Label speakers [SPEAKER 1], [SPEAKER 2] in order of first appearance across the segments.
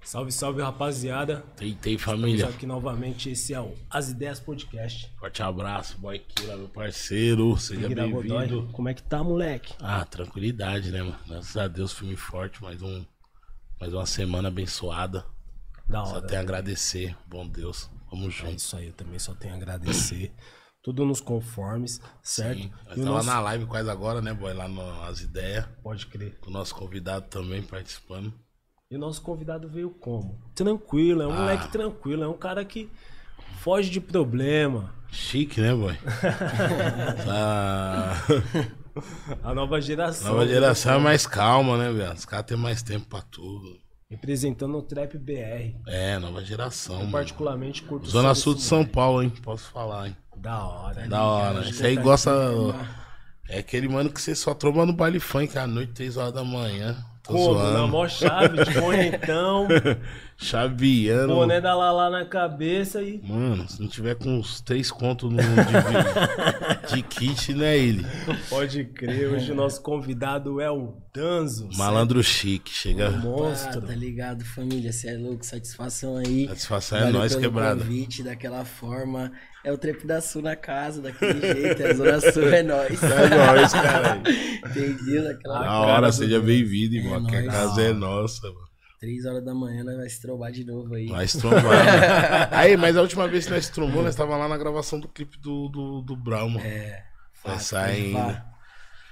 [SPEAKER 1] Salve, salve, rapaziada.
[SPEAKER 2] Tentei, família.
[SPEAKER 1] Aqui novamente, esse é o As Ideias Podcast.
[SPEAKER 2] Forte abraço, boy Kira, meu parceiro. Seja
[SPEAKER 1] Guilherme
[SPEAKER 2] bem-vindo.
[SPEAKER 1] Godoy. Como é que tá, moleque?
[SPEAKER 2] Ah, tranquilidade, né, mano? Graças a Deus, filme forte, mais um. Mais uma semana abençoada.
[SPEAKER 1] Da
[SPEAKER 2] Só
[SPEAKER 1] hora.
[SPEAKER 2] tenho a agradecer, bom Deus. Vamos
[SPEAKER 1] É
[SPEAKER 2] juntos.
[SPEAKER 1] isso aí, eu também só tenho a agradecer. Tudo nos conformes, certo?
[SPEAKER 2] Sim. Nós
[SPEAKER 1] É E o
[SPEAKER 2] tava
[SPEAKER 1] nosso-
[SPEAKER 2] na live quase agora, né, boy? Lá no, As Ideias.
[SPEAKER 1] Pode crer.
[SPEAKER 2] Com o nosso convidado também participando.
[SPEAKER 1] E o nosso convidado veio como? Tranquilo, é um
[SPEAKER 2] Ah.
[SPEAKER 1] moleque tranquilo, é um cara que foge de problema.
[SPEAKER 2] Chique, né, boy? tá.
[SPEAKER 1] A nova geração.
[SPEAKER 2] Nova geração é mais calma, né, velho? Os caras têm mais tempo pra tudo.
[SPEAKER 1] Representando o Trap BR.
[SPEAKER 2] É, nova geração.
[SPEAKER 1] Eu
[SPEAKER 2] mano.
[SPEAKER 1] particularmente curto
[SPEAKER 2] Zona
[SPEAKER 1] só
[SPEAKER 2] Sul de
[SPEAKER 1] desse
[SPEAKER 2] São Paulo, hein? Posso falar, hein?
[SPEAKER 1] moleque. Da hora.
[SPEAKER 2] É
[SPEAKER 1] né?
[SPEAKER 2] Da hora. Esse
[SPEAKER 1] tá
[SPEAKER 2] aí gosta. É aquele mano que você só tromba no baile funk à noite, 3 horas da manhã. Tô
[SPEAKER 1] Como? Na
[SPEAKER 2] zoando.
[SPEAKER 1] mó chave, de bonitão,
[SPEAKER 2] Chaveando.
[SPEAKER 1] boné da Lala na cabeça e.
[SPEAKER 2] Mano, se não tiver com uns 3 contos no, de, de kit, né, ele?
[SPEAKER 1] Pode crer, hoje o nosso convidado é o Danzo.
[SPEAKER 2] Malandro chique,
[SPEAKER 1] um
[SPEAKER 2] chega.
[SPEAKER 1] monstro.
[SPEAKER 3] Ah, tá ligado, família? Você é louco, satisfação aí.
[SPEAKER 2] Satisfação é
[SPEAKER 3] Valeu
[SPEAKER 2] nós,
[SPEAKER 3] pelo
[SPEAKER 2] quebrada.
[SPEAKER 3] convite, daquela forma. É o trepo da Sul na casa, daquele jeito. É a Zona Sul, é nóis.
[SPEAKER 2] É nóis, caralho.
[SPEAKER 3] Entendeu? Daquela
[SPEAKER 2] Da
[SPEAKER 1] cara
[SPEAKER 2] hora,
[SPEAKER 1] do
[SPEAKER 2] seja bem-vindo,
[SPEAKER 3] É
[SPEAKER 2] irmão. que a
[SPEAKER 3] nóis.
[SPEAKER 2] casa é nossa, mano.
[SPEAKER 3] três horas da manhã, nós vai se trombar de novo aí.
[SPEAKER 2] Nós trombamos. aí, mas a última vez que nós trombamos, nós tava lá na gravação do clipe do, do, do Brau, mano.
[SPEAKER 3] É.
[SPEAKER 2] Vai
[SPEAKER 3] fato,
[SPEAKER 2] sair
[SPEAKER 3] pá.
[SPEAKER 2] ainda.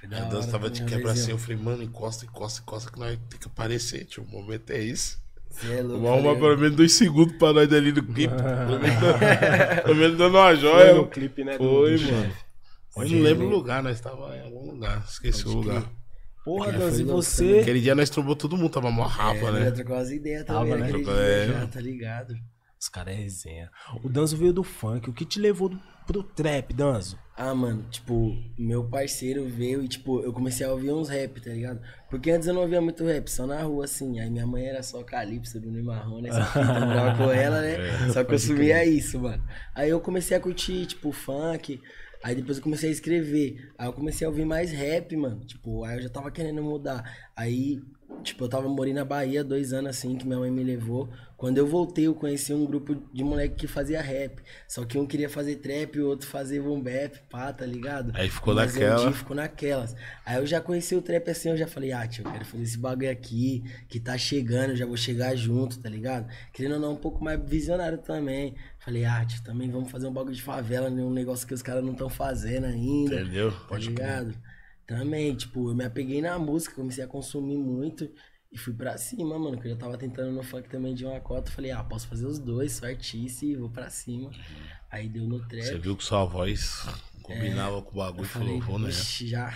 [SPEAKER 3] Foi da
[SPEAKER 2] Meu Deus,
[SPEAKER 3] hora
[SPEAKER 2] tava
[SPEAKER 3] também,
[SPEAKER 2] de
[SPEAKER 3] uma
[SPEAKER 2] quebra
[SPEAKER 3] vezinha.
[SPEAKER 2] assim. Eu falei, mano, encosta, encosta, encosta, que nós tem que aparecer, tio. O momento é isso.
[SPEAKER 3] Cê é louco.
[SPEAKER 2] Vamos arrumar
[SPEAKER 3] valeu.
[SPEAKER 2] pelo menos dois segundos pra nós ali no clipe. Pelo menos dando- pelo menos dando uma joia.
[SPEAKER 1] no clipe, né? do-
[SPEAKER 2] Foi,
[SPEAKER 1] do
[SPEAKER 2] mano.
[SPEAKER 1] chefe.
[SPEAKER 2] Eu não lembro o lugar, nós tava em algum lugar. Esqueci o lugar.
[SPEAKER 1] Porra,
[SPEAKER 3] É,
[SPEAKER 1] Danzo,
[SPEAKER 3] foi
[SPEAKER 1] e
[SPEAKER 3] louco
[SPEAKER 1] você.
[SPEAKER 2] Aquele dia nós trombou todo mundo, tava mó
[SPEAKER 3] É,
[SPEAKER 2] rapa,
[SPEAKER 3] nós
[SPEAKER 2] né?
[SPEAKER 3] ia trocar umas ideias
[SPEAKER 1] Tava,
[SPEAKER 3] também
[SPEAKER 1] né?
[SPEAKER 3] naquele
[SPEAKER 2] Trocou- é.
[SPEAKER 3] dia já, tá ligado?
[SPEAKER 1] Os caras é resenha. O Danzo veio do funk. O que te levou do- pro trap, Danzo?
[SPEAKER 3] Ah, mano, tipo, meu parceiro veio e, tipo, eu comecei a ouvir uns rap, tá ligado? Porque antes eu não ouvia muito rap, só na rua, assim. Aí minha mãe era só Calypso, Bruno e Marrone, essa fita, eu morava com ela,
[SPEAKER 2] É,
[SPEAKER 3] né? Só consumia isso, mano. Aí eu comecei a curtir, tipo, funk. Aí depois eu comecei a escrever. Aí eu comecei a ouvir mais rap, mano. Tipo, aí eu já tava querendo mudar. Aí Tipo, eu tava morando na Bahia dois anos assim, que minha mãe me levou. Quando eu voltei, eu conheci um grupo de moleque que fazia rap. Só que um queria fazer trap, o outro fazia boom bap, pá, tá ligado?
[SPEAKER 2] Aí ficou
[SPEAKER 3] Mas eu
[SPEAKER 2] naquela.
[SPEAKER 3] di- ficou naquelas. Aí eu já conheci o trap assim, eu já falei, ah, tio, eu quero fazer esse bagulho aqui, que tá chegando, eu já vou chegar junto, tá ligado? Querendo ou não, um pouco mais visionário também. Falei, ah, tio, também vamos fazer um bagulho de favela, né, um negócio que os caras não estão fazendo ainda
[SPEAKER 2] Entendeu?
[SPEAKER 3] tá ligado? Também, tipo, eu me apeguei na música, comecei a consumir muito e fui pra cima, mano, que eu já tava tentando no funk também de uma cota, falei, ah, posso fazer os dois, sou artista e vou pra cima. Aí deu no trap.
[SPEAKER 2] Você viu que sua voz combinava com o bagulho
[SPEAKER 3] É. eu
[SPEAKER 2] e falou, vou nessa.
[SPEAKER 3] "Ixi, já.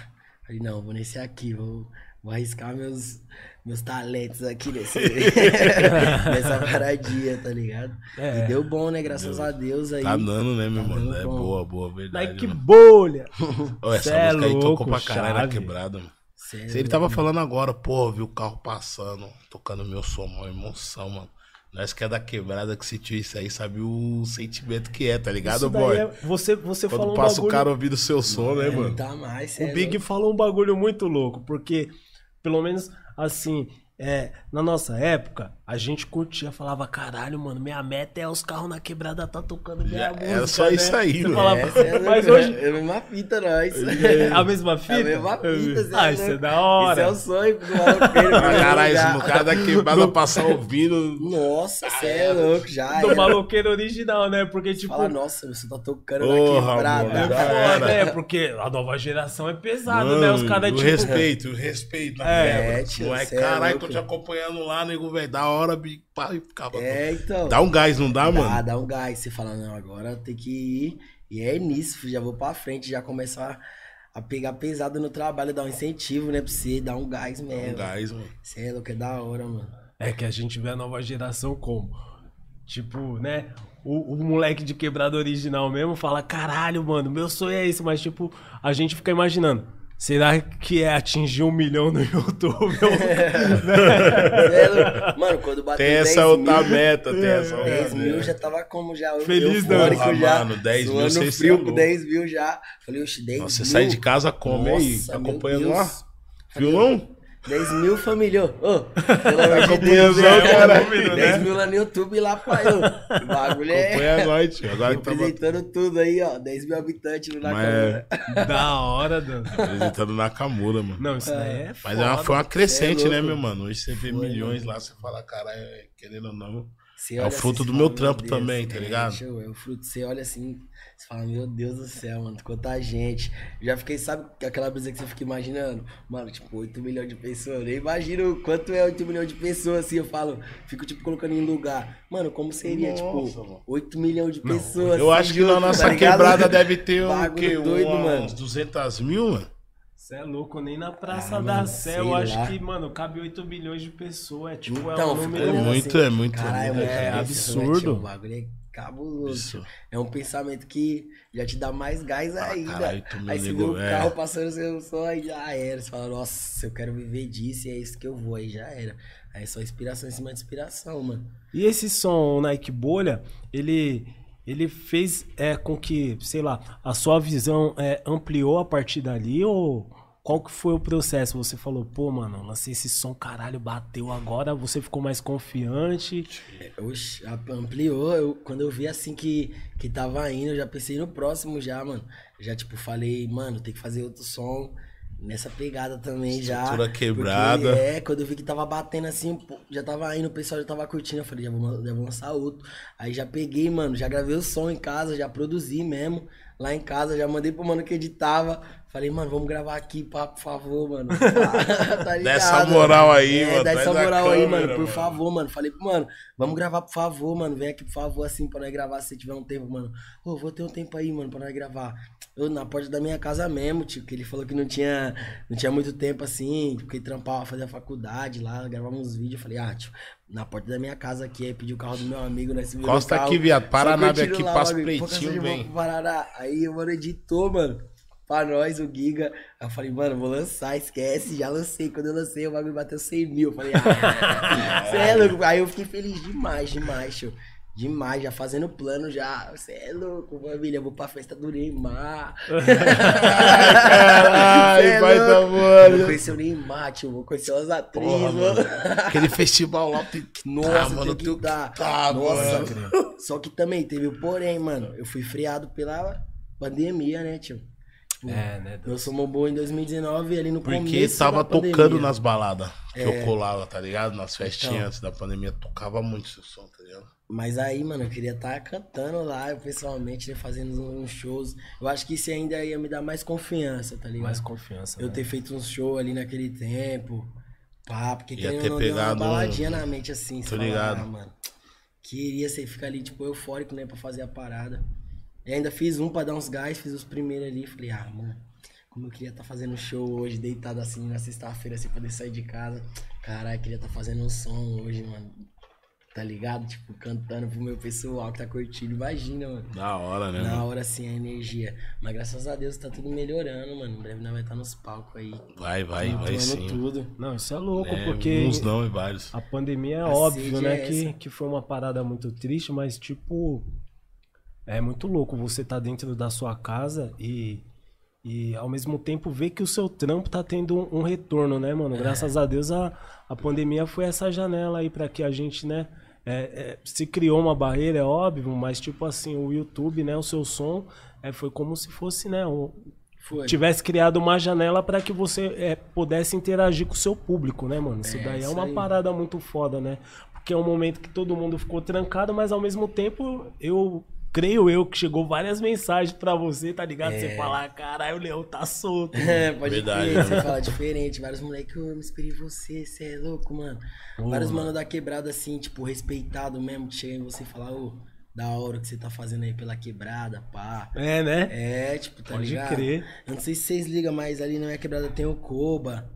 [SPEAKER 3] Falei, não, vou nesse aqui, vou, vou arriscar meus, meus talentos aqui nesse, nessa paradinha, tá ligado?
[SPEAKER 1] É.
[SPEAKER 3] E deu bom, né? Graças a Deus aí.
[SPEAKER 2] Tá dando, né, meu
[SPEAKER 3] Tá
[SPEAKER 2] mano?
[SPEAKER 3] dando
[SPEAKER 2] É
[SPEAKER 3] bom.
[SPEAKER 2] boa, boa, verdade.
[SPEAKER 1] Nike
[SPEAKER 2] mano.
[SPEAKER 1] bolha!
[SPEAKER 2] Ô, essa
[SPEAKER 1] Cê é
[SPEAKER 2] música aí tocou
[SPEAKER 1] louco,
[SPEAKER 2] pra caralho na
[SPEAKER 1] chave.
[SPEAKER 2] quebrada, mano.
[SPEAKER 3] Cê é
[SPEAKER 2] Se ele
[SPEAKER 3] louco.
[SPEAKER 2] tava falando agora, pô, vi o carro passando, tocando meu som, uma emoção, mano. Nós que é da quebrada que sentiu isso aí, sabe o sentimento que é, tá ligado,
[SPEAKER 1] Isso
[SPEAKER 2] boy?
[SPEAKER 1] daí é- você, você falou
[SPEAKER 2] Quando
[SPEAKER 1] um
[SPEAKER 2] passa
[SPEAKER 1] bagulho...
[SPEAKER 2] o cara ouvindo o seu som, né,
[SPEAKER 3] É, não
[SPEAKER 2] mano?
[SPEAKER 3] Tá mais, cê
[SPEAKER 1] O
[SPEAKER 3] é
[SPEAKER 1] Big
[SPEAKER 3] louco.
[SPEAKER 1] falou um bagulho muito louco, porque, pelo menos assim, é, na nossa época, a gente curtia, falava, caralho, mano, minha meta é os carros na quebrada tá tocando minha
[SPEAKER 2] Já
[SPEAKER 1] música.
[SPEAKER 2] era É, só
[SPEAKER 1] né?"
[SPEAKER 2] isso aí,
[SPEAKER 1] Você
[SPEAKER 2] mano.
[SPEAKER 1] falava,
[SPEAKER 3] É, cê é louco,
[SPEAKER 1] Mas
[SPEAKER 3] né?
[SPEAKER 1] hoje.
[SPEAKER 3] É a mesma fita, nós.
[SPEAKER 1] É a mesma fita?
[SPEAKER 3] É a mesma fita, cê
[SPEAKER 1] Ah,
[SPEAKER 3] é
[SPEAKER 1] isso é
[SPEAKER 3] louco.
[SPEAKER 1] da hora.
[SPEAKER 3] Isso é o sonho do maloqueiro.
[SPEAKER 2] Ah, caralho, se no cara da quebrada passar ouvindo.
[SPEAKER 3] Nossa, você é louco, já
[SPEAKER 1] Do
[SPEAKER 3] era.
[SPEAKER 1] maloqueiro original, né? Porque, tipo.
[SPEAKER 3] Fala, nossa, você tá tocando
[SPEAKER 2] Porra,
[SPEAKER 3] na
[SPEAKER 2] mano,
[SPEAKER 3] quebrada.
[SPEAKER 2] da
[SPEAKER 1] Foda,
[SPEAKER 2] hora.
[SPEAKER 1] é, porque a nova geração é pesada, né? Os caras,
[SPEAKER 2] o
[SPEAKER 1] tipo.
[SPEAKER 2] respeito, o respeito. na
[SPEAKER 1] É,
[SPEAKER 2] quebra.
[SPEAKER 3] tio,
[SPEAKER 2] Moleque,
[SPEAKER 3] cê é
[SPEAKER 2] caralho, tô
[SPEAKER 3] louco.
[SPEAKER 2] te acompanhando lá, nego, velho. Da hora, bico, pá, e acaba.
[SPEAKER 3] É, então.
[SPEAKER 2] Dá um gás, não dá,
[SPEAKER 3] Dá,
[SPEAKER 2] mano?
[SPEAKER 3] dá um gás. Você fala, não, agora tem que ir. E é nisso, já vou pra frente, já começar a pegar pesado no trabalho, dar um incentivo, né, pra você, dar um gás
[SPEAKER 2] Dá um
[SPEAKER 3] mesmo.
[SPEAKER 2] gás, mano.
[SPEAKER 3] Você é louco, é da hora, mano.
[SPEAKER 1] É que a gente vê a nova geração como? Tipo, né? O, o moleque de quebrado original mesmo fala: caralho, mano, meu sonho é esse. Mas, tipo, a gente fica imaginando: será que é atingir um milhão no YouTube?
[SPEAKER 3] Cê é louco. Mano, quando bateu
[SPEAKER 2] Tem
[SPEAKER 3] 10
[SPEAKER 2] essa
[SPEAKER 3] mil,
[SPEAKER 2] outra meta, tem essa outra
[SPEAKER 3] 10 mil
[SPEAKER 2] meta.
[SPEAKER 3] já tava como já. eu-
[SPEAKER 1] Feliz,
[SPEAKER 3] eufórico
[SPEAKER 2] Porra,
[SPEAKER 3] já.
[SPEAKER 2] mano, 10 mil,
[SPEAKER 3] suando
[SPEAKER 2] vocês
[SPEAKER 3] frio
[SPEAKER 2] são
[SPEAKER 3] com 10 mil já. Falei, oxe, 10
[SPEAKER 2] Nossa,
[SPEAKER 3] mil.
[SPEAKER 2] Você sai de casa, come aí,
[SPEAKER 3] Nossa,
[SPEAKER 2] tá
[SPEAKER 3] meu
[SPEAKER 2] acompanhando
[SPEAKER 3] Deus.
[SPEAKER 2] lá. Violão?
[SPEAKER 3] 10 mil família. Ô, pelo amor de
[SPEAKER 2] Deus,
[SPEAKER 3] Deus,
[SPEAKER 2] ó,
[SPEAKER 3] né,
[SPEAKER 2] cara.
[SPEAKER 3] mano? 10 mil lá no YouTube e lá pra eu. O bagulho é.
[SPEAKER 2] Acompanha nós, tio. Agora que tá
[SPEAKER 3] Representando tudo aí, ó. 10 mil habitantes no Nakamura.
[SPEAKER 2] Mas é,
[SPEAKER 1] Da hora, Dano.
[SPEAKER 2] apresentando Nakamura, mano.
[SPEAKER 1] Não, isso daí é
[SPEAKER 2] Mas
[SPEAKER 1] foda.
[SPEAKER 2] é uma, foi uma crescente,
[SPEAKER 3] É
[SPEAKER 2] né,
[SPEAKER 3] louco.
[SPEAKER 2] meu mano? Hoje você vê
[SPEAKER 3] Foi,
[SPEAKER 2] milhões lá, você fala, caralho, é, querendo ou não.
[SPEAKER 3] Você
[SPEAKER 2] É o
[SPEAKER 3] olha assim,
[SPEAKER 2] fruto
[SPEAKER 3] você
[SPEAKER 2] do
[SPEAKER 3] fala,
[SPEAKER 2] meu
[SPEAKER 3] "Meu
[SPEAKER 2] trampo
[SPEAKER 3] Deus,
[SPEAKER 2] também, tá
[SPEAKER 3] é,
[SPEAKER 2] ligado?
[SPEAKER 3] deixa eu ver, o fruto, você olha assim, você fala, meu Deus do céu, mano, quanta gente. Já fiquei, sabe aquela brisa que você fica imaginando? Mano, tipo, 8 milhões de pessoas, eu nem imagino o quanto é 8 milhões de pessoas, assim, eu falo, fico, tipo, colocando em lugar. Mano, como seria,
[SPEAKER 2] Nossa,
[SPEAKER 3] tipo,
[SPEAKER 2] mano.
[SPEAKER 3] 8 milhões de pessoas?
[SPEAKER 2] Eu
[SPEAKER 3] assim,
[SPEAKER 2] acho que na
[SPEAKER 3] junto, tá
[SPEAKER 2] nossa
[SPEAKER 3] ligado?
[SPEAKER 2] quebrada deve ter um,
[SPEAKER 3] Bagulho
[SPEAKER 2] que,
[SPEAKER 3] doido, mano.
[SPEAKER 2] uns 200 mil, mano.
[SPEAKER 1] Você é louco, nem na Praça
[SPEAKER 3] Ah,
[SPEAKER 1] da
[SPEAKER 3] mano,
[SPEAKER 1] Sé
[SPEAKER 3] sei
[SPEAKER 1] eu acho
[SPEAKER 3] lá.
[SPEAKER 1] que, mano, cabe 8 bilhões de pessoas. É tipo, é
[SPEAKER 3] Então,
[SPEAKER 1] um
[SPEAKER 3] fica
[SPEAKER 1] número.
[SPEAKER 2] É
[SPEAKER 3] olhando
[SPEAKER 2] muito,
[SPEAKER 3] assim,
[SPEAKER 2] é muito,
[SPEAKER 3] Caralho,
[SPEAKER 2] né?
[SPEAKER 3] é,
[SPEAKER 1] É
[SPEAKER 3] absurdo.
[SPEAKER 1] absurdo.
[SPEAKER 3] O bagulho é cabuloso.
[SPEAKER 2] Absurdo.
[SPEAKER 3] É um pensamento que já te dá mais gás
[SPEAKER 2] Ah,
[SPEAKER 3] ainda.
[SPEAKER 2] caralho, tu me
[SPEAKER 3] aí você vê
[SPEAKER 2] ligou,
[SPEAKER 3] o
[SPEAKER 2] é.
[SPEAKER 3] carro passando, você só aí já era. Você fala, nossa, eu quero viver disso e é isso que eu vou, aí já era. Aí é só inspiração em cima de inspiração, mano.
[SPEAKER 1] E esse som, o Nike Bolha, ele, ele fez é, com que, sei lá, a sua visão é, ampliou a partir dali ou qual que foi o processo? Você falou, pô, mano, lancei esse som, caralho, bateu agora, você ficou mais confiante.
[SPEAKER 3] É, Oxe, a- ampliou. Eu, quando eu vi assim que, que tava indo, eu já pensei no próximo já, mano. Já, tipo, falei, mano, tem que fazer outro som nessa pegada também já.
[SPEAKER 2] Estrutura
[SPEAKER 3] Porque,
[SPEAKER 2] quebrada.
[SPEAKER 3] é, quando eu vi que tava batendo assim, pô, já tava indo, o pessoal já tava curtindo. Eu falei, já vou, lan- já vou lançar outro. Aí já peguei, mano, já gravei o som em casa, já produzi mesmo. Lá em casa, já mandei pro mano que editava. Falei, mano, vamos gravar aqui, pá, por favor, mano. tá ligado?
[SPEAKER 2] Dá essa moral aí,
[SPEAKER 3] É,
[SPEAKER 2] mano.
[SPEAKER 3] dá
[SPEAKER 2] Traz
[SPEAKER 3] essa
[SPEAKER 2] a
[SPEAKER 3] moral aí,
[SPEAKER 2] câmera,
[SPEAKER 3] mano, por favor, mano. Falei, mano, vamos gravar, por favor, mano. Vem aqui, por favor, assim, pra nós gravar, se tiver um tempo, mano. Ô, vou ter um tempo aí, mano, pra nós gravar. Eu, na porta da minha casa mesmo, tio, que ele falou que não tinha, não tinha muito tempo, assim, porque ele trampava, fazia faculdade lá, gravava uns vídeos. Eu falei, ah, tio, na porta da minha casa aqui, aí pedi o carro do meu amigo, nós subimos no
[SPEAKER 2] Costa
[SPEAKER 3] carro.
[SPEAKER 2] aqui, viado. Para a
[SPEAKER 3] Só
[SPEAKER 2] nave
[SPEAKER 3] curtindo
[SPEAKER 2] aqui,
[SPEAKER 3] lá,
[SPEAKER 2] passa
[SPEAKER 3] bagulho. Pô, Caça de
[SPEAKER 2] preitinho,
[SPEAKER 3] Vão
[SPEAKER 2] vem.
[SPEAKER 3] pro Paraná. Aí, mano, editou, mano. Pra nós, o Giga. Aí eu falei, mano, vou lançar, esquece. Já lancei. Quando eu lancei, o bagulho bateu 100 mil. Eu falei, ah, cê é louco. Aí eu fiquei feliz demais, demais, tio. Demais, já fazendo plano já. Você é louco, família. Eu vou pra festa do Neymar. Cê é
[SPEAKER 2] vai dar
[SPEAKER 3] louco.
[SPEAKER 2] mole.
[SPEAKER 3] Vou conhecer o Neymar, tio. Vou conhecer as atrizes,
[SPEAKER 2] Porra,
[SPEAKER 3] mano.
[SPEAKER 2] Aquele festival lá tem que
[SPEAKER 3] Nossa,
[SPEAKER 2] tá, mano.
[SPEAKER 3] tem que
[SPEAKER 2] Tem que
[SPEAKER 3] dar.
[SPEAKER 2] tá,
[SPEAKER 3] Nossa,
[SPEAKER 2] mano.
[SPEAKER 3] só que também teve o porém, mano. Eu fui freado pela pandemia, né, tio? Tipo,
[SPEAKER 1] né?
[SPEAKER 3] Meu som bombou em 2019 ali no
[SPEAKER 2] Porque
[SPEAKER 3] começo
[SPEAKER 2] tava
[SPEAKER 3] da pandemia. É.
[SPEAKER 2] tocando nas baladas que eu colava, tá ligado? Nas festinhas
[SPEAKER 3] Então.
[SPEAKER 2] antes da pandemia. Tocava muito seu som, tá ligado?
[SPEAKER 3] Mas aí, mano, eu queria estar cantando lá, eu pessoalmente, né, fazendo uns- uns shows. Eu acho que isso ainda ia me dar mais confiança, tá ligado?
[SPEAKER 1] Mais confiança.
[SPEAKER 3] eu
[SPEAKER 1] né?
[SPEAKER 3] ter feito um show ali naquele tempo. Pá, porque
[SPEAKER 2] Ia
[SPEAKER 3] querendo
[SPEAKER 2] ter
[SPEAKER 3] ou não, deu uma
[SPEAKER 2] pegado um-
[SPEAKER 3] baladinha na mente assim.
[SPEAKER 2] Tô
[SPEAKER 3] você fala,
[SPEAKER 2] ligado.
[SPEAKER 3] "Ah, mano. Queria você ficar ali, tipo, eufórico, né, pra fazer a parada. E ainda fiz um pra dar uns gás, fiz os primeiros ali. Falei, ah, mano, como eu queria estar fazendo show hoje, deitado assim na sexta-feira, sem poder sair de casa. Caralho, queria estar fazendo um som hoje, mano. Tá ligado? Tipo, cantando pro meu pessoal que tá curtindo. Imagina, mano.
[SPEAKER 2] Da hora, né?
[SPEAKER 3] Na
[SPEAKER 2] mano?
[SPEAKER 3] hora, assim, a energia. Mas graças a Deus tá tudo melhorando, mano. Em breve nós vai estar nos palcos aí.
[SPEAKER 2] Vai, vai, vai
[SPEAKER 3] atuando
[SPEAKER 2] sim.
[SPEAKER 3] tudo.
[SPEAKER 1] Não, isso é louco,
[SPEAKER 2] É,
[SPEAKER 1] porque
[SPEAKER 2] Uns não e vários.
[SPEAKER 3] Ah,
[SPEAKER 1] a pandemia é
[SPEAKER 3] A
[SPEAKER 1] óbvio,
[SPEAKER 3] sede
[SPEAKER 1] né?
[SPEAKER 3] é
[SPEAKER 1] que,
[SPEAKER 3] essa.
[SPEAKER 1] que foi uma parada muito triste, mas tipo. É muito louco você tá dentro da sua casa e. E ao mesmo tempo ver que o seu trampo tá tendo um, um retorno, né,
[SPEAKER 3] É.
[SPEAKER 1] mano? Graças a Deus a, a pandemia foi essa janela aí pra que a gente, né? é, é, se criou uma barreira, é óbvio, mas tipo assim, o YouTube, né? O seu som é, foi como se fosse, né? o-
[SPEAKER 3] Foi.
[SPEAKER 1] tivesse criado uma janela para que você é, pudesse interagir com o seu público, né, mano? Isso
[SPEAKER 3] É,
[SPEAKER 1] daí é
[SPEAKER 3] isso
[SPEAKER 1] uma
[SPEAKER 3] aí.
[SPEAKER 1] parada muito foda, né? Porque é um momento que todo mundo ficou trancado, mas ao mesmo tempo eu creio eu que chegou várias mensagens para você, tá ligado? Você falar, caralho, o Leão tá solto.
[SPEAKER 3] É, pode
[SPEAKER 2] Verdade,
[SPEAKER 3] crer,
[SPEAKER 2] né?
[SPEAKER 3] você fala diferente. Vários moleques, eu me inspirei em você, você é louco, mano. Vários mano da quebrada, assim, tipo, respeitado mesmo, que chega em você e fala, ô, da hora o que você tá fazendo aí pela quebrada, pá.
[SPEAKER 1] É, né?
[SPEAKER 3] É, tipo, tá
[SPEAKER 1] Pode
[SPEAKER 3] ligado?
[SPEAKER 1] crer.
[SPEAKER 3] Eu não sei se vocês ligam, mas ali na minha quebrada tem o Koba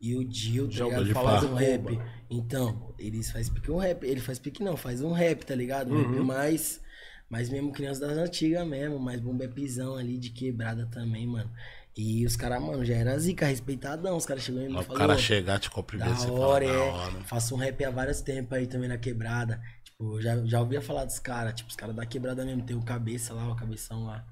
[SPEAKER 3] e o Dio, tá
[SPEAKER 2] Já
[SPEAKER 3] ligado?
[SPEAKER 2] ouvi
[SPEAKER 3] Faz
[SPEAKER 2] falar.
[SPEAKER 3] um rap. Então, eles faz pique um rap. Ele faz pique não, faz um rap, tá ligado? Um
[SPEAKER 2] Uhum.
[SPEAKER 3] rap mais. Mas mesmo criança das antigas mesmo, mais bombepizão ali de quebrada também, mano. E os caras, mano, já era zica, respeitadão. Os caras chegou em mim e
[SPEAKER 2] O
[SPEAKER 3] falou,
[SPEAKER 2] cara
[SPEAKER 3] "Ô,
[SPEAKER 2] chegar, te
[SPEAKER 3] da
[SPEAKER 2] cumprimenta, você fala
[SPEAKER 3] hora,
[SPEAKER 2] da
[SPEAKER 3] é.
[SPEAKER 2] hora.
[SPEAKER 3] Faço um rap há vários tempos aí também na quebrada. Tipo, eu já, já ouvia falar dos caras, tipo, os caras da quebrada mesmo. Tem o Cabeça lá, o Cabeção lá.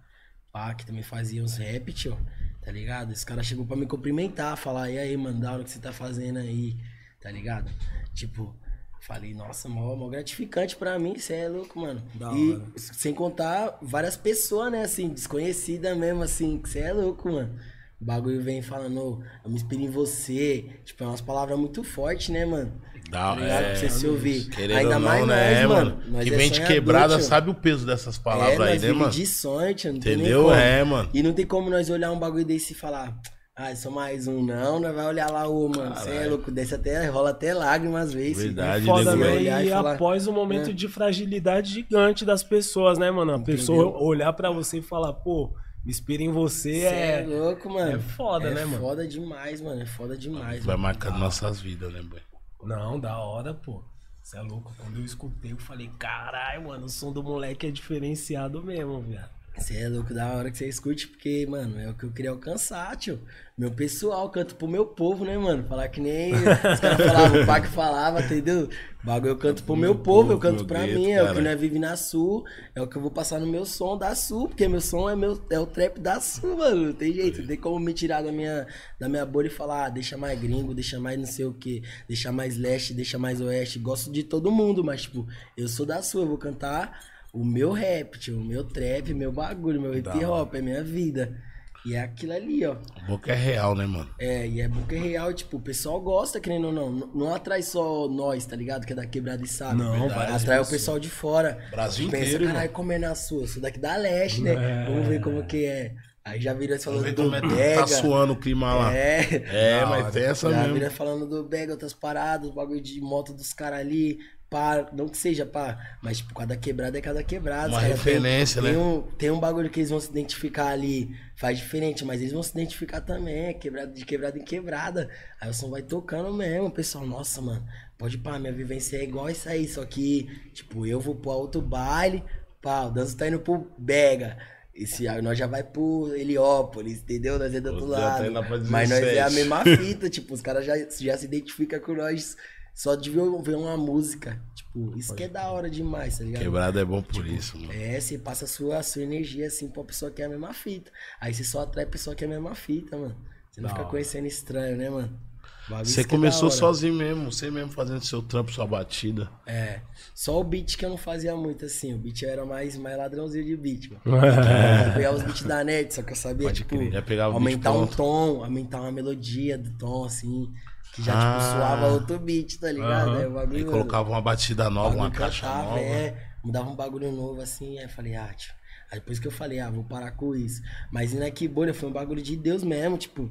[SPEAKER 3] Pá, que também fazia uns rap, tio. Tá tá ligado? Esse cara chegou pra me cumprimentar, falar, e aí, mano, da hora o que você tá fazendo aí, tá ligado? Tipo, falei, nossa, mó, mó gratificante pra mim, você é louco, mano.
[SPEAKER 1] Da
[SPEAKER 3] e
[SPEAKER 1] hora.
[SPEAKER 3] sem contar várias pessoas, né, assim, desconhecida mesmo, assim, que você é louco, mano. O bagulho vem falando, "Ô, eu me inspiro em você. Tipo, é umas palavras muito fortes, né, mano?
[SPEAKER 2] Dá,
[SPEAKER 3] Tá ligado? pra você se ouvir.
[SPEAKER 2] É, Querendo
[SPEAKER 3] Ainda
[SPEAKER 2] ou não,
[SPEAKER 3] mais
[SPEAKER 2] né,
[SPEAKER 3] nós,
[SPEAKER 2] mano?
[SPEAKER 3] mano. Nós
[SPEAKER 2] Que
[SPEAKER 3] é
[SPEAKER 2] vem de
[SPEAKER 3] sonhador,
[SPEAKER 2] quebrada
[SPEAKER 3] tio.
[SPEAKER 2] sabe o peso dessas
[SPEAKER 3] é,
[SPEAKER 2] palavras
[SPEAKER 3] nós
[SPEAKER 2] aí, né,
[SPEAKER 3] vive
[SPEAKER 2] mano?
[SPEAKER 3] de sorte, não tem nem
[SPEAKER 2] Entendeu?
[SPEAKER 3] como.
[SPEAKER 2] É, mano.
[SPEAKER 3] E não tem como nós olhar um bagulho desse e falar, ah, só mais um, não. Nós vai olhar lá, ô, mano, você é louco, desce até, rola até lágrimas às vezes.
[SPEAKER 2] Verdade,
[SPEAKER 1] Foda,
[SPEAKER 2] nego,
[SPEAKER 1] né?
[SPEAKER 2] é.
[SPEAKER 3] Olhar
[SPEAKER 1] E,
[SPEAKER 3] e falar, né?
[SPEAKER 1] após um momento de fragilidade gigante das pessoas, né, mano? A pessoa olhar pra você e falar, pô, me inspira em você
[SPEAKER 3] Você é,
[SPEAKER 1] é.
[SPEAKER 3] louco, mano.
[SPEAKER 1] é foda, né, mano?
[SPEAKER 3] É foda demais, mano. É foda demais.
[SPEAKER 2] Vai
[SPEAKER 3] mano.
[SPEAKER 2] marcando nossas vidas, né, boy?
[SPEAKER 1] Não, da hora, pô. Você é louco. Quando eu escutei, eu falei, caralho, mano, o som do moleque é diferenciado mesmo, viado.
[SPEAKER 3] Você é louco da hora que você escute, porque, mano, é o que eu queria alcançar, tio. Meu pessoal, canto pro meu povo, né, mano? Falar que nem os caras falavam, o Pac falava, entendeu? Bagulho, eu canto pro meu povo, eu canto
[SPEAKER 2] meu
[SPEAKER 3] pra
[SPEAKER 2] gueto,
[SPEAKER 3] mim, é o que
[SPEAKER 2] cara.
[SPEAKER 3] nós vive na Sul, é o que eu vou passar no meu som da Sul, porque meu som é, meu, é o trap da Sul, mano. Não tem jeito, não tem como me tirar da minha, da minha bolha e falar, ah, deixa mais gringo, deixa mais não sei o que, deixa mais leste, deixa mais oeste. Gosto de todo mundo, mas, tipo, eu sou da Sul, eu vou cantar o meu rap, tio, o meu trap, meu bagulho, meu hip hop, é minha vida. E é aquilo ali, ó.
[SPEAKER 2] Boca é real, né, mano?
[SPEAKER 3] É, e é book real, tipo, o pessoal gosta, querendo ou não. N- Não atrai só nós, tá ligado? Que é da quebrada e sabe.
[SPEAKER 1] Não, várias
[SPEAKER 3] Atrai o
[SPEAKER 1] pessoas.
[SPEAKER 3] pessoal de fora.
[SPEAKER 2] Brasil
[SPEAKER 3] Pensa,
[SPEAKER 2] inteiro,
[SPEAKER 3] caralho, como é na sua? Sou daqui da leste, né?
[SPEAKER 1] É.
[SPEAKER 3] Vamos ver como que é. Aí já virou
[SPEAKER 2] Vamos
[SPEAKER 3] falando
[SPEAKER 2] ver
[SPEAKER 3] do
[SPEAKER 2] como é que
[SPEAKER 3] Bega.
[SPEAKER 2] tá suando o clima lá. É,
[SPEAKER 3] É.
[SPEAKER 2] mas tem essa
[SPEAKER 3] Já
[SPEAKER 2] mesmo.
[SPEAKER 3] vira falando do Bega, outras paradas, bagulho de moto dos caras ali. Pá, não que seja pá, mas tipo, cada quebrada é cada quebrada.
[SPEAKER 2] Uma
[SPEAKER 3] os cara tem-
[SPEAKER 2] referência,
[SPEAKER 3] tem
[SPEAKER 2] né?
[SPEAKER 3] um, tem um bagulho que eles vão se identificar ali, faz diferente, mas eles vão se identificar também, é quebrada de quebrada em quebrada. Aí o som vai tocando mesmo, o pessoal, nossa, mano, pode pá, minha vivência é igual isso aí, só que, tipo, eu vou pro outro baile, pá, o Danzo tá indo pro Bega. Esse, aí nós já vai pro Heliópolis, entendeu? Nós é do outro
[SPEAKER 2] O Danzo tá
[SPEAKER 3] lado.
[SPEAKER 2] indo lá pra
[SPEAKER 3] Mas nós é a
[SPEAKER 2] 17.
[SPEAKER 3] mesma fita, tipo, os caras já, já se identificam com nós só de ver ver uma música. Tipo, isso que é da hora demais, tá ligado?
[SPEAKER 2] Quebrada é bom por isso, mano.
[SPEAKER 3] É, você passa a sua, a sua energia assim pra pessoa que é a mesma fita. Aí você só atrai a pessoa que é a mesma fita, mano. Você não
[SPEAKER 1] Da
[SPEAKER 3] fica
[SPEAKER 1] hora.
[SPEAKER 3] conhecendo estranho, né, mano? Bagulho isso que
[SPEAKER 2] Você
[SPEAKER 3] é da
[SPEAKER 2] começou
[SPEAKER 3] hora.
[SPEAKER 2] sozinho mesmo, você mesmo fazendo seu trampo, sua batida.
[SPEAKER 3] É. Só o beat que eu não fazia muito, assim. O beat eu era mais, mais ladrãozinho de beat, mano.
[SPEAKER 1] É
[SPEAKER 3] Eu pegava os beats da net, só que eu sabia,
[SPEAKER 2] É. Pode
[SPEAKER 3] tipo,
[SPEAKER 2] crer, já pegava o beat
[SPEAKER 3] aumentar um
[SPEAKER 2] pronto.
[SPEAKER 3] tom, aumentar uma melodia do tom, assim. Que já,
[SPEAKER 2] Ah.
[SPEAKER 3] tipo, suava outro beat, tá ligado?
[SPEAKER 1] Aham.
[SPEAKER 3] Aí o bagulho.
[SPEAKER 2] Aí
[SPEAKER 3] mano,
[SPEAKER 2] colocava uma batida
[SPEAKER 3] o
[SPEAKER 2] nova,
[SPEAKER 3] bagulho
[SPEAKER 2] uma caixa
[SPEAKER 3] cantava,
[SPEAKER 2] nova.
[SPEAKER 3] É, mudava um bagulho novo, assim. Aí eu falei, ah, tio. Aí depois que eu falei, ah, vou parar com isso. Mas ainda que bolha, foi um bagulho de Deus mesmo, tipo.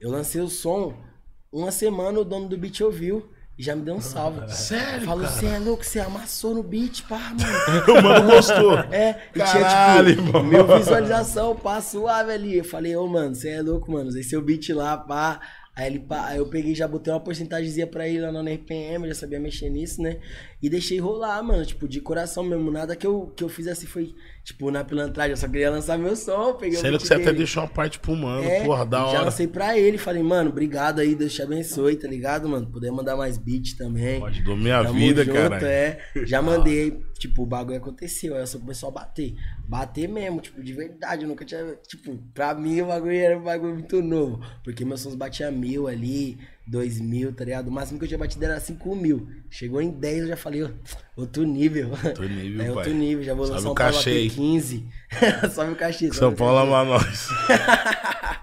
[SPEAKER 3] Eu lancei o som, uma semana o dono do beat ouviu. E já me deu um salve.
[SPEAKER 2] Sério,
[SPEAKER 3] Falou,
[SPEAKER 2] cara?
[SPEAKER 3] você é louco, você amassou no beat, pá, mano.
[SPEAKER 2] O mano gostou.
[SPEAKER 3] É, e
[SPEAKER 2] Caralho,
[SPEAKER 3] tinha tipo,
[SPEAKER 2] irmão.
[SPEAKER 3] mil visualização, pá, suave ali. Eu falei, ô mano, você é louco, mano, usei seu beat lá, pá. Aí, ele, pá, aí eu peguei, já botei uma porcentagemzinha pra ele lá na RPM, já sabia mexer nisso, né? E deixei rolar, mano, tipo, de coração mesmo. Nada que eu, que eu fiz assim foi, tipo, na pilantragem, eu só queria lançar meu som, peguei o
[SPEAKER 2] Sério
[SPEAKER 3] beat
[SPEAKER 2] que você é até
[SPEAKER 3] dele.
[SPEAKER 2] deixou uma parte pro mano,
[SPEAKER 3] É,
[SPEAKER 2] porra, da
[SPEAKER 3] Já
[SPEAKER 2] hora.
[SPEAKER 3] lancei pra ele, falei, mano, obrigado aí, Deus te abençoe, tá ligado, mano? Poder mandar mais beat também.
[SPEAKER 2] Ajudou minha
[SPEAKER 3] Tamo
[SPEAKER 2] vida, Ah.
[SPEAKER 3] junto,
[SPEAKER 2] cara.
[SPEAKER 3] é. Já mandei, tipo, o bagulho aconteceu. Aí eu só começou a bater. Bater mesmo, tipo, de verdade. Eu nunca tinha. Tipo, pra mim o bagulho era um bagulho muito novo. Porque meus sons batia mil ali, dois mil, tá ligado? O máximo que eu tinha batido era cinco mil. Chegou em 10, eu já falei, ó, outro nível.
[SPEAKER 2] Outro nível,
[SPEAKER 3] é, outro
[SPEAKER 2] pai.
[SPEAKER 3] nível, já vou
[SPEAKER 2] Sobe
[SPEAKER 3] lançar
[SPEAKER 2] o
[SPEAKER 3] um pra
[SPEAKER 2] cachê aí.
[SPEAKER 3] bater 15. Sobe o cachê. sobe
[SPEAKER 2] São
[SPEAKER 3] o
[SPEAKER 2] Paulo
[SPEAKER 3] cachê.
[SPEAKER 2] ama nós.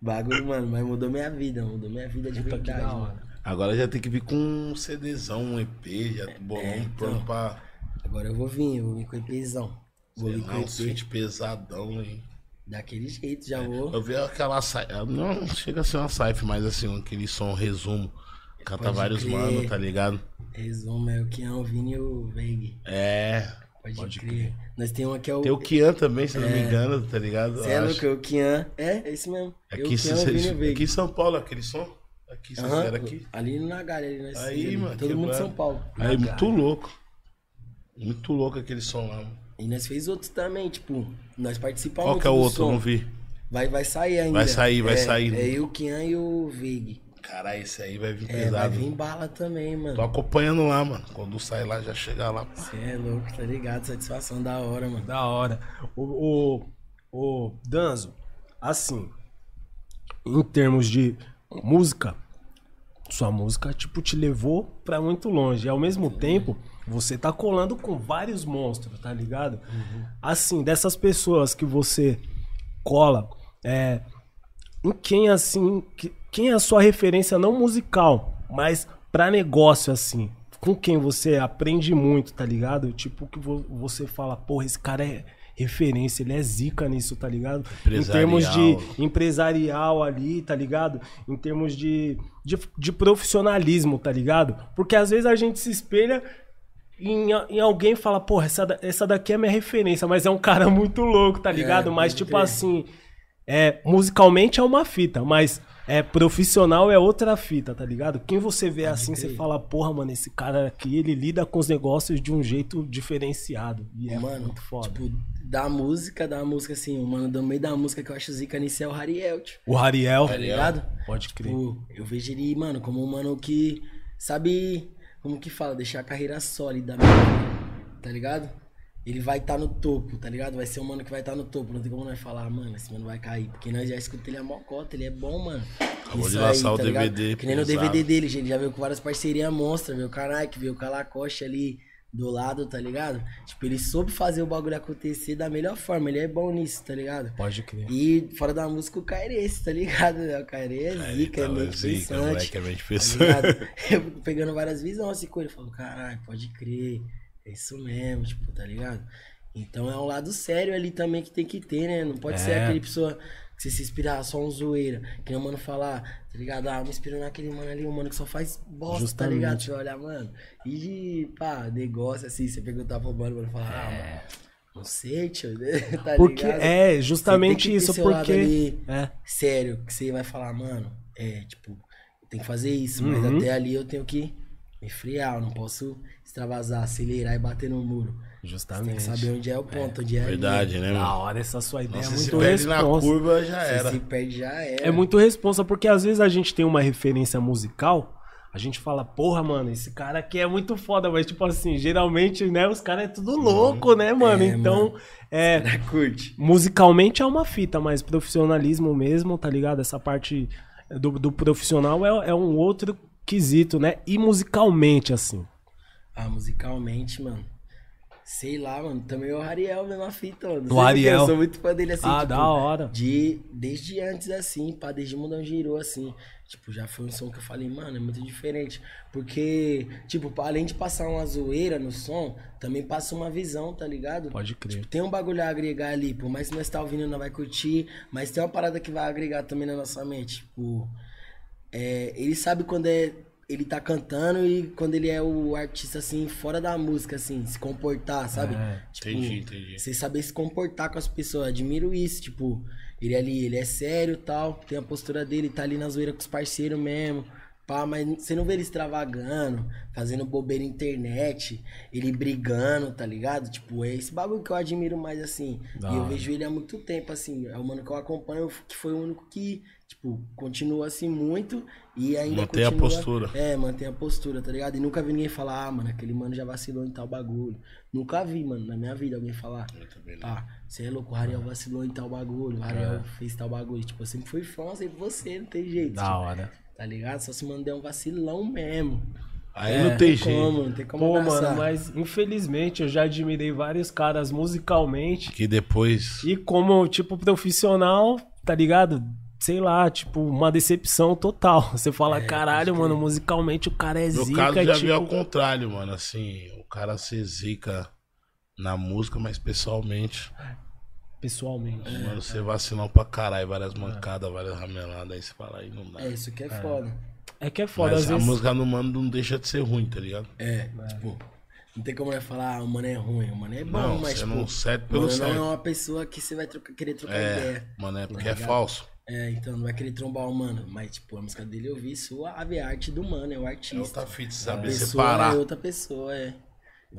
[SPEAKER 3] Bagulho, mano, mas mudou minha vida, mudou minha vida de
[SPEAKER 1] Puta, que
[SPEAKER 3] verdade,
[SPEAKER 1] da
[SPEAKER 3] mano.
[SPEAKER 1] hora.
[SPEAKER 2] Agora já tem que vir com um CDzão, um EP, já bolou
[SPEAKER 3] É,
[SPEAKER 2] um
[SPEAKER 3] então.
[SPEAKER 2] plano pra.
[SPEAKER 3] Agora eu vou vir, eu vou vir com EPzão. Vou
[SPEAKER 2] sei
[SPEAKER 1] é
[SPEAKER 3] vir
[SPEAKER 2] lá,
[SPEAKER 3] com
[SPEAKER 2] um
[SPEAKER 3] EP.
[SPEAKER 2] feat pesadão, hein?
[SPEAKER 3] Daquele jeito,
[SPEAKER 1] É.
[SPEAKER 3] já vou.
[SPEAKER 2] Eu vi aquela. sa- Não, não chega a ser uma saif, mas assim, aquele som resumo. Canta
[SPEAKER 3] Pode
[SPEAKER 2] vários
[SPEAKER 3] crer.
[SPEAKER 2] mano, tá ligado?
[SPEAKER 3] Resumo é o Kian, o Vini e o Veig.
[SPEAKER 2] É.
[SPEAKER 3] Pode, crer. Nós tem um que é o.
[SPEAKER 2] Tem o Kian também, se não me engano, tá ligado?
[SPEAKER 3] Cê é
[SPEAKER 2] Eu
[SPEAKER 3] louco, é o Kian. É, é isso mesmo. Eu,
[SPEAKER 2] Aqui, em
[SPEAKER 3] Kian,
[SPEAKER 2] São-
[SPEAKER 3] o Vini e o
[SPEAKER 2] aqui
[SPEAKER 3] Veig.
[SPEAKER 2] em São Paulo, aquele som? Aqui, vocês
[SPEAKER 3] Aham,
[SPEAKER 2] vieram aqui?
[SPEAKER 3] Ali na Galha, ali nós
[SPEAKER 2] Aí,
[SPEAKER 3] ali.
[SPEAKER 2] mano,
[SPEAKER 3] Todo mundo de
[SPEAKER 2] quebrado.
[SPEAKER 3] São Paulo.
[SPEAKER 2] Aí, muito louco. Muito louco aquele som lá. mano.
[SPEAKER 3] E nós fez outros também, tipo, nós participamos.
[SPEAKER 2] Qual que é o
[SPEAKER 3] do
[SPEAKER 2] outro?
[SPEAKER 3] som.
[SPEAKER 2] Eu não vi.
[SPEAKER 3] Vai, vai sair ainda.
[SPEAKER 2] Vai sair, vai
[SPEAKER 3] É,
[SPEAKER 2] sair.
[SPEAKER 3] É eu, o Kian e o Veig.
[SPEAKER 2] Caralho, esse aí vai vir
[SPEAKER 3] É, vai
[SPEAKER 2] pesado.
[SPEAKER 3] vir bala também, mano.
[SPEAKER 2] Tô acompanhando lá, mano. Quando sai lá, já chega lá. pá.
[SPEAKER 3] Você é louco, tá ligado? Satisfação da hora, mano.
[SPEAKER 1] Da hora. O, o, o Danzo, Assim, em termos de música, sua música, tipo, te levou pra muito longe. E ao mesmo tempo, você tá colando com vários monstros, tá ligado? Assim, dessas pessoas que você cola, é, em quem, assim, que- quem é a sua referência, não musical, mas pra negócio, assim? Com quem você aprende muito, tá ligado? Tipo, que vo- você fala, porra, esse cara é referência, ele é zica nisso, tá ligado? Em termos de
[SPEAKER 2] Empresarial.
[SPEAKER 1] empresarial ali, tá ligado? Em termos de, de, de profissionalismo, tá ligado? Porque às vezes a gente se espelha em, a- em alguém e fala, porra, essa, da- essa daqui é minha referência, mas é um cara muito louco, tá ligado? mas
[SPEAKER 3] É, pode
[SPEAKER 1] tipo
[SPEAKER 3] crer.
[SPEAKER 1] assim, é, musicalmente é uma fita, mas é profissional é outra fita, tá ligado? Quem você vê assim, você fala, porra, mano, esse cara aqui, ele lida com os negócios de um jeito diferenciado. E é
[SPEAKER 3] mano,
[SPEAKER 1] muito foda.
[SPEAKER 3] tipo, da música, da música, assim, mano, do meio da música que eu acho zica nisso é o Hariel, tipo,
[SPEAKER 1] o Ariel,
[SPEAKER 3] tá ligado?
[SPEAKER 1] pode crer.
[SPEAKER 3] Tipo, eu vejo ele, mano, como um mano que sabe, como que fala, deixar a carreira sólida, mano, tá ligado? Ele vai estar no topo, tá ligado? Vai ser um mano que vai estar no topo. Não tem como nós falar, "Ah, mano, esse mano vai cair. Porque nós já escutamos ele a mocota, ele é bom, mano. tá
[SPEAKER 2] Acabou de lançar o DVD,
[SPEAKER 3] Que nem no
[SPEAKER 2] pesado.
[SPEAKER 3] DVD dele, gente. Já veio com várias parcerias monstras, veio com a Nike, veio com a Lacoste ali do lado, tá ligado? Tipo, ele soube fazer o bagulho acontecer da melhor forma. Ele é bom nisso, tá ligado?
[SPEAKER 1] Pode crer.
[SPEAKER 3] E fora da música, o Kairê, esse, tá ligado? né? O Kairê é zica, é
[SPEAKER 2] Então,
[SPEAKER 3] muito
[SPEAKER 2] zica, moleque,
[SPEAKER 3] pensante.
[SPEAKER 2] é mente
[SPEAKER 3] tá
[SPEAKER 2] pensante.
[SPEAKER 3] ligado? Eu fico pegando várias visões assim com ele. Falo, caralho, pode crer. É isso mesmo, tipo, tá ligado? Então é um lado sério ali também que tem que ter, né? Não pode ser
[SPEAKER 1] É.
[SPEAKER 3] aquele pessoa que você se inspira ah, só um zoeira. Que nem o mano falar, tá ligado? Ah, me inspirando naquele mano ali, um mano que só faz bosta,
[SPEAKER 1] Justamente.
[SPEAKER 3] tá ligado? Você olha, mano. E de, pá, negócio assim, você perguntar pro mano, o mano fala, ah, mano, não sei, tio, tá
[SPEAKER 1] Porque
[SPEAKER 3] ligado?
[SPEAKER 1] é justamente
[SPEAKER 3] ter
[SPEAKER 1] isso,
[SPEAKER 3] seu lado
[SPEAKER 1] porque.
[SPEAKER 3] ali.
[SPEAKER 1] É,
[SPEAKER 3] sério, que você vai falar, mano, é, tipo, tem que fazer isso, mas
[SPEAKER 1] Uhum.
[SPEAKER 3] até ali eu tenho que me friar, eu não posso extravasar, acelerar e bater no muro. Você tem
[SPEAKER 1] justamente.
[SPEAKER 3] que saber onde é o ponto, onde é a
[SPEAKER 2] Verdade, né,
[SPEAKER 1] Da
[SPEAKER 2] mano?
[SPEAKER 1] hora essa sua ideia.
[SPEAKER 2] Nossa,
[SPEAKER 1] é
[SPEAKER 2] se
[SPEAKER 1] muito
[SPEAKER 2] perde na
[SPEAKER 1] responsa.
[SPEAKER 2] curva, já
[SPEAKER 3] linha.
[SPEAKER 2] era.
[SPEAKER 3] Se se perde já era.
[SPEAKER 1] É muito responsa, porque às vezes a gente tem uma referência musical, a gente fala, porra, mano, esse cara aqui é muito foda, mas tipo assim, geralmente, né, os caras é tudo louco, né, mano?
[SPEAKER 3] É,
[SPEAKER 1] então, é.
[SPEAKER 3] Cara, curte.
[SPEAKER 1] Musicalmente é uma fita, mas profissionalismo mesmo, tá ligado? Essa parte do, do profissional é, é um outro quesito, né? E musicalmente, assim.
[SPEAKER 3] Ah, musicalmente, mano. Sei lá, mano. Também é o Ariel, mesma fita, mano. Não
[SPEAKER 1] Do
[SPEAKER 3] sei porquê,
[SPEAKER 1] Ariel.
[SPEAKER 3] Eu sou muito fã dele assim.
[SPEAKER 1] ah,
[SPEAKER 3] tipo,
[SPEAKER 1] da hora.
[SPEAKER 3] De, desde antes, assim, pá, desde Mundão Girou, assim. Tipo, já foi um som que eu falei, mano, é muito diferente. Porque, tipo, pa- além de passar uma zoeira no som, também passa uma visão, tá ligado?
[SPEAKER 1] Pode crer.
[SPEAKER 3] Tem um bagulho a agregar ali, por mais que nós tá ouvindo, não vai curtir, mas tem uma parada que vai agregar também na nossa mente. Tipo, é, ele sabe quando é. Ele tá cantando e quando ele é o artista, assim, fora da música, assim, se comportar, sabe?
[SPEAKER 1] É,
[SPEAKER 3] Tipo,
[SPEAKER 2] entendi, entendi.
[SPEAKER 3] Você saber se comportar com as pessoas, eu admiro isso, tipo, ele ali, ele é sério tal, tem a postura dele, tá ali na zoeira com os parceiros mesmo. Pá, mas você não vê ele extravagando, fazendo bobeira na internet, ele brigando, tá ligado? Tipo, é esse bagulho que eu admiro mais, assim.
[SPEAKER 1] Da
[SPEAKER 3] e eu
[SPEAKER 1] hora.
[SPEAKER 3] vejo ele há muito tempo, assim. É o mano que eu acompanho, que foi o único que, tipo, continua assim muito e ainda
[SPEAKER 2] Mantém a
[SPEAKER 3] continua-
[SPEAKER 2] postura.
[SPEAKER 3] é, mantém a postura, tá ligado? E nunca vi ninguém falar, ah, mano, aquele mano já vacilou em tal bagulho. Nunca vi, mano, na minha vida alguém falar.
[SPEAKER 2] Eu também não.
[SPEAKER 3] Ah, você é louco, o Ariel vacilou em tal bagulho, o Ariel
[SPEAKER 2] É.
[SPEAKER 3] fez tal bagulho. Tipo, eu sempre fui fã, sempre você, não tem jeito.
[SPEAKER 1] Da hora.
[SPEAKER 3] tipo, Tá ligado? Só se mandar um vacilão mesmo.
[SPEAKER 2] Aí
[SPEAKER 1] É,
[SPEAKER 2] não tem
[SPEAKER 3] Não tem
[SPEAKER 2] jeito.
[SPEAKER 3] como, não tem como
[SPEAKER 1] Pô,
[SPEAKER 3] abraçar.
[SPEAKER 1] mano, mas infelizmente eu já admirei vários caras musicalmente
[SPEAKER 2] Que depois.
[SPEAKER 1] e como, tipo, profissional, tá ligado? Sei lá, tipo, uma decepção total. Você fala,
[SPEAKER 3] É,
[SPEAKER 1] caralho, mano, musicalmente o cara é
[SPEAKER 2] No
[SPEAKER 1] zica,
[SPEAKER 2] caso já
[SPEAKER 1] tipo...
[SPEAKER 2] veio ao contrário, mano. Assim, o cara se zica na música, mas pessoalmente.
[SPEAKER 1] Pessoalmente.
[SPEAKER 2] Mano, você vacilão pra caralho, várias mancadas, várias rameladas, aí você fala, aí não dá.
[SPEAKER 3] É, isso que é, foda.
[SPEAKER 1] É que é foda, às
[SPEAKER 2] Mas a
[SPEAKER 1] vezes.
[SPEAKER 2] música no mano não deixa de ser ruim, tá ligado?
[SPEAKER 3] É, tipo, não tem como nós falar, ah, o mano é ruim, o mano é bom,
[SPEAKER 2] Não,
[SPEAKER 3] mas,
[SPEAKER 2] você
[SPEAKER 3] tipo,
[SPEAKER 2] não serve
[SPEAKER 3] o
[SPEAKER 2] pelo
[SPEAKER 3] mano não é
[SPEAKER 2] certo.
[SPEAKER 3] uma pessoa que você vai trocar- querer trocar ideia.
[SPEAKER 2] É, mano, é porque é falso.
[SPEAKER 3] É, então não vai querer trombar o mano. Mas, tipo, a música dele eu vi suave, a arte do mano, é o
[SPEAKER 2] É
[SPEAKER 3] artista.
[SPEAKER 2] outra fita, saber
[SPEAKER 3] pessoa
[SPEAKER 2] separar.
[SPEAKER 3] é outra pessoa, é.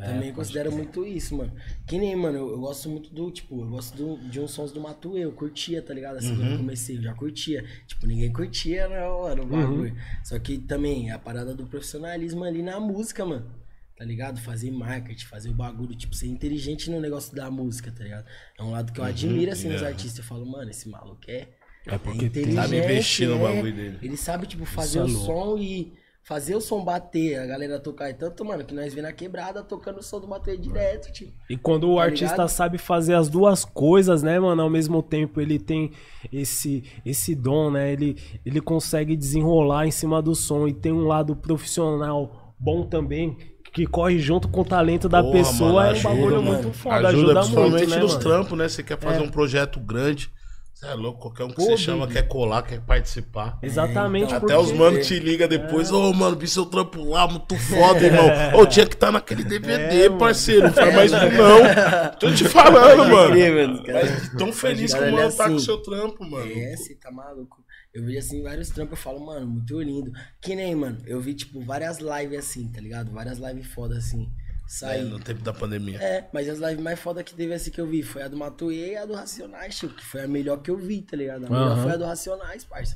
[SPEAKER 3] Também considero muito isso, mano. Que nem, mano, eu, eu gosto muito do, tipo, eu gosto do- de uns sons do Matuê, eu curtia, tá ligado? Assim,
[SPEAKER 2] Uhum.
[SPEAKER 3] quando eu comecei, eu já curtia. Tipo, ninguém curtia, um não, mano, o bagulho. Só que também, a parada do profissionalismo ali na música, mano. Tá tá ligado? Fazer marketing, fazer o bagulho, tipo, ser inteligente no negócio da música, tá ligado? É um lado que eu admiro, assim, nos
[SPEAKER 2] Uhum. yeah.
[SPEAKER 3] artistas. Eu falo, mano, esse maluco é.
[SPEAKER 1] É porque tem.
[SPEAKER 3] inteligente,
[SPEAKER 2] Sabe investir no
[SPEAKER 3] é.
[SPEAKER 2] bagulho dele.
[SPEAKER 3] Ele sabe, tipo, fazer
[SPEAKER 1] é
[SPEAKER 3] o
[SPEAKER 1] louco.
[SPEAKER 3] som e fazer o som bater, a galera tocar. E tanto, mano, que nós vê na quebrada tocando o som do bater direto, tipo.
[SPEAKER 1] E quando o
[SPEAKER 3] Tá
[SPEAKER 1] artista
[SPEAKER 3] ligado?
[SPEAKER 1] sabe fazer as duas coisas, né, mano, ao mesmo tempo ele tem esse esse dom, né? Ele ele consegue desenrolar em cima do som e tem um lado profissional bom também que corre junto com o talento da
[SPEAKER 2] Porra,
[SPEAKER 1] pessoa, é
[SPEAKER 2] mano,
[SPEAKER 1] um
[SPEAKER 2] ajuda,
[SPEAKER 1] bagulho
[SPEAKER 2] mano.
[SPEAKER 1] muito foda,
[SPEAKER 2] ajuda
[SPEAKER 1] ajuda,
[SPEAKER 2] principalmente
[SPEAKER 1] muito, né,
[SPEAKER 2] nos
[SPEAKER 1] mano? É.
[SPEAKER 2] trampos, né? Você quer fazer um projeto grande, você é louco, qualquer um que
[SPEAKER 1] Pô,
[SPEAKER 2] você chama
[SPEAKER 1] Bibi.
[SPEAKER 2] quer colar, quer participar.
[SPEAKER 1] Exatamente,
[SPEAKER 3] então.
[SPEAKER 2] Até os
[SPEAKER 1] porque- É.
[SPEAKER 2] manos te ligam depois, ô mano, vi seu trampo lá, muito foda, irmão. Ô, tinha que estar naquele
[SPEAKER 1] É,
[SPEAKER 2] DVD, parceiro,
[SPEAKER 3] É,
[SPEAKER 2] não faz mais isso É, não. Tô te falando,
[SPEAKER 1] é
[SPEAKER 2] mano.
[SPEAKER 3] Incrível, cara.
[SPEAKER 2] Mas tão feliz que
[SPEAKER 3] Cara,
[SPEAKER 2] o
[SPEAKER 3] ele
[SPEAKER 2] mano
[SPEAKER 3] é
[SPEAKER 2] tá com o
[SPEAKER 3] assim.
[SPEAKER 2] seu trampo, mano.
[SPEAKER 3] É, você tá maluco. Eu vi assim vários trampos, eu falo, mano, muito lindo. Que nem, mano, eu vi, tipo, várias lives assim, tá ligado? Várias lives foda assim.
[SPEAKER 2] É,
[SPEAKER 3] Saindo.
[SPEAKER 2] no tempo da pandemia.
[SPEAKER 3] É, mas as lives mais foda que teve assim que eu vi foi a do Matuê e a do Racionais, tio, que foi a melhor que eu vi, tá ligado? A melhor
[SPEAKER 1] Aham.
[SPEAKER 3] foi a do Racionais, parça.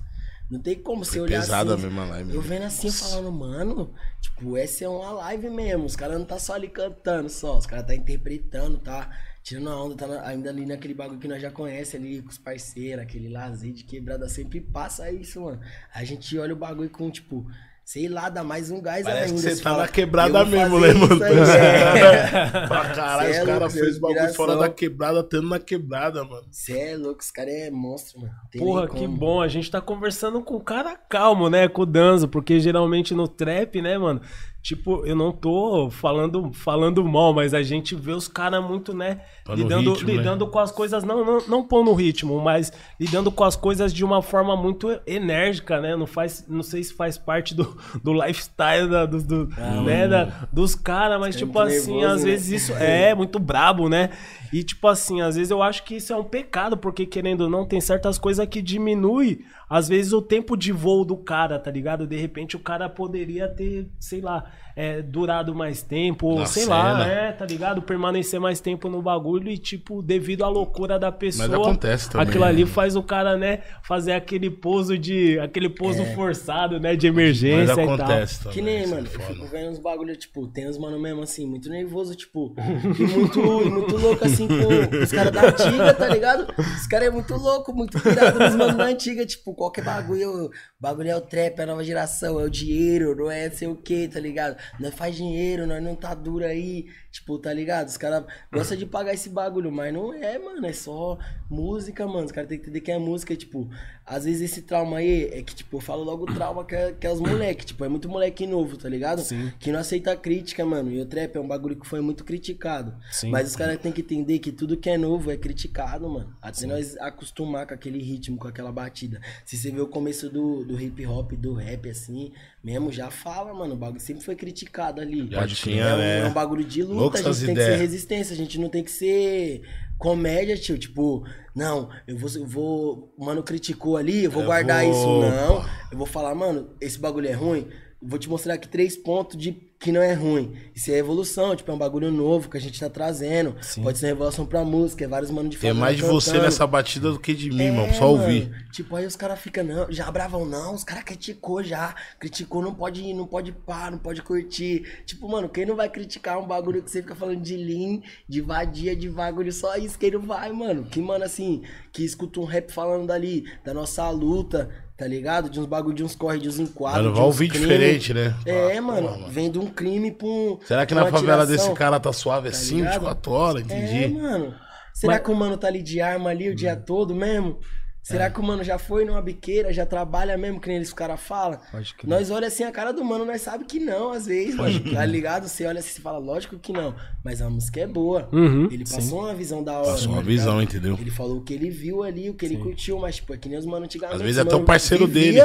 [SPEAKER 3] Não tem como você olhar
[SPEAKER 2] Pesada
[SPEAKER 3] assim.
[SPEAKER 2] mesmo a live. né?
[SPEAKER 3] Eu vendo assim, eu falando, mano, tipo, essa é uma live mesmo. Os caras não tá só ali cantando só, os caras tá interpretando, tá tirando a onda, tá na- ainda ali naquele bagulho que nós já conhece ali com os parceiros, aquele lazer de quebrada sempre passa isso, mano. A gente olha o bagulho com, tipo, sei lá, dá mais um gás
[SPEAKER 2] Parece que você
[SPEAKER 3] ainda.
[SPEAKER 2] tá
[SPEAKER 3] fala,
[SPEAKER 2] na quebrada
[SPEAKER 3] eu vou
[SPEAKER 2] mesmo, né,
[SPEAKER 3] fazer
[SPEAKER 2] mano?
[SPEAKER 3] isso aí, é.
[SPEAKER 2] Pra caralho,
[SPEAKER 3] Cê é
[SPEAKER 2] os caras
[SPEAKER 3] louco,
[SPEAKER 2] fez bagulho
[SPEAKER 3] inspiração.
[SPEAKER 2] fora da quebrada, tendo na quebrada, mano.
[SPEAKER 3] Você é louco, esse cara é monstro, mano. Tem nem
[SPEAKER 1] Porra, que
[SPEAKER 3] como.
[SPEAKER 1] bom. A gente tá conversando com o cara calmo, né? Com o Danzo, porque geralmente no trap, né, mano? Tipo, eu não tô falando, falando mal, mas a gente vê os caras muito, né?
[SPEAKER 2] Tá no
[SPEAKER 1] lidando
[SPEAKER 2] ritmo, né?
[SPEAKER 1] lidando com as coisas, não, não, não pão no ritmo, mas lidando com as coisas de uma forma muito enérgica, né? Não, faz, não sei se faz parte do, do lifestyle da- do, do-
[SPEAKER 3] Ah,
[SPEAKER 1] né? da- dos caras, mas
[SPEAKER 3] Fica
[SPEAKER 1] tipo
[SPEAKER 3] muito
[SPEAKER 1] assim,
[SPEAKER 3] nervoso,
[SPEAKER 1] às
[SPEAKER 3] né?
[SPEAKER 1] vezes isso é muito brabo, né? E tipo assim, às vezes eu acho que isso é um pecado, porque querendo ou não, tem certas coisas que diminui, às vezes, o tempo de voo do cara, tá ligado? De repente o cara poderia ter, sei lá, é, durado mais tempo, ou
[SPEAKER 2] Na
[SPEAKER 1] sei
[SPEAKER 2] cena.
[SPEAKER 1] lá, é, tá ligado? Permanecer mais tempo no bagulho e, tipo, devido à loucura da pessoa.
[SPEAKER 2] acontece também,
[SPEAKER 1] Aquilo ali
[SPEAKER 2] né?
[SPEAKER 1] faz o cara, né, fazer aquele pouso de. aquele pouso
[SPEAKER 3] É.
[SPEAKER 1] forçado, né? De emergência
[SPEAKER 2] Mas acontece também.
[SPEAKER 3] Que nem,
[SPEAKER 2] isso é
[SPEAKER 3] mano, eu
[SPEAKER 2] foda.
[SPEAKER 3] fico vendo uns bagulho, tipo, tem uns mano mesmo assim, muito nervoso, tipo, e muito, e muito louco assim com os caras da antiga, tá ligado? Os caras é muito louco, muito pirado nos manos da antiga, tipo, qualquer bagulho, bagulho é o trap, é a nova geração, é o dinheiro, não é sei o que, tá ligado? Nós faz dinheiro, nós não tá duro aí, tipo, tá ligado? Os caras gostam de pagar esse bagulho, mas não é, mano, é só música, mano, os caras tem que entender que é música, tipo, às vezes esse trauma aí é que, tipo, eu falo logo o trauma que é, que é os moleque, tipo, é muito moleque novo, tá ligado?
[SPEAKER 1] Sim.
[SPEAKER 3] Que não aceita crítica, mano, e o trap é um bagulho que foi muito criticado,
[SPEAKER 1] Sim.
[SPEAKER 3] mas os caras têm que entender que tudo que é novo é criticado, mano, até nós acostumar com aquele ritmo, com aquela batida, se você vê o começo do, do hip hop, do rap, assim, mesmo já fala, mano, o bagulho sempre foi criticado ali.
[SPEAKER 2] Já tinha,
[SPEAKER 3] é, um,
[SPEAKER 2] né?
[SPEAKER 3] é um bagulho de luta,
[SPEAKER 2] Louco
[SPEAKER 3] a gente
[SPEAKER 2] essas
[SPEAKER 3] tem que
[SPEAKER 2] ideias.
[SPEAKER 3] ser resistência, a gente não tem que ser comédia, tio. Tipo, não, eu vou. Eu vou o mano criticou ali, eu vou
[SPEAKER 2] Eu
[SPEAKER 3] guardar
[SPEAKER 2] vou-
[SPEAKER 3] isso. Não, eu vou falar, mano, esse bagulho é ruim. Vou te mostrar aqui três pontos de que não é ruim. Isso é evolução, tipo, é um bagulho novo que a gente tá trazendo.
[SPEAKER 1] Sim.
[SPEAKER 3] Pode ser revolução pra música, é vários manos de
[SPEAKER 2] Tem
[SPEAKER 3] favela
[SPEAKER 2] mais de você
[SPEAKER 3] cantando.
[SPEAKER 2] nessa batida do que de mim,
[SPEAKER 3] É,
[SPEAKER 2] mano. Só ouvir.
[SPEAKER 3] mano. Tipo, aí os caras ficam, não, já bravão, não, os caras criticou já. Criticou, não pode ir, não pode pá, não pode curtir. Tipo, mano, quem não vai criticar um bagulho que você fica falando de lean, de vadia, de bagulho, só isso, quem não vai, mano? Que, mano, assim, que escuta um rap falando dali, da nossa luta, tá ligado? De uns bagulho, de uns corre, de uns enquadros.
[SPEAKER 2] Mano,
[SPEAKER 3] de
[SPEAKER 2] vai
[SPEAKER 3] uns
[SPEAKER 2] ouvir
[SPEAKER 3] crime.
[SPEAKER 2] diferente, né?
[SPEAKER 3] É,
[SPEAKER 2] Ah,
[SPEAKER 3] mano,
[SPEAKER 2] porra, mano.
[SPEAKER 3] vendo um crime pra um.
[SPEAKER 2] Será que
[SPEAKER 3] pra
[SPEAKER 2] na
[SPEAKER 3] uma
[SPEAKER 2] favela
[SPEAKER 3] atiração?
[SPEAKER 2] desse cara tá suave
[SPEAKER 3] tá
[SPEAKER 2] assim,
[SPEAKER 3] ligado?
[SPEAKER 2] 24 horas? Entendi.
[SPEAKER 3] É, mano. Será
[SPEAKER 1] Mas-
[SPEAKER 3] que o mano tá ali de arma ali o dia todo mesmo? Será que o mano já foi numa biqueira, já trabalha mesmo, que nem eles cara fala?
[SPEAKER 1] Pode crer.
[SPEAKER 3] Nós olha assim a cara do mano, nós sabe que não, às vezes, mano. Tá ligado? Você olha assim e fala, lógico que não. Mas a música é boa.
[SPEAKER 1] Uhum,
[SPEAKER 3] ele
[SPEAKER 1] sim.
[SPEAKER 3] passou uma visão da hora.
[SPEAKER 2] Passou uma
[SPEAKER 3] tá
[SPEAKER 2] visão,
[SPEAKER 3] ligado?
[SPEAKER 2] entendeu?
[SPEAKER 3] Ele falou o que ele viu ali, o que ele curtiu, mas, tipo, é que nem os mano antigamente.
[SPEAKER 2] Às vezes
[SPEAKER 3] os
[SPEAKER 2] até o
[SPEAKER 3] mano
[SPEAKER 2] parceiro dele.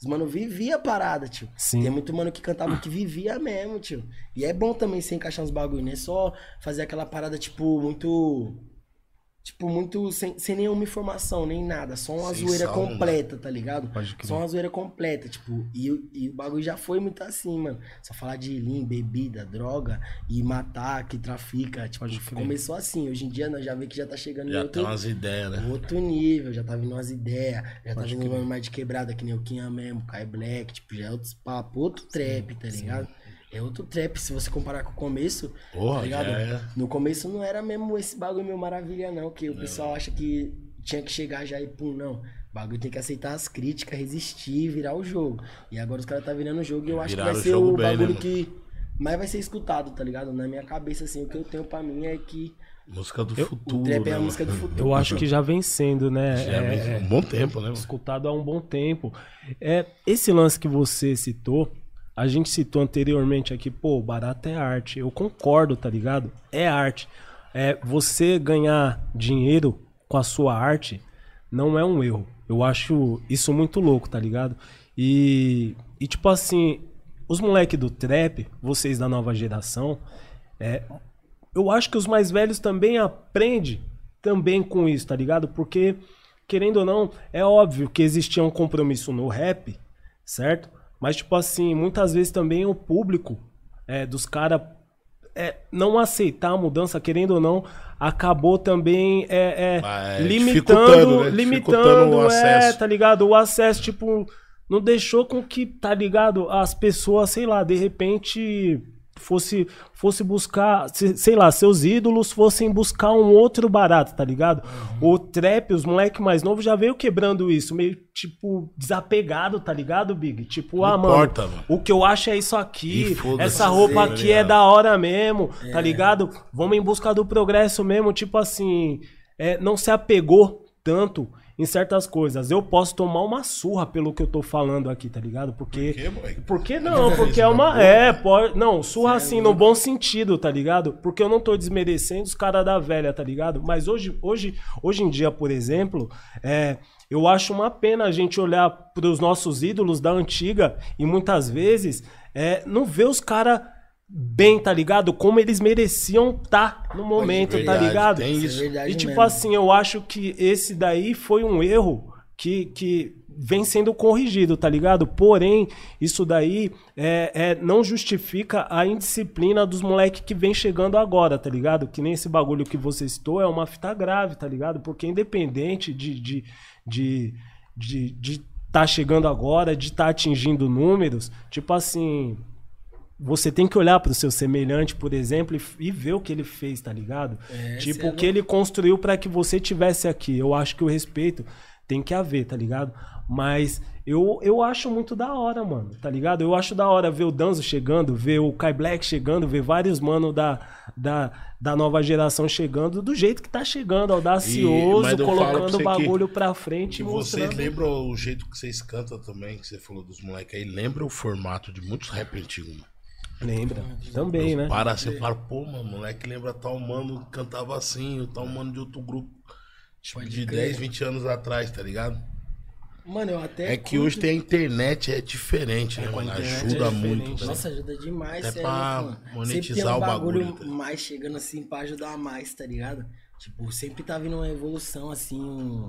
[SPEAKER 3] Os mano vivia a parada, tio.
[SPEAKER 1] Sim.
[SPEAKER 3] Tem muito mano que cantava que vivia mesmo, tio. E é bom também você encaixar uns bagulho, né? Só fazer aquela parada, tipo, muito. Tipo, muito. Sem, sem nenhuma informação, nem nada. Só uma
[SPEAKER 2] Sem
[SPEAKER 3] zoeira
[SPEAKER 2] sal, né?
[SPEAKER 3] completa, tá ligado?
[SPEAKER 1] Pode crer.
[SPEAKER 3] Só uma zoeira completa, tipo. E, o- e o bagulho já foi muito assim, mano. Só falar de lim, bebida, droga e matar que trafica. Tipo, começou assim. Hoje em dia nós já vê que já tá chegando em
[SPEAKER 2] Já
[SPEAKER 3] outro
[SPEAKER 2] tem umas ideias, né?
[SPEAKER 3] Outro nível, já tá vindo umas ideias, já tá
[SPEAKER 1] Pode
[SPEAKER 3] vindo um mais de quebrada, que nem o Kinha mesmo, Kai Black, tipo, já é outros papo, outro trap, tá ligado? É outro trap, se você comparar com o começo.
[SPEAKER 2] Porra,
[SPEAKER 3] tá ligado?
[SPEAKER 2] já é.
[SPEAKER 3] No começo não era mesmo esse bagulho meu maravilha, não. Que o pessoal acha que tinha que chegar já e pum, não. O bagulho tem que aceitar as críticas, resistir, virar o jogo. E agora os caras tá virando o jogo e eu acho
[SPEAKER 2] Viraram
[SPEAKER 3] que
[SPEAKER 2] o
[SPEAKER 3] vai ser
[SPEAKER 2] jogo
[SPEAKER 3] o
[SPEAKER 2] bem, né,
[SPEAKER 3] bagulho
[SPEAKER 2] mano?
[SPEAKER 3] que mais vai ser escutado, tá ligado? Na minha cabeça, assim, o que eu tenho pra mim é que
[SPEAKER 2] Música do futuro.
[SPEAKER 3] o trap é
[SPEAKER 2] né,
[SPEAKER 3] a música do
[SPEAKER 2] mano?
[SPEAKER 3] futuro.
[SPEAKER 1] Eu acho que já vem sendo, né?
[SPEAKER 2] Já
[SPEAKER 1] É-
[SPEAKER 2] é, um bom tempo, né, mano?
[SPEAKER 1] escutado há um bom tempo. É, esse lance que você citou, a gente citou anteriormente aqui, pô, barato é arte. Eu concordo, tá ligado? É arte. É, você ganhar dinheiro com a sua arte não é um erro. Eu acho isso muito louco, tá ligado? E, e tipo assim, os moleques do trap, vocês da nova geração, é, eu acho que os mais velhos também aprendem também com isso, tá ligado? Porque, querendo ou não, é óbvio que existia um compromisso no rap, certo? Mas, tipo assim, muitas vezes também o público é, dos caras é, não aceitar a mudança, querendo ou não, acabou também é, é,
[SPEAKER 2] Ah, é, dificultando,
[SPEAKER 1] limitando,
[SPEAKER 2] né? Dificultando
[SPEAKER 1] limitando,
[SPEAKER 2] o
[SPEAKER 1] o
[SPEAKER 2] acesso.
[SPEAKER 1] acesso. tá ligado? O acesso, tipo, não deixou com que, tá ligado? As pessoas, sei lá, de repente fosse fosse buscar, se- sei lá, seus ídolos fossem buscar um outro barato, tá ligado? O trap, os moleque mais novo já veio quebrando isso, meio tipo desapegado, tá ligado, Big? Tipo, ah, mano,
[SPEAKER 2] importa, mano.
[SPEAKER 1] o que eu acho é isso
[SPEAKER 2] E
[SPEAKER 1] aqui,
[SPEAKER 2] foda-se
[SPEAKER 1] essa
[SPEAKER 2] você,
[SPEAKER 1] roupa
[SPEAKER 2] tá
[SPEAKER 1] aqui é
[SPEAKER 2] ligado?
[SPEAKER 1] da hora mesmo,
[SPEAKER 2] É.
[SPEAKER 1] tá ligado? Vamos em busca do progresso mesmo, tipo assim, é, não se apegou tanto em certas coisas. Eu posso tomar uma surra pelo que eu tô falando aqui, tá ligado? Porque
[SPEAKER 2] quê, boy?
[SPEAKER 1] Por que não? Porque é uma é, pode, não, surra assim no bom sentido, tá ligado? Porque eu não tô desmerecendo os caras da velha, tá ligado? Mas hoje, hoje, hoje em dia, por exemplo, é eu acho uma pena a gente olhar pros nossos ídolos da antiga e muitas vezes é, não ver os caras bem, tá ligado? Como eles mereciam tá no momento,
[SPEAKER 2] verdade,
[SPEAKER 1] tá ligado?
[SPEAKER 2] tem
[SPEAKER 3] Isso é
[SPEAKER 2] isso.
[SPEAKER 3] verdade
[SPEAKER 1] E tipo
[SPEAKER 3] mesmo.
[SPEAKER 1] assim, eu acho que esse daí foi um erro que, que vem sendo corrigido, tá ligado? Porém, isso daí é, é, não justifica a indisciplina dos moleques que vem chegando agora, tá ligado? Que nem esse bagulho que você citou é uma fita grave, tá ligado? Porque independente de. de, de, de, de tá chegando agora, de tá atingindo números, tipo assim, você tem que olhar pro seu semelhante, por exemplo, e, e ver o que ele fez, tá ligado?
[SPEAKER 3] É, cê
[SPEAKER 1] tipo,
[SPEAKER 3] é
[SPEAKER 1] o que ele construiu para que você tivesse aqui. Eu acho que o respeito tem que haver, tá ligado? Mas eu, eu acho muito da hora, mano, tá ligado? Eu acho da hora ver o Danzo chegando, ver o Kai Black chegando, ver vários mano da, da, da nova geração chegando do jeito que tá chegando, audacioso,
[SPEAKER 2] mas eu falo pra
[SPEAKER 1] colocando
[SPEAKER 2] você
[SPEAKER 1] o
[SPEAKER 2] que-
[SPEAKER 1] bagulho pra frente
[SPEAKER 2] Que
[SPEAKER 1] e
[SPEAKER 2] vocês
[SPEAKER 1] mostrando.
[SPEAKER 3] né?
[SPEAKER 2] lembram o jeito que vocês cantam também, que você falou dos moleques aí, lembra o formato de muitos rap antigos, mano.
[SPEAKER 1] Lembra? Também, né?
[SPEAKER 2] Para, você fala, pô, mano, moleque lembra tal mano que cantava assim, o tal mano de outro grupo. Tipo, de 10, 20 anos atrás, tá ligado?
[SPEAKER 3] Mano, eu até.
[SPEAKER 2] É que
[SPEAKER 3] curto-
[SPEAKER 2] hoje tem a internet, é diferente, né, mano?
[SPEAKER 3] internet
[SPEAKER 2] Ajuda
[SPEAKER 1] é
[SPEAKER 2] muito.
[SPEAKER 1] diferente.
[SPEAKER 2] né?
[SPEAKER 3] Nossa, ajuda demais.
[SPEAKER 2] Até
[SPEAKER 3] sério,
[SPEAKER 2] pra
[SPEAKER 3] mano.
[SPEAKER 2] monetizar
[SPEAKER 3] sempre tem
[SPEAKER 2] o
[SPEAKER 3] um
[SPEAKER 2] bagulho,
[SPEAKER 3] bagulho,
[SPEAKER 2] tá ligado?
[SPEAKER 3] mais chegando assim pra ajudar mais, tá ligado? Tipo, sempre tá vindo uma evolução, assim, um,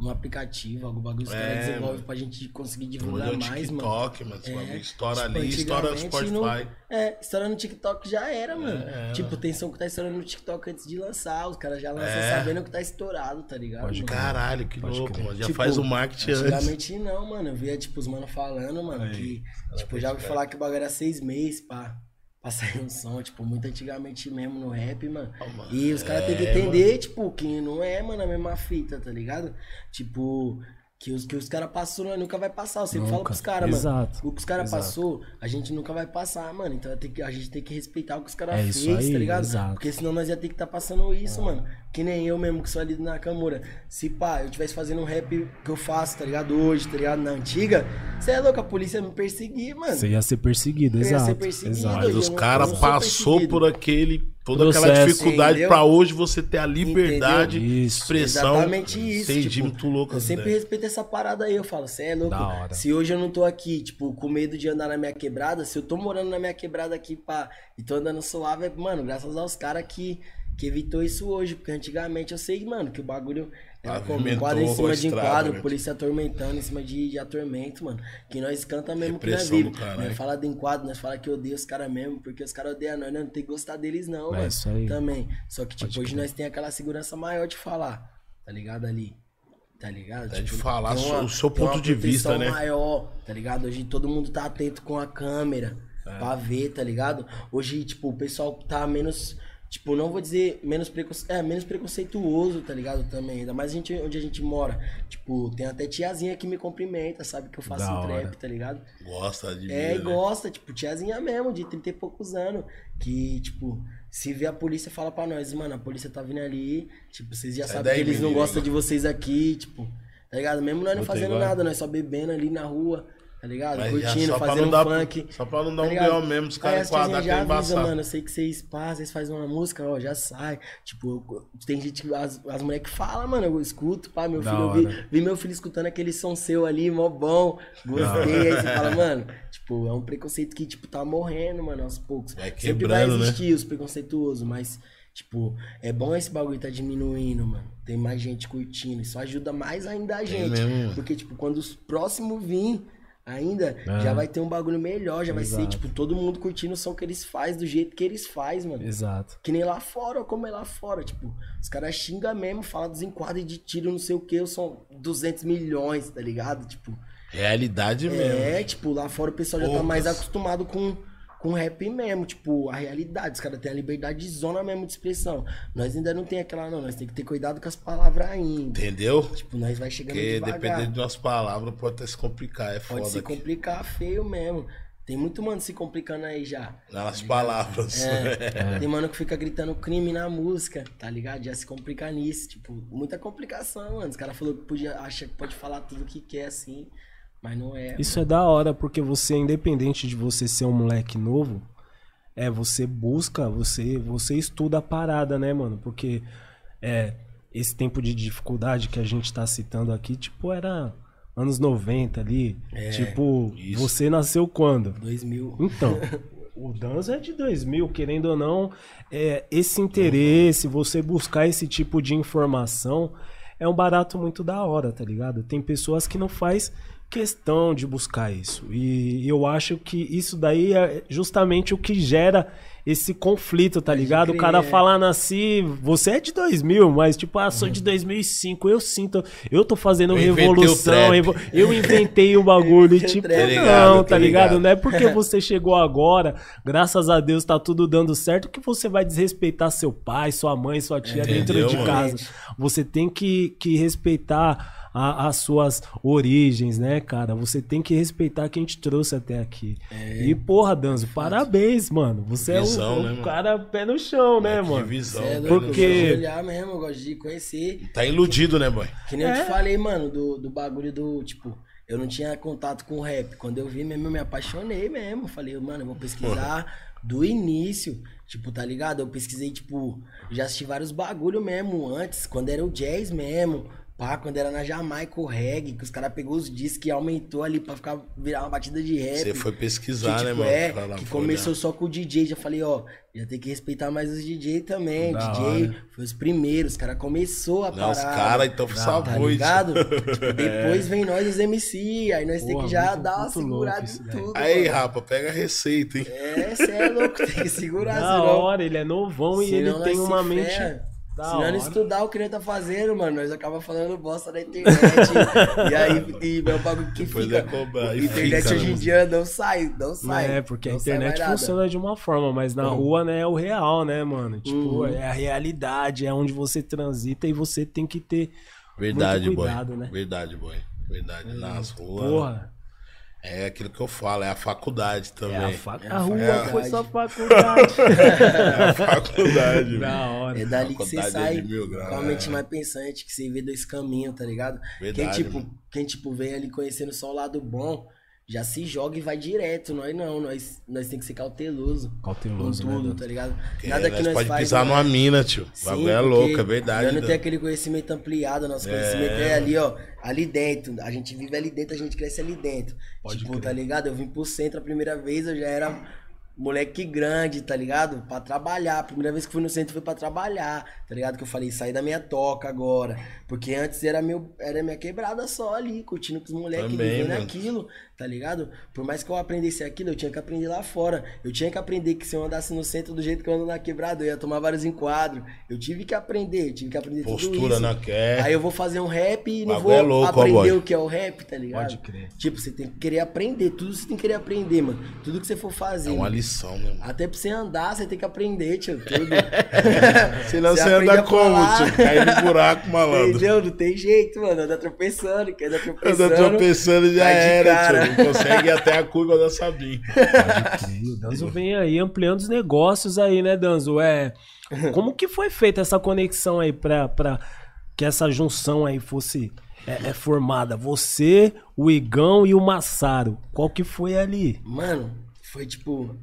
[SPEAKER 3] um aplicativo, algum bagulho que os
[SPEAKER 2] É,
[SPEAKER 3] caras desenvolvem
[SPEAKER 2] mano.
[SPEAKER 3] pra gente conseguir
[SPEAKER 2] Olha
[SPEAKER 3] divulgar
[SPEAKER 2] o
[SPEAKER 3] mais, mano.
[SPEAKER 2] TikTok, mano. esse
[SPEAKER 3] É,
[SPEAKER 2] bagulho estoura
[SPEAKER 3] tipo,
[SPEAKER 2] ali, estoura no
[SPEAKER 3] antigamente
[SPEAKER 2] Spotify.
[SPEAKER 3] não- É, estourando no TikTok já era, mano.
[SPEAKER 2] É.
[SPEAKER 3] Tipo, tem som que tá estourando no TikTok antes de lançar. Os caras já lançam
[SPEAKER 2] É.
[SPEAKER 3] sabendo que tá estourado, tá ligado? mano?
[SPEAKER 2] Caralho, que louco, mano. Já
[SPEAKER 3] Tipo,
[SPEAKER 2] faz o marketing antes.
[SPEAKER 3] Antigamente não, mano. Eu via, tipo, os mano falando, mano, que, tipo, já ouvi falar que o bagulho era seis meses pra, pra sair um som, tipo, muito antigamente mesmo no rap, mano.
[SPEAKER 2] Ah, mano,
[SPEAKER 3] E os caras têm que
[SPEAKER 2] é,
[SPEAKER 3] entender, tipo, que não é, mano, a mesma fita, tá ligado? Tipo, que os, que os caras passou, não, nunca vai passar. Eu sempre falo
[SPEAKER 1] Nunca.
[SPEAKER 3] pros caras, mano.
[SPEAKER 1] Exato.
[SPEAKER 3] O que os caras
[SPEAKER 1] Exato.
[SPEAKER 3] passou, a gente nunca vai passar, mano. Então tem que- a gente tem que respeitar o que os caras
[SPEAKER 1] É
[SPEAKER 3] fez,
[SPEAKER 1] isso aí,
[SPEAKER 3] tá ligado?
[SPEAKER 1] exato. É.
[SPEAKER 3] Porque senão nós ia ter que estar passando isso, mano. Que nem eu mesmo que sou ali do Nakamura. Se pá, eu tivesse fazendo um rap que eu faço, tá ligado? Hoje, tá ligado? Na antiga, você é louco, a polícia ia me perseguir, mano.
[SPEAKER 1] Você ia ser perseguido,
[SPEAKER 3] Eu ia ser
[SPEAKER 1] exato.
[SPEAKER 3] perseguido,
[SPEAKER 1] exato.
[SPEAKER 2] Mas
[SPEAKER 3] eu
[SPEAKER 2] os
[SPEAKER 3] não- eu
[SPEAKER 2] caras
[SPEAKER 3] não sou
[SPEAKER 2] passou
[SPEAKER 3] perseguido.
[SPEAKER 2] por aquele toda aquela
[SPEAKER 1] Processo.
[SPEAKER 2] dificuldade
[SPEAKER 3] Entendeu?
[SPEAKER 2] pra hoje você ter a liberdade,
[SPEAKER 1] Entendeu? Isso.
[SPEAKER 2] expressão.
[SPEAKER 3] Exatamente isso.
[SPEAKER 2] Entendi,
[SPEAKER 3] tipo,
[SPEAKER 2] muito louco
[SPEAKER 3] Eu
[SPEAKER 2] essa
[SPEAKER 3] sempre
[SPEAKER 2] ideia.
[SPEAKER 3] respeito essa parada aí. Eu falo, você é louco.
[SPEAKER 1] Da hora.
[SPEAKER 3] Se hoje eu não tô aqui, tipo, com medo de andar na minha quebrada, se eu tô morando na minha quebrada aqui, pá, e tô andando suave, é, mano, graças aos caras que, que evitou isso hoje. Porque antigamente eu sei, mano, que o bagulho era como
[SPEAKER 2] Pavimentou
[SPEAKER 3] enquadro em
[SPEAKER 2] Ah, a
[SPEAKER 3] cima de
[SPEAKER 2] estrada,
[SPEAKER 3] enquadro,
[SPEAKER 2] né?
[SPEAKER 3] polícia atormentando em cima de, de atormento, mano. Que nós canta mesmo que nós né,
[SPEAKER 2] Repressão
[SPEAKER 3] vive.
[SPEAKER 2] do caralho.
[SPEAKER 3] Nós fala de enquadro, nós fala que odeia os caras mesmo, porque os caras odeiam nós, nós não tem que gostar deles, não,
[SPEAKER 1] É
[SPEAKER 3] mano.
[SPEAKER 1] isso aí.
[SPEAKER 3] Também. Só que, tipo,
[SPEAKER 1] Pode
[SPEAKER 3] hoje
[SPEAKER 1] crer.
[SPEAKER 3] nós tem aquela segurança maior de falar, tá ligado? Ali. Tá ligado?
[SPEAKER 2] É de falar
[SPEAKER 3] tem
[SPEAKER 2] o seu
[SPEAKER 3] tem uma
[SPEAKER 2] ponto de vista,
[SPEAKER 3] proteção
[SPEAKER 2] né?
[SPEAKER 3] maior, tá ligado? Hoje todo mundo tá atento com a câmera.
[SPEAKER 2] É.
[SPEAKER 3] pra ver, tá ligado? Hoje, tipo, o pessoal tá menos. Tipo, não vou dizer menos, preconce... é, menos preconceituoso, tá ligado? Também. Ainda mais a gente, onde a gente mora. Tipo, tem até tiazinha que me cumprimenta, sabe? Que eu faço
[SPEAKER 1] Da
[SPEAKER 3] um
[SPEAKER 1] hora.
[SPEAKER 3] trap, tá ligado?
[SPEAKER 2] Gosta de
[SPEAKER 3] É, e
[SPEAKER 2] mim, né?
[SPEAKER 3] gosta, tipo, tiazinha mesmo, de 30 e poucos anos. Que, tipo, se vê a polícia, fala pra nós, mano, a polícia tá vindo ali. Tipo, vocês já
[SPEAKER 2] Sai
[SPEAKER 3] sabem que
[SPEAKER 2] daí,
[SPEAKER 3] eles
[SPEAKER 2] É
[SPEAKER 3] não
[SPEAKER 2] menino. né?
[SPEAKER 3] gostam de vocês aqui, tipo, tá ligado? Mesmo nós não
[SPEAKER 1] Voltei
[SPEAKER 3] fazendo
[SPEAKER 1] agora.
[SPEAKER 3] nada, nós só bebendo ali na rua, tá ligado?
[SPEAKER 2] Mas já
[SPEAKER 3] Curtindo,
[SPEAKER 2] só pra
[SPEAKER 3] fazendo
[SPEAKER 2] não dar-
[SPEAKER 3] funk.
[SPEAKER 2] Só pra não dar
[SPEAKER 3] Tá
[SPEAKER 2] um
[SPEAKER 3] ligado?
[SPEAKER 2] B.O. mesmo, os
[SPEAKER 3] Aí
[SPEAKER 2] caras
[SPEAKER 3] as tiazinhas
[SPEAKER 2] enquadrar que é
[SPEAKER 3] já avisa,
[SPEAKER 2] embaçado.
[SPEAKER 3] mano, eu sei que vocês passam, vocês fazem uma música, ó, já sai. Tipo, eu- tem gente que, as, as mulheres que falam, mano, eu escuto, pá, meu
[SPEAKER 1] Da
[SPEAKER 3] filho, eu
[SPEAKER 1] hora.
[SPEAKER 3] vi, vi meu filho escutando aquele som seu ali, mó bom, gostei. Aí você fala, mano, tipo, é um preconceito que, tipo, tá morrendo, mano, aos poucos.
[SPEAKER 2] Vai
[SPEAKER 3] Sempre vai
[SPEAKER 2] quebrando, né?
[SPEAKER 3] existir os preconceituosos, mas, tipo, é bom esse bagulho tá diminuindo, mano. Tem mais gente curtindo, isso ajuda mais ainda a gente.
[SPEAKER 2] mesmo, mano.
[SPEAKER 3] porque, tipo, quando os próximos vir ainda,
[SPEAKER 1] Ah.
[SPEAKER 2] É.
[SPEAKER 3] já vai ter um bagulho melhor, já vai ser,
[SPEAKER 1] Exato.
[SPEAKER 3] tipo, todo mundo curtindo o som que eles fazem, do jeito que eles fazem, mano.
[SPEAKER 1] Exato.
[SPEAKER 3] Que nem lá fora, ó, como é lá fora, tipo, os caras xingam mesmo, falam dos enquadres de tiro, não sei o que, são 200 milhões, tá ligado? Tipo,
[SPEAKER 2] Realidade mesmo.
[SPEAKER 3] é, tipo, lá fora o pessoal já tá
[SPEAKER 2] Poucas.
[SPEAKER 3] mais acostumado com, com rap mesmo, tipo, a realidade, os caras têm a liberdade de zona mesmo de expressão. Nós ainda não tem aquela, não, nós tem que ter cuidado com as palavras ainda.
[SPEAKER 2] Entendeu?
[SPEAKER 3] Tipo, nós vai chegando
[SPEAKER 2] Porque
[SPEAKER 3] devagar.
[SPEAKER 2] dependendo de umas palavras pode até se complicar. É foda.
[SPEAKER 3] Pode se
[SPEAKER 2] aqui.
[SPEAKER 3] complicar feio mesmo. Tem muito mano se complicando aí já.
[SPEAKER 2] Nas palavras.
[SPEAKER 3] Tá É, Tem mano que fica gritando crime na música, tá ligado? Já se complica nisso. Tipo, muita complicação, mano. Os caras falaram que podia, acha que pode falar tudo que quer assim, mas não é.
[SPEAKER 1] Isso é da hora, porque você, independente de você ser um moleque novo, é, você busca, você, você estuda a parada, né, mano? Porque é, esse tempo de dificuldade que a gente tá citando aqui, tipo, era anos 90 ali.
[SPEAKER 3] É,
[SPEAKER 1] tipo,
[SPEAKER 2] isso.
[SPEAKER 1] você nasceu quando?
[SPEAKER 3] 2000.
[SPEAKER 1] Então, o Danza é de 2000, querendo ou não, é, esse interesse, você buscar esse tipo de informação, é um barato muito da hora, tá ligado? Tem pessoas que não faz questão de buscar isso. E eu acho que isso daí é justamente o que gera esse conflito, tá ligado? O
[SPEAKER 3] crer,
[SPEAKER 1] cara
[SPEAKER 3] é.
[SPEAKER 1] falar nasci, você é de 2000, mas tipo, ah, sou de 2005, eu sinto, eu tô fazendo
[SPEAKER 2] Uhum. Eu inventei o
[SPEAKER 1] revolução,
[SPEAKER 2] trap.
[SPEAKER 1] revo- eu inventei o bagulho,
[SPEAKER 3] Inventei o
[SPEAKER 1] tipo,
[SPEAKER 3] trap.
[SPEAKER 1] não,
[SPEAKER 2] Tá ligado,
[SPEAKER 1] tá
[SPEAKER 2] tá
[SPEAKER 1] ligado?
[SPEAKER 2] ligado.
[SPEAKER 1] Não é porque você chegou agora, graças a Deus tá tudo dando certo, que você vai desrespeitar seu pai, sua mãe, sua tia dentro
[SPEAKER 2] Entendeu,
[SPEAKER 1] de
[SPEAKER 2] mano?
[SPEAKER 1] casa. Você tem que, que respeitar a- as suas origens, né, cara? Você tem que respeitar quem te trouxe até aqui. E, porra, Danzo, parabéns, mano. Você é
[SPEAKER 2] É. Visão,
[SPEAKER 1] o,
[SPEAKER 2] né,
[SPEAKER 1] o
[SPEAKER 2] mano?
[SPEAKER 1] cara pé no chão, né,
[SPEAKER 2] Que
[SPEAKER 1] mano?
[SPEAKER 2] visão.
[SPEAKER 3] Cê é
[SPEAKER 2] né?
[SPEAKER 3] doido,
[SPEAKER 1] Porque-
[SPEAKER 3] Eu gosto de olhar mesmo, eu gosto de conhecer.
[SPEAKER 2] Tá iludido, né, boy?
[SPEAKER 3] Que nem eu
[SPEAKER 1] É.
[SPEAKER 3] te falei, mano, do, do bagulho do, tipo, eu não tinha contato com o rap. Quando eu vi mesmo, eu me apaixonei mesmo. Falei, mano, eu vou pesquisar do início. Tipo, tá ligado? Eu pesquisei, tipo, já assisti vários bagulho mesmo antes, quando era o jazz mesmo. Pá, quando era na Jamaica o reggae, que os caras pegou os discos e aumentou ali pra ficar, virar uma batida de rap.
[SPEAKER 2] Você foi
[SPEAKER 3] É, Que,
[SPEAKER 2] pesquisar,
[SPEAKER 3] tipo,
[SPEAKER 2] né, mano?
[SPEAKER 3] é,
[SPEAKER 2] Pra lá
[SPEAKER 3] que
[SPEAKER 2] fora,
[SPEAKER 3] começou
[SPEAKER 2] né?
[SPEAKER 3] só com o DJ, já falei, ó, já tem que respeitar mais os DJ também.
[SPEAKER 1] Da
[SPEAKER 3] DJ
[SPEAKER 1] hora.
[SPEAKER 3] foi os primeiros, os caras começou a
[SPEAKER 2] Não,
[SPEAKER 3] parar.
[SPEAKER 2] os caras então
[SPEAKER 3] Tá
[SPEAKER 2] salvou isso.
[SPEAKER 3] ligado? Tipo, depois vem nós os MC, aí nós temos
[SPEAKER 1] É. Porra,
[SPEAKER 3] que já
[SPEAKER 1] muito-
[SPEAKER 3] dar uma
[SPEAKER 1] muito
[SPEAKER 3] segurada
[SPEAKER 1] louco isso
[SPEAKER 3] em
[SPEAKER 1] daí.
[SPEAKER 3] tudo.
[SPEAKER 2] Aí,
[SPEAKER 3] mano.
[SPEAKER 2] rapa, pega a receita, hein?
[SPEAKER 3] É, cê é louco, tem que segurar,
[SPEAKER 1] Da
[SPEAKER 3] senão.
[SPEAKER 1] hora, ele é novão e
[SPEAKER 3] senão
[SPEAKER 1] ele
[SPEAKER 3] nós
[SPEAKER 1] tem
[SPEAKER 3] se
[SPEAKER 1] uma mente.
[SPEAKER 3] ferra.
[SPEAKER 1] da
[SPEAKER 3] se nós
[SPEAKER 1] hora.
[SPEAKER 3] não estudar o que ele tá fazendo, mano, nós acabamos falando bosta na internet. e aí, e meu bagulho que
[SPEAKER 2] Depois
[SPEAKER 3] fica.
[SPEAKER 2] é cobrar,
[SPEAKER 3] A
[SPEAKER 2] e
[SPEAKER 3] internet
[SPEAKER 2] fica,
[SPEAKER 3] hoje em
[SPEAKER 2] né?
[SPEAKER 3] dia não sai, não sai.
[SPEAKER 1] É, porque a
[SPEAKER 3] não sai
[SPEAKER 1] internet
[SPEAKER 3] mais nada. Uhum.
[SPEAKER 1] funciona de uma forma, mas na rua, né, é o real, né, mano? Tipo, é a realidade, é onde você transita e você tem que ter.
[SPEAKER 2] É, Verdade,
[SPEAKER 1] Muito
[SPEAKER 2] boy.
[SPEAKER 1] cuidado, né?
[SPEAKER 2] Verdade, boy. Verdade.
[SPEAKER 3] Hum,
[SPEAKER 2] Nas ruas.
[SPEAKER 1] Porra,
[SPEAKER 2] É aquilo que eu falo, é a faculdade também.
[SPEAKER 1] é a, fa- a rua
[SPEAKER 3] faculdade.
[SPEAKER 1] foi sua faculdade.
[SPEAKER 2] É a faculdade. velho.
[SPEAKER 1] da hora.
[SPEAKER 3] É dali que você
[SPEAKER 2] Faculdade é
[SPEAKER 3] sai
[SPEAKER 2] de mil graus,
[SPEAKER 3] com a mente
[SPEAKER 2] é.
[SPEAKER 3] mais pensante, que você vê dois caminhos, tá ligado?
[SPEAKER 2] Verdade, né?
[SPEAKER 3] quem, tipo,
[SPEAKER 2] mano.
[SPEAKER 3] quem, tipo, vem ali conhecendo só o lado bom, já se joga e vai direto. Nós não, nós, nós tem que ser cauteloso.
[SPEAKER 1] Cauteloso,
[SPEAKER 3] com tudo,
[SPEAKER 1] né?
[SPEAKER 3] tá ligado?
[SPEAKER 2] Porque
[SPEAKER 3] Nada que
[SPEAKER 2] é, nós
[SPEAKER 3] nós
[SPEAKER 2] pode
[SPEAKER 3] faz,
[SPEAKER 2] pisar
[SPEAKER 3] né?
[SPEAKER 2] numa mina, tio. O
[SPEAKER 3] Sim,
[SPEAKER 2] bagulho é
[SPEAKER 3] porque
[SPEAKER 2] louco, é verdade.
[SPEAKER 3] Nós não tem
[SPEAKER 2] né?
[SPEAKER 3] aquele conhecimento ampliado, nosso conhecimento é ali, ó, ali dentro. A gente vive ali dentro, a gente cresce ali dentro. tipo, tá ligado? Eu vim pro centro a primeira vez, eu já era moleque grande, tá ligado? Pra trabalhar. A primeira vez que fui no centro foi pra trabalhar, tá ligado? Que eu falei, saí da minha toca agora. Porque antes era, meu, era minha quebrada só ali, curtindo com os moleques,
[SPEAKER 2] Também,
[SPEAKER 3] vivendo
[SPEAKER 2] mano.
[SPEAKER 3] aquilo, tá ligado? Por mais que eu aprendesse aquilo, eu tinha que aprender lá fora. Eu tinha que aprender que se eu andasse no centro do jeito que eu ando na quebrada, eu ia tomar vários enquadros. Eu tive que aprender, eu tive que aprender tudo
[SPEAKER 2] Postura
[SPEAKER 3] isso.
[SPEAKER 2] na é. quer.
[SPEAKER 3] Aí eu vou fazer um rap e não
[SPEAKER 2] Bagulho
[SPEAKER 3] vou
[SPEAKER 2] é louco, ó, boy.
[SPEAKER 3] aprender o que é o rap, tá ligado?
[SPEAKER 1] Pode crer.
[SPEAKER 3] Tipo, você tem que querer aprender, tudo você tem que querer aprender, mano. Tudo que você for fazer.
[SPEAKER 2] É uma
[SPEAKER 3] mano.
[SPEAKER 2] lição, né, mano?
[SPEAKER 3] Até pra você andar, você tem que aprender, tio, tudo.
[SPEAKER 2] Senão
[SPEAKER 3] Ah, Você
[SPEAKER 2] você
[SPEAKER 3] aprende
[SPEAKER 2] anda
[SPEAKER 3] a
[SPEAKER 2] como,
[SPEAKER 3] falar.
[SPEAKER 2] tio? Cai no buraco, malandro.
[SPEAKER 3] Entendeu? Não tem jeito, mano. Anda tropeçando, quer andar tropeçando.
[SPEAKER 2] Anda tropeçando já
[SPEAKER 3] Cai tá de
[SPEAKER 2] era,
[SPEAKER 3] cara.
[SPEAKER 2] tio. Não consegue ir até a curva da Sabim.
[SPEAKER 1] Pode crer, O Danzo vem aí ampliando os negócios aí, né, Danzo? É, como que foi feita essa conexão aí pra, pra que essa junção aí fosse é, é formada? Você, o Igão e o Massaro. Qual que foi ali?
[SPEAKER 3] Mano, foi tipo.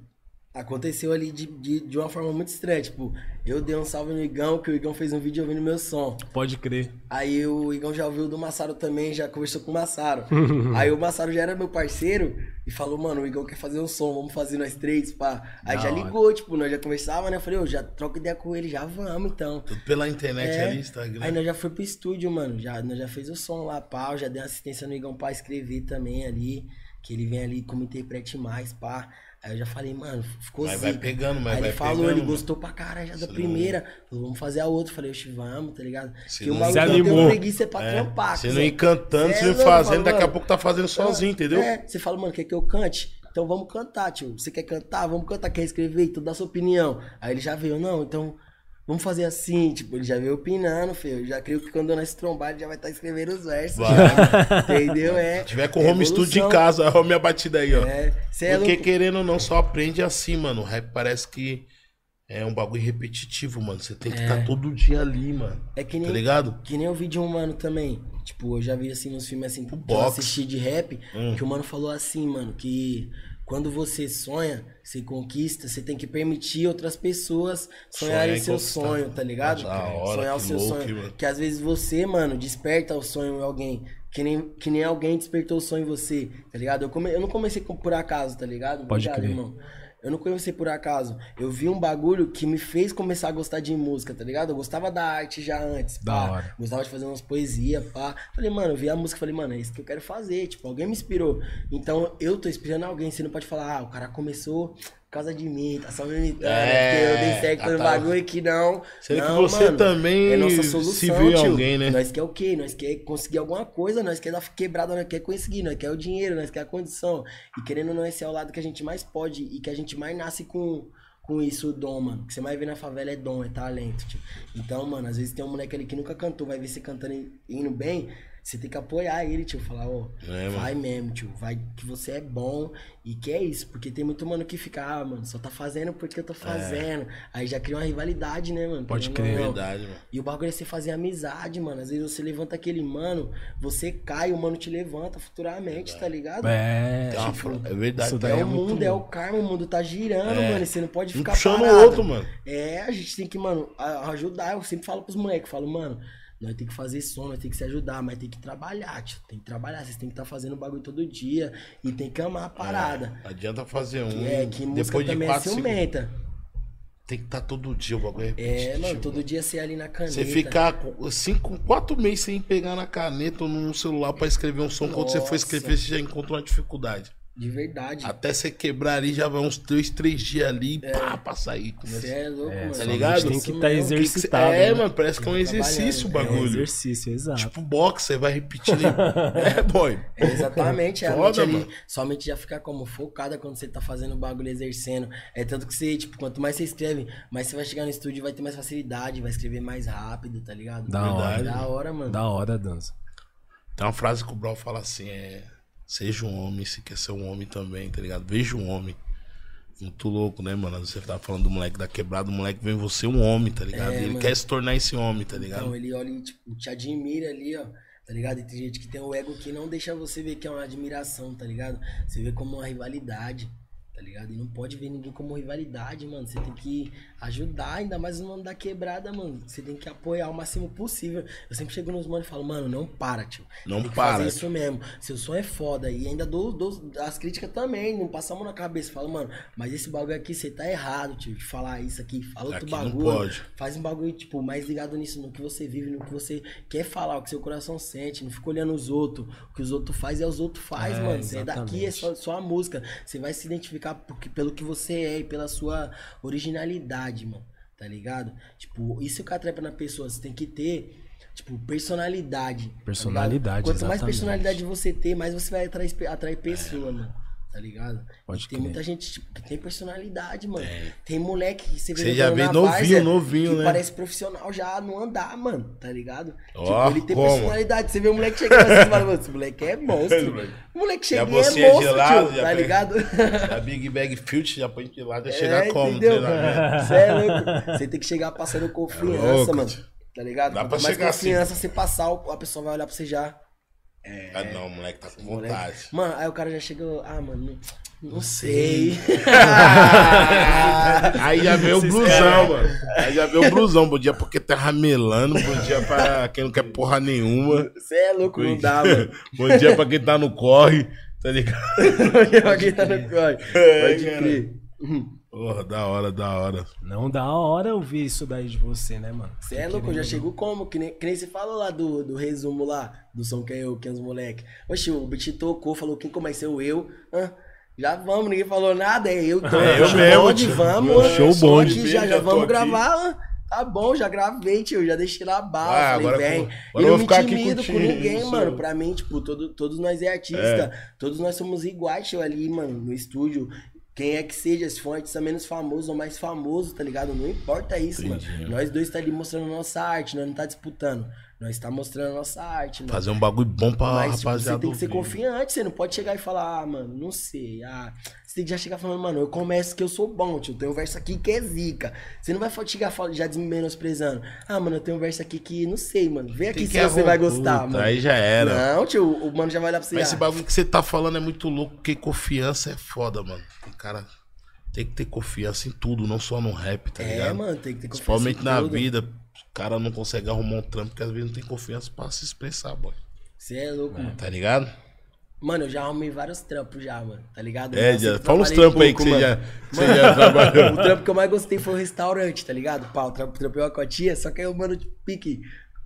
[SPEAKER 3] Aconteceu ali de, de, de uma forma muito estranha. Tipo, eu dei um salve no Igão, que o Igão fez um vídeo ouvindo meu som.
[SPEAKER 1] Pode crer.
[SPEAKER 3] Aí o Igão já ouviu do Massaro também, já conversou com o Massaro. aí o Massaro já era meu parceiro e falou, mano, o Igão quer fazer um som, vamos fazer nós três, pá. Aí
[SPEAKER 1] Da
[SPEAKER 3] já
[SPEAKER 1] hora.
[SPEAKER 3] ligou, tipo, nós já conversava, né? Eu falei, eu já troco ideia com ele, já vamos então.
[SPEAKER 2] Tudo pela internet
[SPEAKER 3] É.
[SPEAKER 2] ali, Instagram.
[SPEAKER 3] Aí nós já foi pro estúdio, mano. Já, nós já fez o som lá, pau. Já deu assistência no Igão pra escrever também ali. Que ele vem ali como interprete mais, pá. Aí eu já falei, mano, ficou
[SPEAKER 2] Mas vai
[SPEAKER 3] zica.
[SPEAKER 2] pegando, mas
[SPEAKER 3] Aí
[SPEAKER 2] vai
[SPEAKER 3] ele falou,
[SPEAKER 2] pegando,
[SPEAKER 3] ele
[SPEAKER 2] mano.
[SPEAKER 3] gostou pra caralho já da
[SPEAKER 2] Você
[SPEAKER 3] primeira. Falou, vamos fazer a outra. Falei, oxe, vamos, tá ligado?
[SPEAKER 2] Se
[SPEAKER 3] Porque o
[SPEAKER 2] não-
[SPEAKER 3] maluco
[SPEAKER 1] Se
[SPEAKER 3] não
[SPEAKER 1] animou.
[SPEAKER 3] tem preguiça pra
[SPEAKER 2] É.
[SPEAKER 3] trampar. tá
[SPEAKER 2] Você
[SPEAKER 3] cuzão.
[SPEAKER 2] não ir cantando,
[SPEAKER 3] Cê
[SPEAKER 2] você
[SPEAKER 3] é
[SPEAKER 2] ir
[SPEAKER 3] louco,
[SPEAKER 2] fazendo,
[SPEAKER 3] falou,
[SPEAKER 2] daqui a
[SPEAKER 3] mano.
[SPEAKER 2] pouco tá fazendo sozinho, entendeu?
[SPEAKER 3] É, você fala, mano, quer que eu cante? Então vamos cantar, tio. Você quer cantar? Vamos cantar, quer escrever? Então dá sua opinião. Aí ele já veio, não, então vamos fazer assim, tipo, ele já veio opinando, filho. Eu já creio que quando nós se trombar, ele já vai estar escrevendo os versos.
[SPEAKER 2] Vai.
[SPEAKER 3] já, entendeu? É.
[SPEAKER 2] Se tiver com home studio em casa, olha a minha batida aí, ó.
[SPEAKER 3] É, você é
[SPEAKER 2] Porque
[SPEAKER 3] louco.
[SPEAKER 2] querendo ou não, só aprende assim, mano. O rap parece que é um bagulho repetitivo, mano. Você tem que estar todo dia ali, mano.
[SPEAKER 3] É que
[SPEAKER 2] Tá
[SPEAKER 3] nem
[SPEAKER 2] ligado?
[SPEAKER 3] Que nem eu vi de um mano também. Tipo, eu já vi assim nos filmes assim, que eu
[SPEAKER 2] boxe.
[SPEAKER 3] assisti de rap,
[SPEAKER 2] Hum.
[SPEAKER 3] que o mano falou assim, mano, que quando você sonha, você conquista, você tem que permitir outras pessoas
[SPEAKER 2] Sonhar
[SPEAKER 3] sonharem
[SPEAKER 2] e
[SPEAKER 3] seu
[SPEAKER 2] conquistar.
[SPEAKER 3] sonho, tá ligado?
[SPEAKER 2] Da hora,
[SPEAKER 3] Sonhar o
[SPEAKER 2] que
[SPEAKER 3] seu
[SPEAKER 2] louco,
[SPEAKER 3] sonho.
[SPEAKER 2] hein, mano?
[SPEAKER 3] Que às vezes você, mano, desperta o sonho em alguém. Que nem, que nem alguém despertou o sonho em você, tá ligado? Eu, come- eu não comecei com- por acaso, tá ligado?
[SPEAKER 1] Pode
[SPEAKER 3] Obrigado,
[SPEAKER 1] crer.
[SPEAKER 3] irmão. Eu não comecei por acaso. Eu vi um bagulho que me fez começar a gostar de música, tá ligado? Eu gostava da arte já antes.
[SPEAKER 1] Da
[SPEAKER 3] pá.
[SPEAKER 1] hora.
[SPEAKER 3] Gostava de fazer umas poesias, pá. Falei, mano, eu vi a música e falei, mano, é isso que eu quero fazer. Tipo, alguém me inspirou. Então eu tô inspirando alguém. Você não pode falar, ah, o cara começou por causa de mim, tá só me imitando.
[SPEAKER 2] É,
[SPEAKER 3] porque eu dei certo
[SPEAKER 2] tá,
[SPEAKER 3] pelo
[SPEAKER 2] tá.
[SPEAKER 3] bagulho que não.
[SPEAKER 2] Sendo que
[SPEAKER 3] Não,
[SPEAKER 2] você também
[SPEAKER 3] é nossa
[SPEAKER 2] se
[SPEAKER 3] solução,
[SPEAKER 2] viu em
[SPEAKER 3] tio.
[SPEAKER 2] alguém, né?
[SPEAKER 3] Nós quer o quê? Nós quer conseguir alguma coisa, nós quer dar quebrada, nós quer conseguir, nós quer o dinheiro, nós quer a condição. E querendo ou não, esse é o lado que a gente mais pode e que a gente mais nasce com, com isso, o dom, mano. O que você mais vê na favela é dom, é talento, tio. Então, mano, às vezes tem um moleque ali que nunca cantou, vai ver você cantando e indo bem, você tem que apoiar ele, tio. Falar, ó,
[SPEAKER 2] É, mano.
[SPEAKER 3] vai mesmo, tio. Vai que você é bom e que é isso. Porque tem muito mano que fica, ah, mano, só tá fazendo
[SPEAKER 2] É.
[SPEAKER 3] porque eu tô fazendo. Aí já cria uma rivalidade, né, mano?
[SPEAKER 1] Pode
[SPEAKER 3] Querendo
[SPEAKER 1] crer.
[SPEAKER 2] É
[SPEAKER 3] ou não.
[SPEAKER 2] Verdade, mano.
[SPEAKER 3] E o bagulho é você fazer amizade, mano. Às vezes você levanta aquele mano, você cai, o mano te levanta futuramente, tá ligado?
[SPEAKER 1] É.
[SPEAKER 2] É, uma fra- é verdade.
[SPEAKER 1] isso
[SPEAKER 2] tá?
[SPEAKER 1] daí
[SPEAKER 3] É
[SPEAKER 1] é
[SPEAKER 3] o
[SPEAKER 1] muito
[SPEAKER 3] mundo, é
[SPEAKER 1] bom.
[SPEAKER 3] o karma, o mundo tá girando,
[SPEAKER 2] É.
[SPEAKER 3] mano. E você não pode
[SPEAKER 2] Um
[SPEAKER 3] ficar
[SPEAKER 2] puxando o
[SPEAKER 3] parado.
[SPEAKER 2] outro, mano.
[SPEAKER 3] É, a gente tem que, mano, a- ajudar. Eu sempre falo pros moleques, falo, mano, nós tem que fazer som, nós tem que se ajudar, mas tem que trabalhar, tio. Tem que trabalhar, vocês tem que estar fazendo o bagulho todo dia e tem que amar a parada.
[SPEAKER 2] É, adianta fazer um.
[SPEAKER 3] É, que música
[SPEAKER 2] depois de
[SPEAKER 3] também é
[SPEAKER 2] quatro segundos.
[SPEAKER 3] ciumenta.
[SPEAKER 2] Tem que estar todo dia o bagulho.
[SPEAKER 3] É,
[SPEAKER 2] repetitivo,
[SPEAKER 3] mano, todo dia você ali na caneta.
[SPEAKER 2] Você ficar com cinco, quatro meses sem pegar na caneta ou no celular pra escrever um som, quando você for
[SPEAKER 3] Nossa.
[SPEAKER 2] escrever, você já encontra uma dificuldade.
[SPEAKER 3] De verdade.
[SPEAKER 2] Até você quebrar ali, já vai uns dois, três dias ali, pá, pra sair.
[SPEAKER 3] Você
[SPEAKER 2] Começa...
[SPEAKER 3] é louco, mano.
[SPEAKER 1] só
[SPEAKER 2] tá ligado?
[SPEAKER 1] Tem que
[SPEAKER 3] Isso
[SPEAKER 1] estar
[SPEAKER 3] mesmo.
[SPEAKER 2] Que que cê-
[SPEAKER 1] exercitado.
[SPEAKER 2] é,
[SPEAKER 1] né?
[SPEAKER 2] mano, parece que é um
[SPEAKER 3] Tá
[SPEAKER 2] exercício o
[SPEAKER 1] É um
[SPEAKER 2] bagulho.
[SPEAKER 1] exercício, exato.
[SPEAKER 2] tipo boxe, você vai repetindo. é, boy.
[SPEAKER 3] É, exatamente, é, a
[SPEAKER 2] Foda,
[SPEAKER 3] mente ali,
[SPEAKER 2] mano.
[SPEAKER 3] sua mente já fica como focada quando você tá fazendo o bagulho, exercendo. É tanto que você, tipo, quanto mais você escreve, mais você vai chegar no estúdio e vai ter mais facilidade, vai escrever mais rápido, tá ligado?
[SPEAKER 1] Da
[SPEAKER 2] hora.
[SPEAKER 3] Da hora, mano.
[SPEAKER 1] Tipo, Da hora, Danzo.
[SPEAKER 2] Tem uma frase que o Brau fala assim: é. Seja um homem, se quer ser um homem também, tá ligado? Veja um homem. Muito louco, né, mano? Você tá falando do moleque da quebrada, o moleque vê em você um homem, tá ligado? ele
[SPEAKER 3] É, mano.
[SPEAKER 2] quer se tornar esse homem, tá ligado?
[SPEAKER 3] Então ele olha e tipo, te admira ali, ó. Tá ligado? E tem gente que tem o ego que não deixa você ver que é uma admiração, tá ligado? Você vê como uma rivalidade, tá tá ligado? E não pode ver ninguém como rivalidade, mano. Você tem que ajudar, ainda mais os mano da quebrada, mano. Você tem que apoiar o máximo possível. Eu sempre chego nos mano e falo, mano, não para, tio. Você
[SPEAKER 2] Não
[SPEAKER 3] tem que
[SPEAKER 2] para,
[SPEAKER 3] Fazer isso mesmo. Seu som é foda. E ainda dou, dou as críticas também, não passa a mão na cabeça. Falo, mano, mas esse bagulho aqui, você tá errado, tio, de falar isso aqui. Fala outro
[SPEAKER 2] Aqui não
[SPEAKER 3] bagulho.
[SPEAKER 2] pode.
[SPEAKER 3] Faz um bagulho, tipo, mais ligado nisso, no que você vive, no que você quer falar, o que seu coração sente. Não fica olhando os outros. O que os outros fazem é os outros faz,
[SPEAKER 1] É,
[SPEAKER 3] mano. Você é daqui, é
[SPEAKER 1] exatamente.
[SPEAKER 3] só, só a música. Você vai se identificar porque- pelo que você é e pela sua originalidade, mano. Tá ligado? Tipo, isso que atrapa na pessoa. Você tem que ter, tipo, personalidade. tá ligado?
[SPEAKER 1] Personalidade,
[SPEAKER 3] Quanto mais
[SPEAKER 1] exatamente.
[SPEAKER 3] personalidade você ter, mais você vai atrair, atrair pessoa, mano. Tá ligado?
[SPEAKER 1] Pode
[SPEAKER 3] E tem
[SPEAKER 1] crer. É.
[SPEAKER 3] muita gente tipo, que tem personalidade, mano. Tem moleque que você vê
[SPEAKER 2] Você já
[SPEAKER 3] andando
[SPEAKER 2] vê
[SPEAKER 3] Então, na
[SPEAKER 2] novinho,
[SPEAKER 3] várzea,
[SPEAKER 2] novinho,
[SPEAKER 3] que
[SPEAKER 2] né?
[SPEAKER 3] parece profissional já no andar, mano, tá ligado?
[SPEAKER 2] Ó,
[SPEAKER 3] tipo, ele tem
[SPEAKER 2] como?
[SPEAKER 3] personalidade. Você vê o moleque chegando assim e fala, "Mano, esse moleque é monstro. O moleque chega
[SPEAKER 2] a
[SPEAKER 3] e é monstro,
[SPEAKER 2] bolsinha de lado,
[SPEAKER 3] tio,
[SPEAKER 2] já
[SPEAKER 3] tá
[SPEAKER 2] pega-
[SPEAKER 3] ligado?
[SPEAKER 2] A Big Bag Field já põe de lado e
[SPEAKER 3] É,
[SPEAKER 2] chegar como?
[SPEAKER 3] entendeu?
[SPEAKER 2] sei lá, né?
[SPEAKER 3] Você é louco. Você tem que chegar passando confiança,
[SPEAKER 2] É louco,
[SPEAKER 3] mano.
[SPEAKER 2] tio.
[SPEAKER 3] Tá ligado?
[SPEAKER 2] Dá
[SPEAKER 3] Quanto
[SPEAKER 2] pra
[SPEAKER 3] mais
[SPEAKER 2] chegar assim.
[SPEAKER 3] confiança você passar, o- a pessoa vai olhar pra você já.
[SPEAKER 2] Ah, não, o moleque tá com
[SPEAKER 3] moleque.
[SPEAKER 2] vontade.
[SPEAKER 3] Mano, aí o cara já chegou, ah, mano, não, não sei.
[SPEAKER 2] Aí já veio o
[SPEAKER 1] Esses
[SPEAKER 2] blusão, mano. Aí já veio o blusão. Bom dia pra quem tá ramelando. Bom dia pra quem não quer porra nenhuma.
[SPEAKER 3] Você é louco, não dá, mano.
[SPEAKER 2] Bom dia pra quem tá no corre, tá ligado?
[SPEAKER 3] Alguém tá no corre.
[SPEAKER 2] É,
[SPEAKER 3] Pode
[SPEAKER 2] cara.
[SPEAKER 3] crer.
[SPEAKER 2] Porra, da hora, da hora.
[SPEAKER 1] Não dá hora ouvir isso daí de você, né, mano?
[SPEAKER 3] Você é louco, eu já chegou como? Que nem, que nem você falou lá do, do resumo lá, do som que é eu, que é os moleque. Oxi, o beat tocou, falou quem começou eu. Hã? Já vamos, ninguém falou nada, é eu, tô.
[SPEAKER 2] É, eu
[SPEAKER 3] show
[SPEAKER 2] mesmo,
[SPEAKER 3] bonde,
[SPEAKER 2] tio.
[SPEAKER 3] vamos.
[SPEAKER 2] Show
[SPEAKER 3] só
[SPEAKER 2] bonde.
[SPEAKER 3] aqui já, já
[SPEAKER 2] Já tô
[SPEAKER 3] vamos
[SPEAKER 2] aqui.
[SPEAKER 3] gravar. hã? Tá bom, já gravei, tio, já deixei na bala,
[SPEAKER 2] Ah,
[SPEAKER 3] falei,
[SPEAKER 2] agora
[SPEAKER 3] vem.
[SPEAKER 2] eu
[SPEAKER 3] E
[SPEAKER 2] vou
[SPEAKER 3] não me
[SPEAKER 2] ficar aqui
[SPEAKER 3] intimido com
[SPEAKER 2] contigo,
[SPEAKER 3] ninguém,
[SPEAKER 2] isso.
[SPEAKER 3] mano. Pra mim, tipo, todo, todos nós é artista, todos nós somos iguais, tio, ali, mano, no estúdio. Quem é que seja, se for um artista menos famoso ou mais famoso, tá ligado? Não importa isso,
[SPEAKER 2] Entendi.
[SPEAKER 3] mano. Nós dois tá ali mostrando nossa arte, nós não tá disputando. Nós tá mostrando nossa arte, mano.
[SPEAKER 2] Fazer um bagulho bom pra
[SPEAKER 3] Mas tipo,
[SPEAKER 2] rapaziada.
[SPEAKER 3] você tem que ser
[SPEAKER 2] ouvir.
[SPEAKER 3] confiante, você não pode chegar e falar, ah, mano, não sei. Ah, você tem que já chegar falando, mano, eu começo que eu sou bom, tio. Tem um verso aqui que é zica. Você não vai fa- chegar fal- já menosprezando. Ah, mano, eu tenho um verso aqui que não sei, mano. Vê aqui
[SPEAKER 2] Tem
[SPEAKER 3] se
[SPEAKER 2] que é
[SPEAKER 3] você vai
[SPEAKER 2] roubo.
[SPEAKER 3] gostar,
[SPEAKER 2] Puta,
[SPEAKER 3] mano.
[SPEAKER 2] Aí já era.
[SPEAKER 3] Não, tio, o mano já vai olhar pra você.
[SPEAKER 2] Mas esse
[SPEAKER 3] ah,
[SPEAKER 2] bagulho que você tá falando é muito louco, porque confiança é foda, mano. Tem cara. Tem que ter confiança em tudo, não só no rap, tá
[SPEAKER 3] é,
[SPEAKER 2] ligado?
[SPEAKER 3] mano, tem que ter confiança.
[SPEAKER 2] Principalmente
[SPEAKER 3] em
[SPEAKER 2] na
[SPEAKER 3] tudo.
[SPEAKER 2] vida. O cara não consegue arrumar um trampo, porque às vezes não tem confiança pra se expressar, boy.
[SPEAKER 3] Você é louco, mano.
[SPEAKER 2] Tá ligado?
[SPEAKER 3] Mano, eu já arrumei vários trampos já, mano. Tá ligado?
[SPEAKER 2] É,
[SPEAKER 3] Eu
[SPEAKER 2] já,
[SPEAKER 3] sempre
[SPEAKER 2] fala uns
[SPEAKER 3] trabalhei
[SPEAKER 2] trampos aí que
[SPEAKER 3] pouco,
[SPEAKER 2] você
[SPEAKER 3] mano.
[SPEAKER 2] já, você já trabalhou.
[SPEAKER 3] O trampo que eu mais gostei foi o restaurante, tá ligado? Pau, trampo, trampei uma cotinha, só que aí o mano de pique.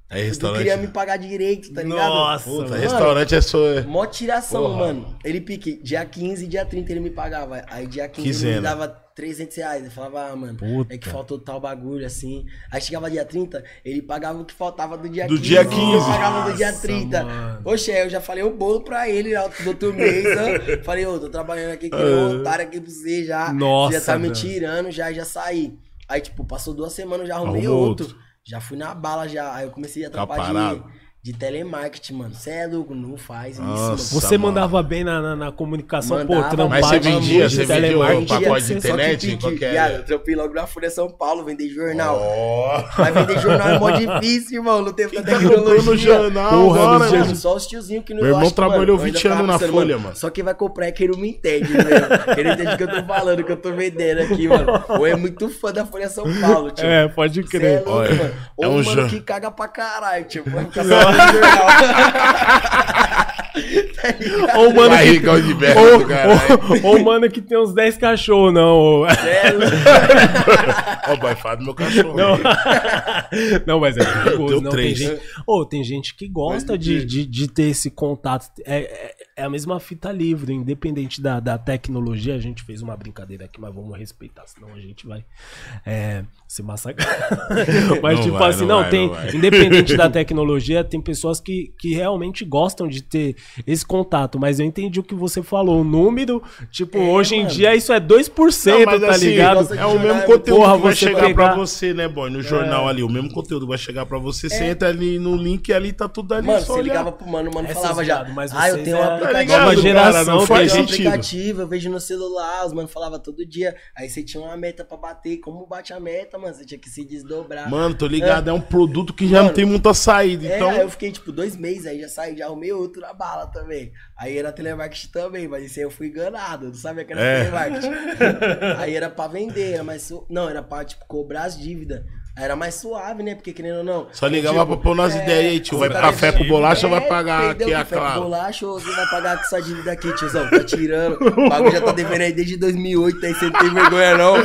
[SPEAKER 2] Aí,
[SPEAKER 3] Não queria me
[SPEAKER 2] restaurante.
[SPEAKER 3] pagar direito, tá ligado?
[SPEAKER 1] Nossa,
[SPEAKER 2] Puta,
[SPEAKER 1] mano.
[SPEAKER 2] restaurante é só.
[SPEAKER 3] Mó tiração,
[SPEAKER 2] Porra.
[SPEAKER 3] mano. Ele pique, dia 15 e dia 30 ele me pagava. Aí dia 15 ele
[SPEAKER 2] Quinzena.
[SPEAKER 3] me dava 300 reais. Eu falava, ah, mano,
[SPEAKER 1] Puta.
[SPEAKER 3] é que faltou tal bagulho, assim. Aí chegava dia 30, ele pagava o que faltava do dia
[SPEAKER 2] Do
[SPEAKER 3] 15.
[SPEAKER 2] dia
[SPEAKER 3] Eu
[SPEAKER 2] 15.
[SPEAKER 3] pagava do dia
[SPEAKER 1] Nossa,
[SPEAKER 3] 30.
[SPEAKER 1] mano.
[SPEAKER 3] Oxe, aí eu já falei o bolo pra ele lá do outro mês. né? Falei, ô, tô trabalhando aqui, que
[SPEAKER 2] É.
[SPEAKER 3] um otário aqui pra você já.
[SPEAKER 1] Nossa,
[SPEAKER 3] Você já tá me
[SPEAKER 1] mano.
[SPEAKER 3] tirando, já, já saí. Aí, tipo, passou duas semanas, eu já arrumei
[SPEAKER 2] Arrumou
[SPEAKER 3] outro.
[SPEAKER 2] outro.
[SPEAKER 3] Já fui na bala já. Aí eu comecei a
[SPEAKER 2] Tá
[SPEAKER 3] trabalhar de,
[SPEAKER 2] parado.
[SPEAKER 3] de telemarketing, mano. Cê é louco, não faz isso, mano.
[SPEAKER 2] Nossa,
[SPEAKER 1] Você
[SPEAKER 2] mano.
[SPEAKER 1] mandava bem na, na, na comunicação,
[SPEAKER 3] Mandava,
[SPEAKER 1] pô, trampar
[SPEAKER 3] Mas você
[SPEAKER 1] de
[SPEAKER 3] vendia,
[SPEAKER 1] luz,
[SPEAKER 3] você
[SPEAKER 1] de
[SPEAKER 3] vendia
[SPEAKER 1] telemarketing,
[SPEAKER 2] o pacote
[SPEAKER 1] você é
[SPEAKER 2] de
[SPEAKER 1] só
[SPEAKER 2] internet?
[SPEAKER 3] Só que,
[SPEAKER 2] qual que é?
[SPEAKER 3] pique,
[SPEAKER 2] era?
[SPEAKER 3] viado, eu trampei logo na Folha São Paulo, vender jornal.
[SPEAKER 2] Ó.
[SPEAKER 3] Mas vender jornal é mó difícil, irmão. Não tem
[SPEAKER 2] Quem
[SPEAKER 3] tanta
[SPEAKER 2] tá comprando o
[SPEAKER 3] tecnologia.
[SPEAKER 2] jornal,
[SPEAKER 1] Porra,
[SPEAKER 2] agora,
[SPEAKER 1] nos dias
[SPEAKER 2] mano?
[SPEAKER 3] Mano, só os tiozinhos que não
[SPEAKER 2] Meu
[SPEAKER 3] eu
[SPEAKER 2] irmão
[SPEAKER 3] acho que,
[SPEAKER 2] trabalhou
[SPEAKER 3] eu ainda
[SPEAKER 2] 20
[SPEAKER 3] ficava
[SPEAKER 2] anos na
[SPEAKER 3] pensando,
[SPEAKER 2] Folha, mano.
[SPEAKER 3] Só quem vai comprar é quem não me entende, né? Quem não entende o que eu tô falando, o que eu tô vendendo aqui, mano. Ou é muito fã da Folha São Paulo, tio.
[SPEAKER 1] É, pode
[SPEAKER 3] Cê é
[SPEAKER 1] crer.
[SPEAKER 3] louco,
[SPEAKER 2] Olha,
[SPEAKER 3] mano. Ou
[SPEAKER 2] é um
[SPEAKER 3] um
[SPEAKER 2] jan-
[SPEAKER 3] mano que caga pra caralho, tipo, vai ficar só no jornal. Tá ligado?
[SPEAKER 1] Ou o mano que
[SPEAKER 2] Barrigão de merda
[SPEAKER 1] ou,
[SPEAKER 2] do caralho.
[SPEAKER 1] ou- ou o mano que tem uns 10 cachorros, não. ou-
[SPEAKER 3] Cê é louco.
[SPEAKER 2] Ó, o baifado do meu cachorro.
[SPEAKER 3] né?
[SPEAKER 1] Não. não, mas é perigoso.
[SPEAKER 2] Deu
[SPEAKER 1] Não, tem,
[SPEAKER 2] três.
[SPEAKER 1] gente, Ô, tem gente que gosta
[SPEAKER 3] Pode
[SPEAKER 1] de,
[SPEAKER 3] crer.
[SPEAKER 1] de, de ter esse contato. É, é, é a mesma fita livre, independente da, da tecnologia. A gente fez uma brincadeira aqui, mas vamos respeitar, senão a gente vai é, se massacrar. mas,
[SPEAKER 2] Não
[SPEAKER 1] tipo
[SPEAKER 2] vai,
[SPEAKER 1] assim,
[SPEAKER 2] não
[SPEAKER 1] não,
[SPEAKER 2] vai,
[SPEAKER 1] tem.
[SPEAKER 2] não vai.
[SPEAKER 1] Independente da tecnologia, tem pessoas que, que realmente gostam de ter esse contato. Mas eu entendi o que você falou. O número, tipo,
[SPEAKER 3] É,
[SPEAKER 1] hoje em
[SPEAKER 3] mano. assim,
[SPEAKER 1] dia isso é 2%, tá ligado?
[SPEAKER 3] gosta de
[SPEAKER 2] É o
[SPEAKER 3] jornal,
[SPEAKER 2] mesmo
[SPEAKER 3] é
[SPEAKER 2] conteúdo
[SPEAKER 1] porra,
[SPEAKER 2] que vai
[SPEAKER 1] você
[SPEAKER 2] chegar
[SPEAKER 1] pegar-
[SPEAKER 2] pra você, né, boy? No jornal ali, o mesmo conteúdo vai chegar pra você. Você entra ali no link ali, tá tudo ali.
[SPEAKER 3] É. Mano,
[SPEAKER 2] só
[SPEAKER 3] você
[SPEAKER 2] olhar.
[SPEAKER 3] ligava pro mano, o mano
[SPEAKER 1] Essas
[SPEAKER 3] falava já.
[SPEAKER 1] viado, mas
[SPEAKER 3] ah, eu
[SPEAKER 1] vocês
[SPEAKER 3] tenho
[SPEAKER 1] é-
[SPEAKER 3] uma
[SPEAKER 2] Tá ligado,
[SPEAKER 3] aplicativo.
[SPEAKER 1] Nova geração,
[SPEAKER 2] cara, não
[SPEAKER 1] tá ligado?
[SPEAKER 2] faz
[SPEAKER 3] Vejo no
[SPEAKER 2] sentido.
[SPEAKER 3] aplicativo, eu vejo no celular, os mano falava todo dia. Aí você tinha uma meta pra bater. Como bate a meta, mano? Você tinha que se desdobrar.
[SPEAKER 2] Mano, tô ligado, é, um produto que já não
[SPEAKER 3] Mano,
[SPEAKER 2] tem muita saída,
[SPEAKER 3] É,
[SPEAKER 2] então...
[SPEAKER 3] aí eu fiquei tipo dois meses, aí já saí, já arrumei outro na bala também. Aí era telemarketing também, mas isso aí eu fui enganado, eu não sabia que era
[SPEAKER 2] É.
[SPEAKER 3] telemarketing. aí era pra vender, era mais su... Não, era pra tipo, cobrar as dívidas. Aí era mais suave, né? Porque querendo ou não.
[SPEAKER 2] Só ligava
[SPEAKER 3] tipo,
[SPEAKER 2] pra pôr umas
[SPEAKER 3] é,
[SPEAKER 2] ideias aí, tio.
[SPEAKER 3] você
[SPEAKER 2] Vai
[SPEAKER 3] tá
[SPEAKER 2] café
[SPEAKER 3] deixando-
[SPEAKER 2] pro bolacha ou vai
[SPEAKER 3] É,
[SPEAKER 2] pagar
[SPEAKER 3] perdeu
[SPEAKER 2] aqui a
[SPEAKER 3] o café pro
[SPEAKER 2] claro?
[SPEAKER 3] bolacha ou você vai pagar com sua dívida aqui, tiozão? Tá tirando. O bagulho já tá devendo aí desde 2008, aí você não tem vergonha não.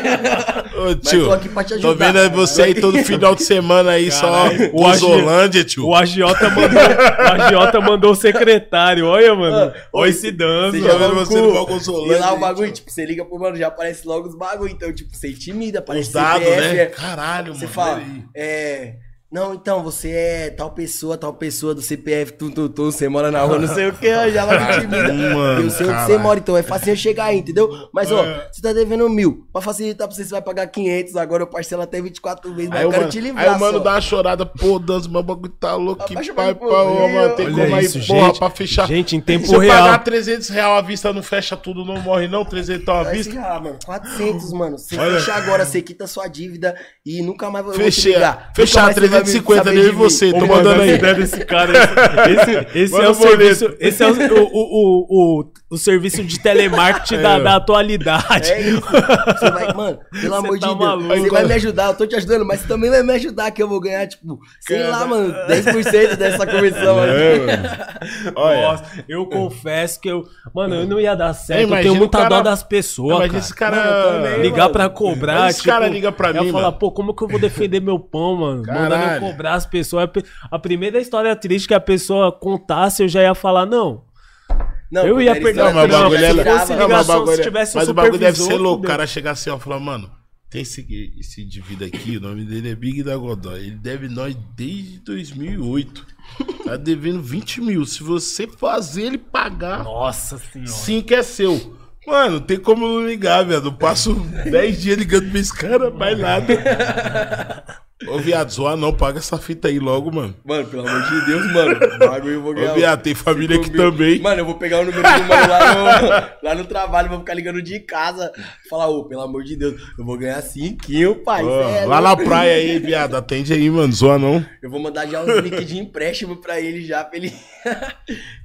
[SPEAKER 2] Ô,
[SPEAKER 3] Mas
[SPEAKER 2] tio,
[SPEAKER 3] tô aqui pra te
[SPEAKER 2] tô
[SPEAKER 3] ajudar,
[SPEAKER 2] vendo aí você aí todo final de semana aí,
[SPEAKER 1] Caralho, o
[SPEAKER 2] só Zolândia,
[SPEAKER 1] O
[SPEAKER 2] tio.
[SPEAKER 1] agiota mandou, o agiota mandou o secretário. Olha, mano. Oi, se dando.
[SPEAKER 2] Tô vendo
[SPEAKER 3] no
[SPEAKER 2] você
[SPEAKER 3] cu.
[SPEAKER 2] no Balconzolândia.
[SPEAKER 3] E lá o
[SPEAKER 2] aí,
[SPEAKER 3] bagulho,
[SPEAKER 2] tio.
[SPEAKER 3] tipo, você liga pro mano, já aparece logo os bagulho. Então, tipo, você intimida, aparece
[SPEAKER 2] Os dados,
[SPEAKER 3] CPF,
[SPEAKER 2] né?
[SPEAKER 3] é.
[SPEAKER 2] Caralho,
[SPEAKER 3] Você
[SPEAKER 2] mano.
[SPEAKER 3] fala,
[SPEAKER 2] peraí.
[SPEAKER 3] é. Não, então, você é tal pessoa, tal pessoa do CPF, tum, tum, tum, você mora na rua, não sei o que, já lá te intimida.
[SPEAKER 2] Um, Mano,
[SPEAKER 3] eu sei onde você
[SPEAKER 2] caralho. É.
[SPEAKER 3] mora, então é facinho eu chegar aí, entendeu? Mas, ó, você tá devendo mil. Pra facilitar pra você, você vai pagar 500, agora eu parcelo até 24 vezes, mas
[SPEAKER 2] Aí
[SPEAKER 3] eu
[SPEAKER 2] o
[SPEAKER 3] quero
[SPEAKER 2] mano,
[SPEAKER 3] te livrar
[SPEAKER 2] aí o mano
[SPEAKER 3] só.
[SPEAKER 2] dá uma chorada, pô, Danzo, meu bagulho tá louco, que
[SPEAKER 3] Abaixa
[SPEAKER 2] pai, pô,
[SPEAKER 3] pra mim, pô.
[SPEAKER 2] ô, mano, tem
[SPEAKER 1] Olha
[SPEAKER 2] como aí,
[SPEAKER 1] isso,
[SPEAKER 2] porra,
[SPEAKER 1] gente.
[SPEAKER 2] pra fechar.
[SPEAKER 1] Gente, é em tempo
[SPEAKER 2] Se eu
[SPEAKER 1] real.
[SPEAKER 2] pagar 300 real à vista, não fecha tudo, não morre não, 300 real à
[SPEAKER 3] Vai se
[SPEAKER 2] vista.
[SPEAKER 3] ferrar, mano. 400, mano. Você
[SPEAKER 2] Olha.
[SPEAKER 3] fecha agora, você quita sua dívida e nunca mais vai eu vou te
[SPEAKER 2] Fechei,
[SPEAKER 3] ligar. Nunca
[SPEAKER 2] fechar
[SPEAKER 3] mais você vai me
[SPEAKER 2] 350,
[SPEAKER 3] saber
[SPEAKER 2] eu e
[SPEAKER 3] de mim.
[SPEAKER 2] você, tô
[SPEAKER 1] Ô, mano,
[SPEAKER 2] mandando
[SPEAKER 1] as
[SPEAKER 2] aí.
[SPEAKER 1] ideias desse cara. Esse, esse- esse
[SPEAKER 2] Manda
[SPEAKER 1] é o
[SPEAKER 2] o boleto.
[SPEAKER 1] serviço. Esse é o, o, o, o, o serviço de telemarketing da, da atualidade.
[SPEAKER 3] É isso. Você vai, mano, pelo amor
[SPEAKER 1] tá
[SPEAKER 3] de Deus.
[SPEAKER 1] maluco.
[SPEAKER 2] Aí,
[SPEAKER 3] Você vai
[SPEAKER 2] quando-
[SPEAKER 3] me ajudar, eu tô te ajudando, mas você também vai me ajudar que eu vou ganhar, tipo, sei
[SPEAKER 2] Cara.
[SPEAKER 3] lá, mano, 10% dessa comissão.
[SPEAKER 2] É,
[SPEAKER 3] aqui.
[SPEAKER 2] mano. Olha,
[SPEAKER 1] Nossa, eu confesso que eu. Mano, eu não ia dar certo. eu tenho
[SPEAKER 2] Imagina
[SPEAKER 1] muita
[SPEAKER 2] o cara-
[SPEAKER 1] dó das pessoas.
[SPEAKER 2] mas
[SPEAKER 1] cara.
[SPEAKER 2] esse cara...
[SPEAKER 3] Mano, eu também,
[SPEAKER 1] Ligar
[SPEAKER 3] mano.
[SPEAKER 1] pra cobrar.
[SPEAKER 2] Esse cara liga pra
[SPEAKER 1] eu
[SPEAKER 2] mim,
[SPEAKER 1] falar,
[SPEAKER 2] mano.
[SPEAKER 1] pô, como que eu vou defender meu pão, mano? Mandando eu
[SPEAKER 2] Caralho.
[SPEAKER 1] cobrar as pessoas. A pe- A primeira história triste que a pessoa contasse, eu já ia falar, não.
[SPEAKER 3] Não,
[SPEAKER 1] Eu ia
[SPEAKER 3] cara,
[SPEAKER 1] perder
[SPEAKER 3] isso
[SPEAKER 2] Não,
[SPEAKER 1] Não,
[SPEAKER 3] vai
[SPEAKER 2] mas o
[SPEAKER 1] não,
[SPEAKER 2] bagulho
[SPEAKER 3] pegar,
[SPEAKER 2] é
[SPEAKER 1] se
[SPEAKER 3] vai
[SPEAKER 1] fosse
[SPEAKER 2] legal.
[SPEAKER 3] tirar,
[SPEAKER 2] Não, mas o
[SPEAKER 1] ligação,
[SPEAKER 2] bagulho, é-
[SPEAKER 1] se tivesse
[SPEAKER 2] mas
[SPEAKER 1] um
[SPEAKER 2] o bagulho deve
[SPEAKER 1] supervisor,
[SPEAKER 2] ser louco. O
[SPEAKER 1] fudeu.
[SPEAKER 2] cara chegar assim, ó, falar, mano, tem esse, esse indivíduo aqui, o nome dele é Big da Godoy. Ele deve nós desde 2008. Tá devendo 20 mil. Se você fazer ele pagar,
[SPEAKER 1] Nossa senhora.
[SPEAKER 2] 5 é seu. Mano, não tem como eu não ligar, viado. Eu passo 10 dias ligando pra esse cara, mais nada. Ô, viado, zoar não, paga essa fita aí logo, mano.
[SPEAKER 3] Mano, pelo amor de Deus, mano. Bagulho eu vou ganhar.
[SPEAKER 2] Ô, viado, tem família aqui
[SPEAKER 3] Comigo.
[SPEAKER 2] também.
[SPEAKER 3] Mano, eu vou pegar o número do mano lá no, lá no trabalho, vou ficar ligando de casa. Falar, ô, pelo amor de Deus, eu vou ganhar cinquinho, pai.
[SPEAKER 2] Ó,
[SPEAKER 3] cê é
[SPEAKER 2] lá na
[SPEAKER 3] louco.
[SPEAKER 2] praia aí, viado, atende aí, mano, zoa não.
[SPEAKER 3] Eu vou mandar já uns links de empréstimo pra ele já, pra ele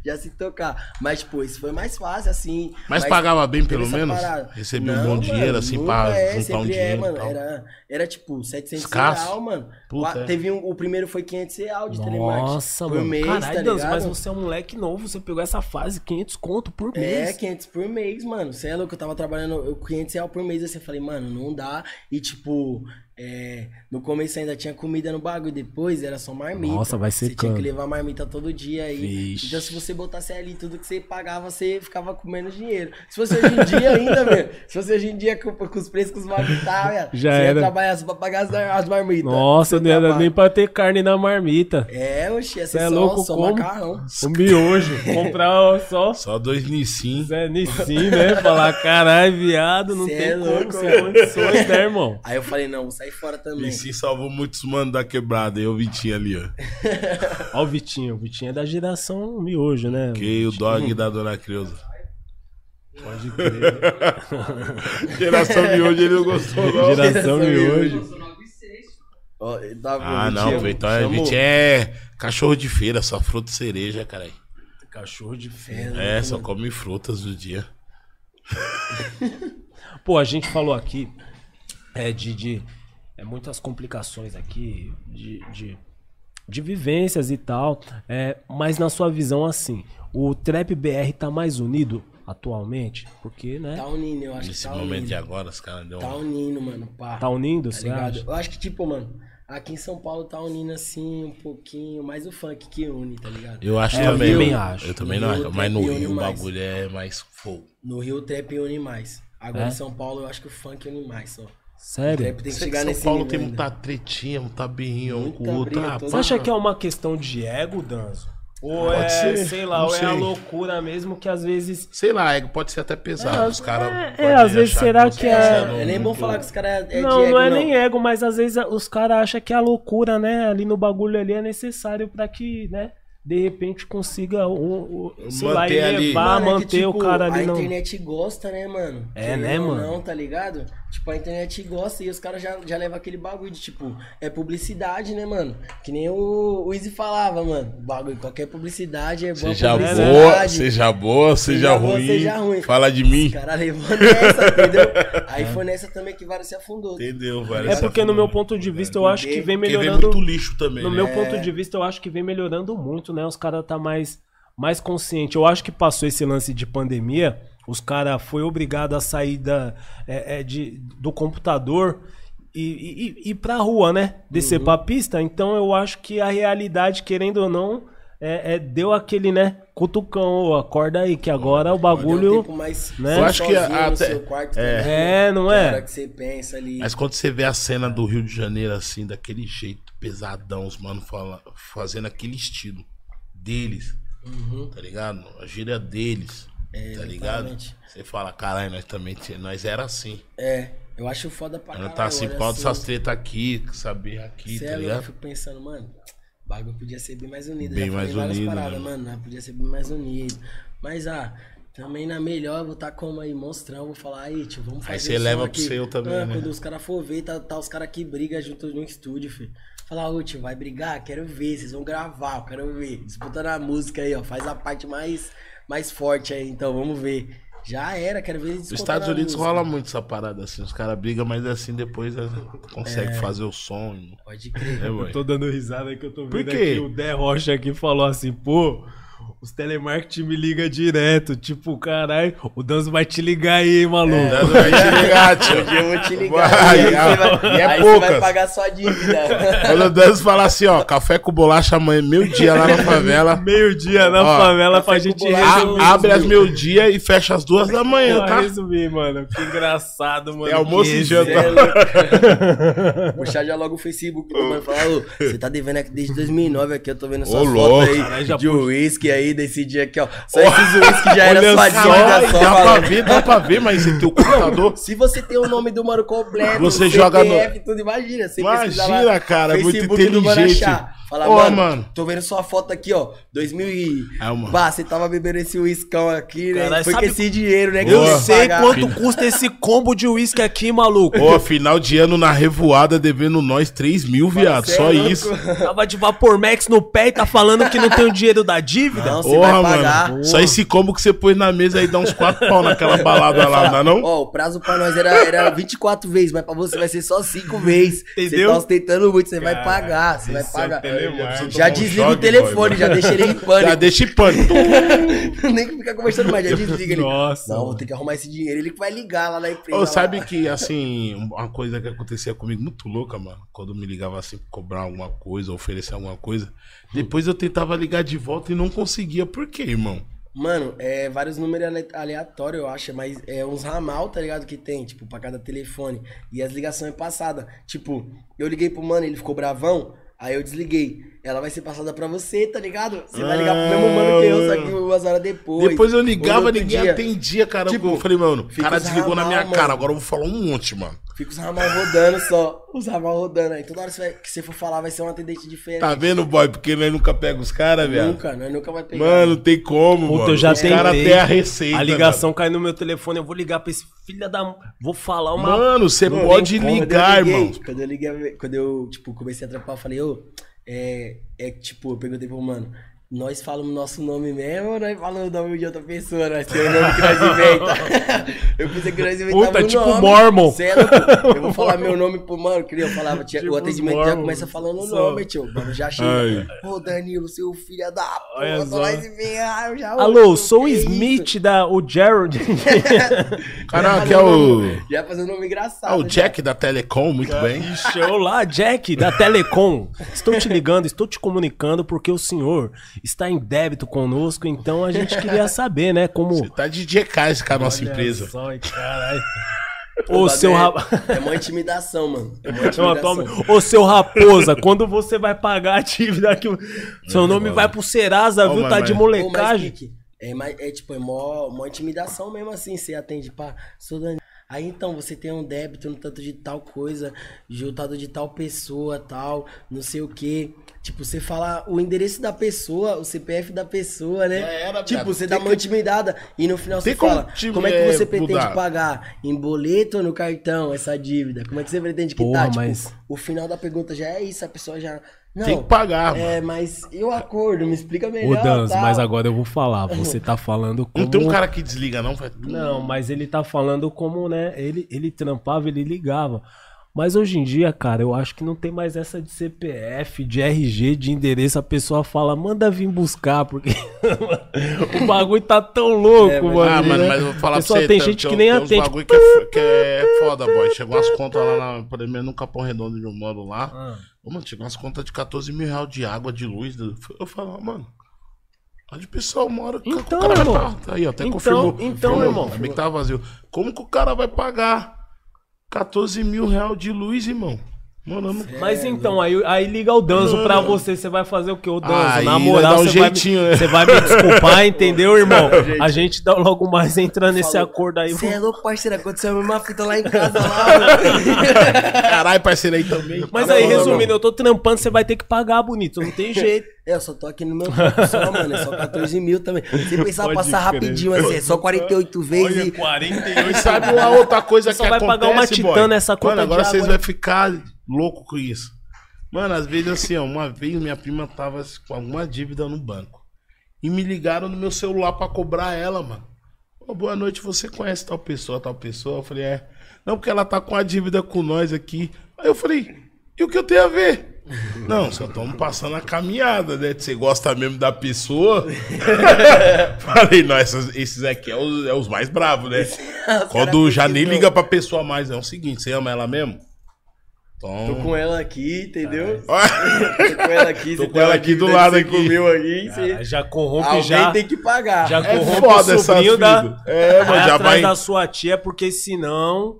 [SPEAKER 3] já se tocar. Mas, pô, isso foi mais fácil, assim.
[SPEAKER 2] Mas, pagava bem,
[SPEAKER 3] teve
[SPEAKER 2] pelo
[SPEAKER 3] essa
[SPEAKER 2] menos?
[SPEAKER 3] parada.
[SPEAKER 2] Recebia
[SPEAKER 3] Não,
[SPEAKER 2] um bom
[SPEAKER 3] mano,
[SPEAKER 2] dinheiro, assim,
[SPEAKER 3] nunca
[SPEAKER 2] pra juntar
[SPEAKER 3] é,
[SPEAKER 2] um
[SPEAKER 3] sempre é,
[SPEAKER 2] dinheiro e
[SPEAKER 3] mano.
[SPEAKER 2] tal.
[SPEAKER 3] Era, era, tipo, 700
[SPEAKER 2] Escasso.
[SPEAKER 3] real, mano.
[SPEAKER 2] Puta,
[SPEAKER 3] Qua-
[SPEAKER 2] é.
[SPEAKER 3] Teve um, o primeiro foi 500 real de telemarketing.
[SPEAKER 1] Nossa,
[SPEAKER 3] por
[SPEAKER 1] mano.
[SPEAKER 3] Mês,
[SPEAKER 1] Caralho,
[SPEAKER 3] tá
[SPEAKER 1] Deus,
[SPEAKER 3] ligado?
[SPEAKER 1] mas você é um moleque novo, você pegou essa fase, 500 conto por
[SPEAKER 3] É,
[SPEAKER 1] mês.
[SPEAKER 3] 500 por mês, mano. Você é louco, eu tava trabalhando eu, 500 reais por mês. Assim, eu falei, mano, não dá. E tipo, é, no começo ainda tinha comida no bagulho, depois era só marmita.
[SPEAKER 1] Nossa, vai
[SPEAKER 3] Você tinha
[SPEAKER 1] secando.
[SPEAKER 3] que levar marmita todo dia aí.
[SPEAKER 1] Vixe.
[SPEAKER 3] Então se você botasse ali tudo que você pagava, você ficava com menos dinheiro. Se fosse hoje em dia ainda, velho. Se fosse hoje em dia com, com os preços que os bagulho tá, velho.
[SPEAKER 1] Já
[SPEAKER 3] você
[SPEAKER 1] era.
[SPEAKER 3] ia trabalhar só pra pagar as, as marmitas.
[SPEAKER 1] Nossa, não ia dar
[SPEAKER 3] Trabalho.
[SPEAKER 1] nem pra ter carne na marmita.
[SPEAKER 3] É, oxe, ia ser
[SPEAKER 1] Cê é
[SPEAKER 3] só,
[SPEAKER 1] louco
[SPEAKER 3] só
[SPEAKER 1] como?
[SPEAKER 3] macarrão.
[SPEAKER 1] O miojo, comprar só
[SPEAKER 2] Só dois Nissin.
[SPEAKER 1] Zé Nissim, né? Falar, caralho, viado, não
[SPEAKER 3] Cê
[SPEAKER 1] tem
[SPEAKER 3] é
[SPEAKER 1] como,
[SPEAKER 3] louco,
[SPEAKER 1] sem
[SPEAKER 3] mano.
[SPEAKER 1] condições, né, irmão?
[SPEAKER 3] Aí eu falei, não, vou sair fora também.
[SPEAKER 2] Nissin salvou muitos mano da quebrada. Eu, Vitinho ali, ó.
[SPEAKER 1] Ó o Vitinho, o Vitinho é da geração miojo, né?
[SPEAKER 2] Que o dog da dona Creuza.
[SPEAKER 1] Pode crer.
[SPEAKER 2] Geração de hoje ele não gostou, não.
[SPEAKER 1] geração
[SPEAKER 3] né?
[SPEAKER 1] miojo.
[SPEAKER 3] Ó, tá bom,
[SPEAKER 2] Ah, não,
[SPEAKER 3] Vitinho,
[SPEAKER 2] pô, então é,
[SPEAKER 3] chamou.
[SPEAKER 2] Vitinho é cachorro de feira, só fruta e cereja, caralho.
[SPEAKER 1] Cachorro de ferro.
[SPEAKER 3] É,
[SPEAKER 2] É, só come frutas do dia.
[SPEAKER 1] Pô, a gente falou aqui é, de, de- é, muitas complicações aqui, de, de, de vivências e tal, é, mas na sua visão, assim, o Trap BR tá mais unido atualmente? Porque, né?
[SPEAKER 3] Tá unindo, eu acho
[SPEAKER 2] Nesse
[SPEAKER 3] que tá
[SPEAKER 2] momento é
[SPEAKER 3] unindo.
[SPEAKER 2] de agora, os caras deu um
[SPEAKER 3] Tá
[SPEAKER 2] uma...
[SPEAKER 3] unindo, mano, pá.
[SPEAKER 1] Tá unindo,
[SPEAKER 3] tá
[SPEAKER 1] você
[SPEAKER 3] ligado?
[SPEAKER 1] acha?
[SPEAKER 3] Eu acho que, tipo, mano, aqui em São Paulo tá unindo assim um pouquinho, mais o funk que une, tá ligado?
[SPEAKER 2] Eu acho
[SPEAKER 1] É, eu
[SPEAKER 2] também.
[SPEAKER 1] também acho.
[SPEAKER 2] Eu também
[SPEAKER 3] No
[SPEAKER 2] não
[SPEAKER 3] Rio
[SPEAKER 2] acho. Mas no
[SPEAKER 3] tem
[SPEAKER 2] Rio o
[SPEAKER 3] mais.
[SPEAKER 2] bagulho é mais fogo.
[SPEAKER 3] No Rio o trap une mais. Agora
[SPEAKER 1] É?
[SPEAKER 3] em São Paulo eu acho que o funk une mais, só. O
[SPEAKER 1] Sério?
[SPEAKER 3] trap tá tem que
[SPEAKER 2] Sei
[SPEAKER 3] chegar
[SPEAKER 2] que
[SPEAKER 3] nesse
[SPEAKER 2] São Paulo
[SPEAKER 3] nível
[SPEAKER 2] tem
[SPEAKER 3] ainda.
[SPEAKER 2] muita tretinha, muita birrinha um
[SPEAKER 3] Muita
[SPEAKER 2] com o outro.
[SPEAKER 3] briga,
[SPEAKER 2] Ah,
[SPEAKER 3] todo
[SPEAKER 1] Você acha que é uma questão de ego, Danzo? Ou
[SPEAKER 2] Pode
[SPEAKER 1] é,
[SPEAKER 2] ser,
[SPEAKER 1] sei lá,
[SPEAKER 2] não
[SPEAKER 1] ou é a
[SPEAKER 2] sei.
[SPEAKER 1] loucura mesmo que às vezes.
[SPEAKER 2] Sei lá, ego pode ser até pesado. os caras.
[SPEAKER 1] é,
[SPEAKER 2] podem
[SPEAKER 1] às vezes
[SPEAKER 2] achar
[SPEAKER 1] será
[SPEAKER 2] você
[SPEAKER 1] que
[SPEAKER 2] tá
[SPEAKER 1] é-
[SPEAKER 2] sendo
[SPEAKER 3] É nem bom
[SPEAKER 2] muito-
[SPEAKER 3] falar que os caras é
[SPEAKER 1] não,
[SPEAKER 3] de ego,
[SPEAKER 1] não é nem ego, mas às vezes a- os caras acham que a loucura, né, ali no bagulho ali é necessário pra que, né? de repente consiga um, um, sei lá,
[SPEAKER 2] Manter ali.
[SPEAKER 1] elevar,
[SPEAKER 3] Mano, é que,
[SPEAKER 1] manter o
[SPEAKER 3] tipo,
[SPEAKER 1] cara
[SPEAKER 3] A
[SPEAKER 1] ali não.
[SPEAKER 3] internet gosta, né, mano?
[SPEAKER 1] É,
[SPEAKER 3] Querendo
[SPEAKER 1] né,
[SPEAKER 3] ou
[SPEAKER 1] mano?
[SPEAKER 3] Não, tá ligado? Tipo, a internet gosta e os caras já, já levam aquele bagulho de, tipo, é publicidade, né, mano? Que nem o, o Izzy falava, mano. Bagulho, qualquer publicidade é boa
[SPEAKER 2] Seja
[SPEAKER 3] publicidade.
[SPEAKER 2] boa, seja boa, seja
[SPEAKER 3] boa,
[SPEAKER 2] ruim.
[SPEAKER 3] seja ruim.
[SPEAKER 2] Fala de mim.
[SPEAKER 3] Os caras levou nessa, entendeu? Aí foi nessa também que vários se afundou.
[SPEAKER 2] Entendeu, velho?
[SPEAKER 1] É
[SPEAKER 2] Essa
[SPEAKER 1] porque no
[SPEAKER 2] figura.
[SPEAKER 1] meu ponto de vista eu acho que vem
[SPEAKER 2] Porque vem
[SPEAKER 1] melhorando.
[SPEAKER 2] muito lixo também.
[SPEAKER 1] No
[SPEAKER 2] né?
[SPEAKER 1] meu
[SPEAKER 3] É.
[SPEAKER 1] ponto de vista eu acho que vem melhorando muito, né? Os caras tá mais mais consciente. Eu acho que passou esse lance de pandemia, os caras foi obrigado a sair da, é, é, de, do computador e, e, e ir pra rua, né? Descer
[SPEAKER 3] Uhum.
[SPEAKER 1] pra pista. Então eu acho que a realidade, querendo ou não, é, é, deu aquele, né? Cutucão, ô, acorda aí, que agora o
[SPEAKER 3] Deu um
[SPEAKER 1] bagulho.
[SPEAKER 3] tempo mais
[SPEAKER 1] né?
[SPEAKER 3] só
[SPEAKER 1] Eu
[SPEAKER 2] acho que
[SPEAKER 3] sozinho
[SPEAKER 2] a-
[SPEAKER 3] no
[SPEAKER 2] até-
[SPEAKER 3] seu quarto,
[SPEAKER 2] é.
[SPEAKER 3] tá ligado?
[SPEAKER 1] É, não
[SPEAKER 3] Que
[SPEAKER 1] é?
[SPEAKER 3] a hora que você pensa ali.
[SPEAKER 2] Mas quando você vê a cena do Rio de Janeiro assim, daquele jeito, pesadão, os mano fala, fazendo aquele estilo deles,
[SPEAKER 3] Uhum.
[SPEAKER 2] tá ligado? A gíria deles, tá ligado?
[SPEAKER 3] É, exatamente.
[SPEAKER 2] Você fala, caralho, nós também, tinha- nós era assim.
[SPEAKER 3] É, eu acho foda pra
[SPEAKER 2] Nós
[SPEAKER 3] caralho.
[SPEAKER 2] tá assim, por
[SPEAKER 3] olha
[SPEAKER 2] causa
[SPEAKER 3] só.
[SPEAKER 2] dessas tretas aqui, saber aqui,
[SPEAKER 3] Cê é
[SPEAKER 2] tá
[SPEAKER 3] louco, Eu
[SPEAKER 2] ligado?
[SPEAKER 3] fico pensando, mano, o bagulho podia ser bem mais unido.
[SPEAKER 2] Bem
[SPEAKER 3] já falei
[SPEAKER 2] mais
[SPEAKER 3] várias
[SPEAKER 2] unido,
[SPEAKER 3] paradas,
[SPEAKER 2] né,
[SPEAKER 3] mano. né, Podia ser bem mais unido. Mas, ah, também na melhor, eu vou estar tá como aí, monstrão, vou falar, aí, tio, vamos fazer
[SPEAKER 2] Aí cê
[SPEAKER 3] um som
[SPEAKER 2] leva pro
[SPEAKER 3] aqui.
[SPEAKER 2] seu também,
[SPEAKER 3] Ah,
[SPEAKER 2] né?
[SPEAKER 3] Quando os caras for ver, tá, tá os caras que brigam junto no estúdio, filho. Falar, ô tio, vai brigar? Quero ver, vocês vão gravar, eu quero ver. Disputando a música aí, ó, faz a parte mais, mais forte aí, então, vamos ver. Já era, quero ver eles
[SPEAKER 2] Nos
[SPEAKER 3] disputando
[SPEAKER 2] Estados
[SPEAKER 3] a
[SPEAKER 2] Unidos
[SPEAKER 3] música.
[SPEAKER 2] rola muito essa parada assim, os caras brigam, mas assim depois né, consegue
[SPEAKER 3] É.
[SPEAKER 2] fazer o som. irmão.
[SPEAKER 3] Pode crer.
[SPEAKER 2] É, ué.
[SPEAKER 1] Tô dando risada que eu tô vendo
[SPEAKER 2] Por quê?
[SPEAKER 1] aqui. O Dé Rocha aqui falou assim, pô, os telemarketing me ligam direto. Tipo, caralho, o Danzo vai te ligar aí, hein, maluco.
[SPEAKER 2] Não vai te ligar, tio.
[SPEAKER 3] Eu vou te ligar.
[SPEAKER 2] Vai,
[SPEAKER 3] aí você vai,
[SPEAKER 2] e é
[SPEAKER 3] aí você vai
[SPEAKER 2] poucas.
[SPEAKER 3] pagar sua dívida.
[SPEAKER 2] Quando o Danzo fala assim, ó, café com bolacha amanhã, meio dia lá na favela.
[SPEAKER 1] Meio-dia É na
[SPEAKER 2] Ó,
[SPEAKER 1] favela
[SPEAKER 3] café
[SPEAKER 1] pra
[SPEAKER 3] com
[SPEAKER 1] gente
[SPEAKER 3] bolacha,
[SPEAKER 1] resumir.
[SPEAKER 2] A- abre às meio-dia e fecha às duas da manhã,
[SPEAKER 1] Pra
[SPEAKER 2] tá?
[SPEAKER 1] resumir, mano. Que engraçado, mano.
[SPEAKER 2] É almoço
[SPEAKER 1] Que
[SPEAKER 2] e janta.
[SPEAKER 1] resenha.
[SPEAKER 3] Puxar já logo o Facebook pra mãe falar, ô, você tá devendo aqui desde 2009 aqui, eu tô vendo
[SPEAKER 2] Ô,
[SPEAKER 3] suas
[SPEAKER 2] louco.
[SPEAKER 3] fotos aí
[SPEAKER 1] Caralho, já
[SPEAKER 3] de
[SPEAKER 1] puxa.
[SPEAKER 3] uísque aí desse dia aqui, ó. Só esses uísque já era
[SPEAKER 1] Olha
[SPEAKER 3] sua
[SPEAKER 1] só,
[SPEAKER 3] dívida só,
[SPEAKER 2] dá pra
[SPEAKER 3] mano.
[SPEAKER 2] ver, dá pra ver, mas você tem o computador.
[SPEAKER 3] Se você tem o nome do mano completo,
[SPEAKER 2] Você joga no-
[SPEAKER 3] CPF, tudo, imagina. Você pesquisar
[SPEAKER 2] Imagina,
[SPEAKER 3] lá,
[SPEAKER 2] cara, é muito
[SPEAKER 3] Facebook do mano
[SPEAKER 2] inteligente.
[SPEAKER 3] achar. Fala,
[SPEAKER 2] Ô,
[SPEAKER 3] mano,
[SPEAKER 2] mano.
[SPEAKER 3] tô vendo sua foto aqui, ó, 2000 e...
[SPEAKER 2] Ah, mano.
[SPEAKER 3] Bah, você tava bebendo esse uiscão aqui, né?
[SPEAKER 1] Caralho,
[SPEAKER 3] Foi
[SPEAKER 1] sabe-
[SPEAKER 3] com esse dinheiro, né? que
[SPEAKER 1] Eu
[SPEAKER 2] Boa.
[SPEAKER 3] você
[SPEAKER 1] sei
[SPEAKER 3] pagava.
[SPEAKER 1] quanto custa esse combo de uísque aqui, maluco.
[SPEAKER 2] Pô, final de ano na revoada devendo nós 3 mil, viado.
[SPEAKER 3] Cê é
[SPEAKER 2] Só
[SPEAKER 3] louco.
[SPEAKER 2] isso.
[SPEAKER 1] Tava de Vapormax no pé e tá falando que não tem o dinheiro da dívida.
[SPEAKER 3] Não, você
[SPEAKER 2] Porra,
[SPEAKER 3] vai pagar.
[SPEAKER 2] mano. Só esse combo que você pôs na mesa aí dá uns 4 pau naquela balada lá, não é não?
[SPEAKER 3] Ó, o prazo pra nós era, era 24 vezes, mas pra você vai ser só 5 vezes. Você
[SPEAKER 1] Entendeu?
[SPEAKER 3] tá ostentando muito, você vai
[SPEAKER 1] Caralho,
[SPEAKER 3] pagar, você vai
[SPEAKER 1] isso é
[SPEAKER 3] pagar.
[SPEAKER 1] telemarketing.
[SPEAKER 3] Já
[SPEAKER 2] Tomar um
[SPEAKER 3] desliga o
[SPEAKER 2] choque,
[SPEAKER 3] telefone,
[SPEAKER 2] boy,
[SPEAKER 3] já deixa ele em
[SPEAKER 2] Já
[SPEAKER 3] pânico.
[SPEAKER 2] deixa em pânico.
[SPEAKER 3] Nem que fica conversando mais, já desliga ele.
[SPEAKER 1] Nossa,
[SPEAKER 3] Não, vou
[SPEAKER 1] mano.
[SPEAKER 3] ter que arrumar esse dinheiro. Ele que vai ligar lá na empresa.
[SPEAKER 2] Ô,
[SPEAKER 3] lá.
[SPEAKER 2] sabe que, assim, uma coisa que acontecia comigo muito louca, mano. Quando me ligava assim pra cobrar alguma coisa, oferecer alguma coisa. Depois eu tentava ligar de volta e não conseguia. Por quê, irmão?
[SPEAKER 3] Mano, é vários números ale- aleatórios, eu acho, mas é uns ramal, tá ligado? Que tem, tipo, pra cada telefone. E as ligações é passada. Tipo, eu liguei pro mano, ele ficou bravão, aí eu desliguei. Ela vai ser passada pra você, tá ligado? Você vai ligar pro mesmo mano que eu, só que umas horas depois.
[SPEAKER 2] Ah, Depois eu
[SPEAKER 3] Ou no
[SPEAKER 2] ligava,
[SPEAKER 3] outro
[SPEAKER 2] ninguém
[SPEAKER 3] dia.
[SPEAKER 2] atendia, cara.
[SPEAKER 3] Tipo,
[SPEAKER 2] eu falei, mano, o
[SPEAKER 3] fica
[SPEAKER 2] cara
[SPEAKER 3] os
[SPEAKER 2] desligou na minha
[SPEAKER 3] ramal, mano.
[SPEAKER 2] cara. Agora eu vou falar um monte, mano.
[SPEAKER 3] Fica os ramal rodando só. Os ramal rodando aí. Toda hora você vai- que você for falar, vai ser um atendente diferente.
[SPEAKER 2] Tá vendo, boy? Porque nós nunca pega os caras, velho.
[SPEAKER 3] Nunca, nós nunca vai pegar.
[SPEAKER 2] Mano, tem como,
[SPEAKER 1] Puta,
[SPEAKER 2] mano.
[SPEAKER 1] eu já
[SPEAKER 2] os caras
[SPEAKER 1] tentei.
[SPEAKER 2] têm a receita.
[SPEAKER 1] A ligação cai no meu telefone, eu vou ligar pra esse filho da. Vou falar uma.
[SPEAKER 2] Mano, Mano, você
[SPEAKER 1] Não
[SPEAKER 2] pode
[SPEAKER 1] tem como,
[SPEAKER 2] ligar,
[SPEAKER 3] quando eu liguei,
[SPEAKER 2] irmão.
[SPEAKER 3] Quando eu liguei, quando eu, tipo, comecei a trampar, eu falei, ô, é, é que, tipo, eu perguntei pro mano, nós falamos nosso nome mesmo ou nós falamos o nome de outra pessoa? Nós temos o nome que nós inventa. eu pensei que nós inventávamos
[SPEAKER 1] Puta,
[SPEAKER 3] o
[SPEAKER 1] tipo
[SPEAKER 3] nome.
[SPEAKER 1] Mormon.
[SPEAKER 3] Cê é louco? Eu vou falar meu nome pro mano, que nem eu falava, tinha-
[SPEAKER 1] Tipo
[SPEAKER 3] o
[SPEAKER 1] os
[SPEAKER 3] atendimento já
[SPEAKER 1] Mormon.
[SPEAKER 3] começa falando o
[SPEAKER 1] Só.
[SPEAKER 3] nome, tio. O mano já chega.
[SPEAKER 2] Ai.
[SPEAKER 3] Ô, Danilo, seu filho da
[SPEAKER 1] Olha
[SPEAKER 3] puta,
[SPEAKER 1] só.
[SPEAKER 3] nós e vem, ah, eu já
[SPEAKER 1] Alô,
[SPEAKER 3] ouço,
[SPEAKER 1] sou o
[SPEAKER 3] que isso?
[SPEAKER 1] Smith da. O Gerald.
[SPEAKER 2] Cara, que é o.
[SPEAKER 3] Já fazer um nome engraçado.
[SPEAKER 2] Ah, o
[SPEAKER 3] já.
[SPEAKER 2] Jack da Telecom, muito bem.
[SPEAKER 1] Ixi, olá, Jack, da Telecom. Estou te ligando, estou te comunicando porque o senhor está em débito conosco, então a gente queria saber, né, como...
[SPEAKER 2] Você tá de jecar esse cara, nossa
[SPEAKER 1] Olha
[SPEAKER 2] empresa.
[SPEAKER 1] só, hein, caralho.
[SPEAKER 3] O
[SPEAKER 1] Ô,
[SPEAKER 3] bagulho
[SPEAKER 1] seu
[SPEAKER 3] é-
[SPEAKER 1] rapaz...
[SPEAKER 3] É uma intimidação, mano. É uma
[SPEAKER 1] Não,
[SPEAKER 3] intimidação.
[SPEAKER 1] toma. Ô, seu raposa, quando você vai pagar a dívida que o- Seu nome vai pro Serasa,
[SPEAKER 2] Ô,
[SPEAKER 1] viu?
[SPEAKER 2] mas-
[SPEAKER 1] Tá de
[SPEAKER 2] mas-
[SPEAKER 3] Pô, mas,
[SPEAKER 1] molecagem.
[SPEAKER 3] Kiki, É, mais- é tipo, é mó, mó intimidação mesmo assim. Você atende, pá, sou Dani. Aí então, você tem um débito no tanto de tal coisa, juntado de tal pessoa, tal, não sei o quê. Tipo, você falar o endereço da pessoa, o CPF da pessoa, né?
[SPEAKER 2] Já era,
[SPEAKER 3] tipo,
[SPEAKER 2] viado.
[SPEAKER 3] você
[SPEAKER 2] Tem
[SPEAKER 3] dá uma
[SPEAKER 2] que-
[SPEAKER 3] intimidada e no final
[SPEAKER 2] Tem
[SPEAKER 3] você fala,
[SPEAKER 2] como te-
[SPEAKER 3] como é que você
[SPEAKER 2] é,
[SPEAKER 3] pretende
[SPEAKER 2] mudar?
[SPEAKER 3] pagar? Em boleto ou no cartão essa dívida? Como é que você pretende
[SPEAKER 1] Porra,
[SPEAKER 3] quitar?
[SPEAKER 1] mas-
[SPEAKER 3] Tipo, o final da pergunta já é isso, a pessoa já... Não,
[SPEAKER 2] Tem que pagar,
[SPEAKER 3] É, mas eu acordo, me explica
[SPEAKER 1] Ô,
[SPEAKER 3] melhor,
[SPEAKER 1] Danz,
[SPEAKER 3] tal.
[SPEAKER 1] mas agora eu vou falar. Você tá falando como...
[SPEAKER 2] Não tem um cara que desliga, não? Faz...
[SPEAKER 1] Não, mas ele tá falando como, né? Ele, ele trampava, ele ligava. Mas hoje em dia, cara, eu acho que não tem mais essa de CPF, de RG, de endereço. A pessoa fala, manda vir buscar, porque o bagulho tá tão louco, mano.
[SPEAKER 2] Ah, mano,
[SPEAKER 1] né?
[SPEAKER 2] mas eu vou falar pra
[SPEAKER 1] Pessoal,
[SPEAKER 2] você. tá,
[SPEAKER 1] tem gente que nem
[SPEAKER 2] tem uns
[SPEAKER 1] atende.
[SPEAKER 2] bagulho que é, f- que é foda, boy. Chegou umas contas lá, na, por exemplo, no Capão Redondo onde eu moro lá.
[SPEAKER 1] Ah.
[SPEAKER 2] Ô, mano, chegou umas contas de 14 mil reais de água, de luz. Eu f- eu falo, ah, mano, onde o pessoal mora? que
[SPEAKER 1] Então,
[SPEAKER 2] vai
[SPEAKER 1] irmão.
[SPEAKER 2] pagar? Tá aí, ó, até
[SPEAKER 1] Então,
[SPEAKER 2] confirmou.
[SPEAKER 1] então,
[SPEAKER 2] Confirmou,
[SPEAKER 1] irmão.
[SPEAKER 2] Ainda bem que tava vazio. Como que o cara vai pagar 14 mil reais de luz, irmão? É, Mano, eu não...
[SPEAKER 1] Mas então, aí, aí liga o Danzo pra você, você vai fazer o que? Ô Danzo,
[SPEAKER 2] Aí
[SPEAKER 1] na moral,
[SPEAKER 2] dá um
[SPEAKER 1] você,
[SPEAKER 2] jeitinho,
[SPEAKER 1] vai me,
[SPEAKER 2] né? um
[SPEAKER 1] você vai me desculpar, entendeu, irmão? A gente dá logo mais entra nesse acordo aí.
[SPEAKER 3] Você é louco, parceiro, aconteceu a mesma fita lá em casa, lá, mano.
[SPEAKER 2] Caralho, parceiro aí também.
[SPEAKER 1] Mas
[SPEAKER 2] Tá
[SPEAKER 1] aí,
[SPEAKER 2] bom, tá bom.
[SPEAKER 1] resumindo, eu tô trampando, você vai ter que pagar, bonito, não tem jeito.
[SPEAKER 3] É, Eu só tô aqui no meu corpo só, mano. É só 14 mil também. Se pensar
[SPEAKER 1] Pode
[SPEAKER 3] passar
[SPEAKER 1] crer.
[SPEAKER 3] rapidinho, assim, é só 48 vezes.
[SPEAKER 1] 48
[SPEAKER 2] E sabe uma outra coisa
[SPEAKER 1] Só
[SPEAKER 2] que
[SPEAKER 1] vai
[SPEAKER 2] acontece,
[SPEAKER 1] pagar uma Titã
[SPEAKER 2] boy?
[SPEAKER 1] nessa conta
[SPEAKER 2] Mano, agora
[SPEAKER 1] de água,
[SPEAKER 2] vocês
[SPEAKER 1] né?
[SPEAKER 2] vão ficar louco com isso. Mano, às vezes assim, ó, uma vez minha prima tava com alguma dívida no banco. E me ligaram no meu celular pra cobrar ela, mano. Ô, boa noite, você conhece tal pessoa, tal pessoa? Eu falei, é. Não, porque ela tá com a dívida com nós aqui. Aí eu falei, e o que eu tenho a ver? Não, só estamos passando a caminhada, né? Você gosta mesmo da pessoa? Falei, não, essas- esses aqui é os, é os mais bravos, né? Quando
[SPEAKER 3] caras
[SPEAKER 2] já nem
[SPEAKER 3] pesquisam.
[SPEAKER 2] liga pra pessoa mais, é o seguinte, você ama ela mesmo?
[SPEAKER 3] Tô
[SPEAKER 2] Então.
[SPEAKER 3] com ela aqui, entendeu?
[SPEAKER 2] Ó,
[SPEAKER 3] Tô com ela aqui.
[SPEAKER 2] Tô
[SPEAKER 3] você
[SPEAKER 2] com
[SPEAKER 3] tem
[SPEAKER 2] ela
[SPEAKER 3] uma
[SPEAKER 2] aqui do
[SPEAKER 3] dívida de
[SPEAKER 2] lado
[SPEAKER 3] cinco
[SPEAKER 2] aqui.
[SPEAKER 3] mil aí, você...
[SPEAKER 1] Já corrompe,
[SPEAKER 3] Alguém
[SPEAKER 1] já,
[SPEAKER 3] tem que pagar.
[SPEAKER 1] já
[SPEAKER 2] É
[SPEAKER 1] corrompe
[SPEAKER 2] foda
[SPEAKER 1] o
[SPEAKER 2] essa
[SPEAKER 1] sobrinho da...
[SPEAKER 2] vida. É, mas
[SPEAKER 1] vai
[SPEAKER 2] já
[SPEAKER 1] atrás
[SPEAKER 2] vai-
[SPEAKER 1] da sua tia, porque senão...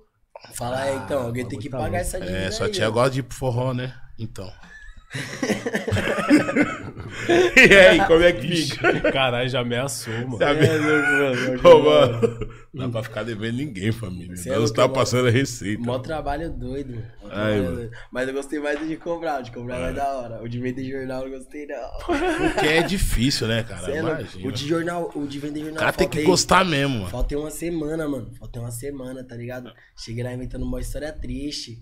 [SPEAKER 3] Fala aí, então. Alguém tem que
[SPEAKER 1] tá
[SPEAKER 3] pagar
[SPEAKER 1] louco.
[SPEAKER 3] essa dívida
[SPEAKER 2] É, sua
[SPEAKER 3] aí,
[SPEAKER 2] tia
[SPEAKER 3] ó.
[SPEAKER 2] gosta de ir pro forró, né? Então. e aí, como é que
[SPEAKER 1] Ixi,
[SPEAKER 2] fica?
[SPEAKER 1] Caralho, já ameaçou, mano.
[SPEAKER 2] Sabe?
[SPEAKER 3] É, louco, mano.
[SPEAKER 2] Ô, mano, não dá pra ficar devendo ninguém, família.
[SPEAKER 3] é Cê é
[SPEAKER 2] Deus
[SPEAKER 3] louco,
[SPEAKER 2] tá
[SPEAKER 3] irmão.
[SPEAKER 2] passando a receita.
[SPEAKER 3] Mó trabalho doido. mano. Mó
[SPEAKER 2] Ai,
[SPEAKER 3] trabalho
[SPEAKER 2] mano.
[SPEAKER 3] doido. Mas eu gostei mais do de cobrar. o De cobrar é mais da hora. O de vender jornal eu não gostei, não.
[SPEAKER 2] Porque é difícil, né, cara?
[SPEAKER 3] Cê é louco.
[SPEAKER 2] Imagina.
[SPEAKER 3] o é de jornal, o de vender
[SPEAKER 2] O
[SPEAKER 3] jornal.
[SPEAKER 2] cara tem que
[SPEAKER 3] faltei-
[SPEAKER 2] gostar mesmo, mano.
[SPEAKER 3] Faltei uma semana, mano. Faltei uma semana, tá ligado? Cheguei lá inventando uma história triste.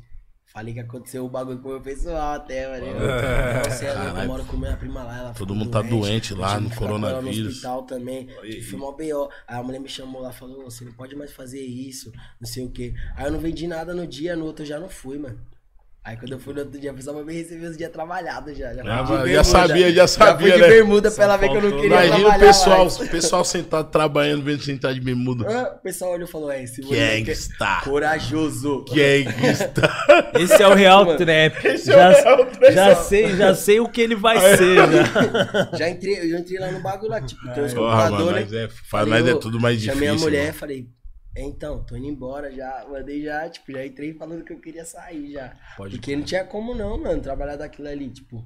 [SPEAKER 3] Falei que aconteceu o bagulho com o meu pessoal até, mano. Eu, você é louco, eu
[SPEAKER 2] Caralho.
[SPEAKER 3] moro com minha prima lá. Ela
[SPEAKER 2] Todo
[SPEAKER 3] ficou
[SPEAKER 2] mundo tá doente lá
[SPEAKER 3] eu tive
[SPEAKER 2] no
[SPEAKER 3] que ficar com ela No
[SPEAKER 2] coronavírus.
[SPEAKER 3] hospital também.
[SPEAKER 2] Aí.
[SPEAKER 3] Fui mó B.O. Aí a mulher me chamou lá, falou, você não pode mais fazer isso, não sei o quê. Aí eu não vendi nada no dia, no outro eu já não fui, mano. Aí quando eu fui no outro dia, a pessoa me recebeu os dias trabalhados já. Já, fui
[SPEAKER 2] Ah,
[SPEAKER 3] de
[SPEAKER 2] já
[SPEAKER 3] bermuda.
[SPEAKER 2] sabia, já
[SPEAKER 3] Já
[SPEAKER 2] sabia,
[SPEAKER 3] fui de
[SPEAKER 2] né?
[SPEAKER 3] bermuda pra ela ver que eu não
[SPEAKER 1] faltou-
[SPEAKER 3] queria
[SPEAKER 2] Imagina o
[SPEAKER 3] trabalhar
[SPEAKER 2] pessoal,
[SPEAKER 3] mais.
[SPEAKER 2] o pessoal sentado trabalhando, vendo sentar tá de bermuda.
[SPEAKER 3] Ah, O pessoal olhou e falou, é, esse moleque é
[SPEAKER 2] Gangsta. é
[SPEAKER 3] corajoso.
[SPEAKER 2] Gangsta.
[SPEAKER 1] Esse é o real
[SPEAKER 3] Mano,
[SPEAKER 1] trap.
[SPEAKER 2] esse é
[SPEAKER 1] já,
[SPEAKER 2] o real trap. É.
[SPEAKER 1] já sei, já sei o que ele vai ser. Já.
[SPEAKER 3] Já entrei, eu entrei lá no bagulho lá, tipo, tem uns
[SPEAKER 2] Porra, mano,
[SPEAKER 3] computadores,
[SPEAKER 2] mas
[SPEAKER 3] né?
[SPEAKER 2] é, pra nós é
[SPEAKER 3] ô,
[SPEAKER 2] tudo mais
[SPEAKER 3] Chamei a
[SPEAKER 2] difícil. né?
[SPEAKER 3] mulher,
[SPEAKER 2] mano.
[SPEAKER 3] falei, é, então, tô indo embora já, mandei já, tipo, já entrei falando que eu queria sair já.
[SPEAKER 1] Pode
[SPEAKER 3] Porque não tinha como não, mano, trabalhar daquilo ali, tipo,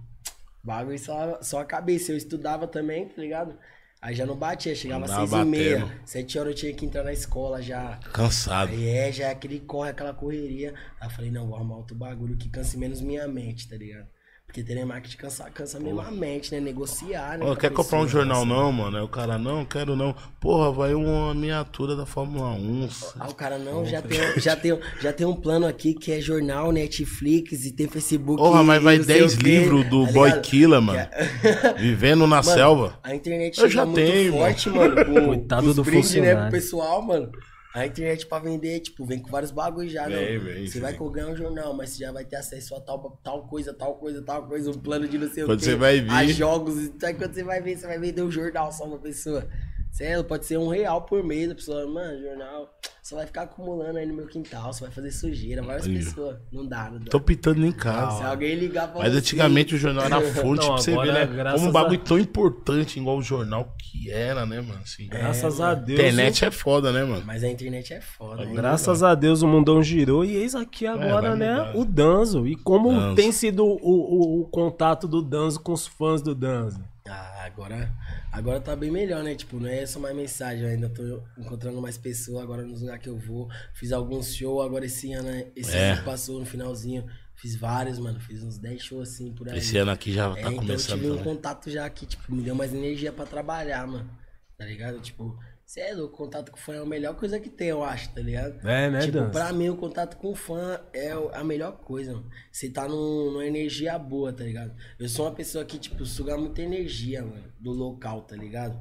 [SPEAKER 3] bagulho só, só a cabeça, eu estudava também, tá ligado? Aí já não batia, chegava às
[SPEAKER 2] Não dava
[SPEAKER 3] seis e meia,
[SPEAKER 2] batendo.
[SPEAKER 3] sete horas eu tinha que entrar na escola já.
[SPEAKER 2] Cansado.
[SPEAKER 3] Aí é, já é aquele corre, aquela correria. Aí eu falei, não, vou arrumar outro bagulho que canse menos minha mente, tá ligado? Porque telemarketing cansa, cansa mesmo a mente, né? Negociar, né?
[SPEAKER 2] Ô,
[SPEAKER 3] com a
[SPEAKER 2] quer comprar um
[SPEAKER 3] pessoa,
[SPEAKER 2] jornal
[SPEAKER 3] assim.
[SPEAKER 2] não, mano? Aí o cara, não, quero não. Porra, vai uma miniatura da Fórmula 1.
[SPEAKER 3] Ah, o cara, não, já
[SPEAKER 2] tá
[SPEAKER 3] tem, já, tem, já tem um plano aqui que é jornal, Netflix e tem Facebook.
[SPEAKER 2] Porra, mas vai
[SPEAKER 3] e não sei
[SPEAKER 2] 10
[SPEAKER 3] o quê,
[SPEAKER 2] livros do
[SPEAKER 3] tá
[SPEAKER 2] Boy
[SPEAKER 3] ligado?
[SPEAKER 2] Killa, mano.
[SPEAKER 3] Que é-
[SPEAKER 2] Vivendo na
[SPEAKER 3] Mano,
[SPEAKER 2] selva.
[SPEAKER 3] A internet
[SPEAKER 2] Eu
[SPEAKER 3] chega
[SPEAKER 2] já
[SPEAKER 3] muito
[SPEAKER 2] tenho,
[SPEAKER 3] forte, mano. com-
[SPEAKER 1] Coitado
[SPEAKER 3] com os
[SPEAKER 1] do
[SPEAKER 3] brindes, né, pro
[SPEAKER 1] funcionário.
[SPEAKER 3] pessoal, mano. A internet pra vender, tipo, vem com vários bagulhos já,
[SPEAKER 2] Vem,
[SPEAKER 3] né?
[SPEAKER 2] vem,
[SPEAKER 3] Você vai
[SPEAKER 2] vem.
[SPEAKER 3] ganhar um jornal, mas você já vai ter acesso a tal, tal coisa, tal coisa, tal coisa, um plano de não sei o
[SPEAKER 2] Quando
[SPEAKER 3] quê.
[SPEAKER 2] você vai ver-
[SPEAKER 3] A jogos. Então, aí quando você vai ver, você vai vender um jornal só pra pessoa. Sério, pode ser um real por mês. A pessoa, mano, jornal, você vai ficar acumulando aí no meu quintal, você vai fazer sujeira, várias
[SPEAKER 2] Aí.
[SPEAKER 3] pessoas. Não dá, não dá.
[SPEAKER 2] Tô pintando em
[SPEAKER 3] Se
[SPEAKER 2] casa.
[SPEAKER 3] alguém ligar pra
[SPEAKER 2] Mas
[SPEAKER 3] você-
[SPEAKER 2] antigamente o jornal era fonte
[SPEAKER 1] Então,
[SPEAKER 2] pra você
[SPEAKER 1] agora,
[SPEAKER 2] ver, né?
[SPEAKER 1] graças
[SPEAKER 2] Como um bagulho
[SPEAKER 1] a-
[SPEAKER 2] tão importante, igual o jornal que era, né, mano? Assim,
[SPEAKER 1] Graças a Deus.
[SPEAKER 2] internet é foda, né, mano?
[SPEAKER 3] Mas a internet é foda,
[SPEAKER 1] o-
[SPEAKER 3] né?
[SPEAKER 1] Graças a Deus o mundão girou e eis aqui agora,
[SPEAKER 2] É, vai
[SPEAKER 1] né,
[SPEAKER 2] mudar.
[SPEAKER 1] o Danzo. E como
[SPEAKER 2] Danzo.
[SPEAKER 1] tem sido o, o- o contato do Danzo com os fãs do Danzo?
[SPEAKER 3] Ah, agora, agora tá bem melhor, né? Tipo, não é só mais mensagem, eu ainda tô encontrando mais pessoas agora nos lugares que eu vou. Fiz alguns shows agora esse ano, né? esse
[SPEAKER 2] É.
[SPEAKER 3] ano que passou no finalzinho. Fiz vários, mano. Fiz uns 10 shows assim por aí.
[SPEAKER 2] Esse ano aqui já
[SPEAKER 3] É,
[SPEAKER 2] tá
[SPEAKER 3] então eu
[SPEAKER 2] começando
[SPEAKER 3] tive um
[SPEAKER 2] também.
[SPEAKER 3] contato já que, tipo, me deu mais energia pra trabalhar, mano. Tá ligado? Tipo, você é louco, contato com fã é a melhor coisa que tem, eu acho, tá ligado?
[SPEAKER 1] É, né,
[SPEAKER 3] Tipo,
[SPEAKER 1] Dan?
[SPEAKER 3] pra mim, o contato com o fã é o- a melhor coisa, mano. Você tá num- numa energia boa, tá ligado? Eu sou uma pessoa que, tipo, suga muita energia, mano, do local, tá ligado?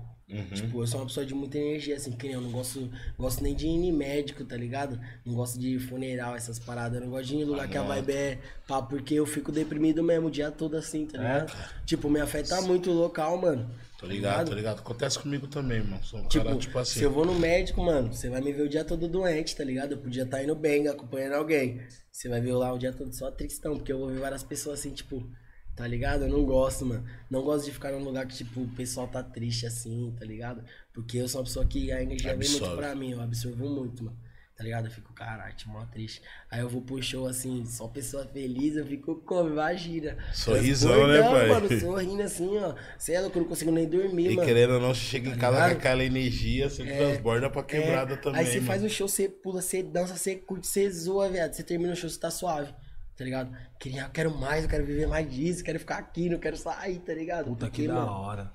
[SPEAKER 3] Tipo, eu sou uma pessoa de muita energia, assim, que nem eu não gosto, gosto nem de ir em médico, tá ligado? Não gosto de funeral, essas paradas. Eu não gosto de ir em lugar que a vibe é pá, porque eu fico deprimido mesmo o dia todo assim, tá ligado? Tipo, me afeta muito o local, mano.
[SPEAKER 2] Tô ligado, tô ligado. Acontece comigo também, mano. Sou um cara, tipo assim.
[SPEAKER 3] Se eu vou no médico, mano, você vai me ver o dia todo doente, tá ligado? Eu podia estar indo bem, acompanhando alguém. Você vai ver eu lá o dia todo só tristão, porque eu vou ver várias pessoas assim, tipo, tá ligado? Eu não gosto, mano. Não gosto de ficar num lugar que, tipo, o pessoal tá triste assim, tá ligado? Porque eu sou uma pessoa que a energia vem
[SPEAKER 2] Absorve.
[SPEAKER 3] muito pra mim, eu absorvo muito, mano. Tá ligado? Eu fico, caralho, tipo, mó triste. Aí eu vou pro show assim, só pessoa feliz, eu fico como, imagina.
[SPEAKER 2] Sorrisão, né, pai?
[SPEAKER 3] Transbordando, mano, sorrindo assim, ó. Sei lá, que eu não consigo nem dormir,
[SPEAKER 2] E
[SPEAKER 3] mano.
[SPEAKER 2] querendo ou não, você chega em casa
[SPEAKER 3] ligado?
[SPEAKER 2] com aquela energia, você transborda pra quebrada
[SPEAKER 3] É,
[SPEAKER 2] também.
[SPEAKER 3] Aí você
[SPEAKER 2] mano.
[SPEAKER 3] faz um show, você pula, você dança, você curte, você zoa, viado. Você termina o show, você tá suave, tá ligado? Queria, eu quero mais, eu quero viver mais disso, eu quero ficar aqui, não quero sair, tá ligado?
[SPEAKER 1] Puta
[SPEAKER 3] Porque,
[SPEAKER 1] que da
[SPEAKER 3] mano,
[SPEAKER 1] hora.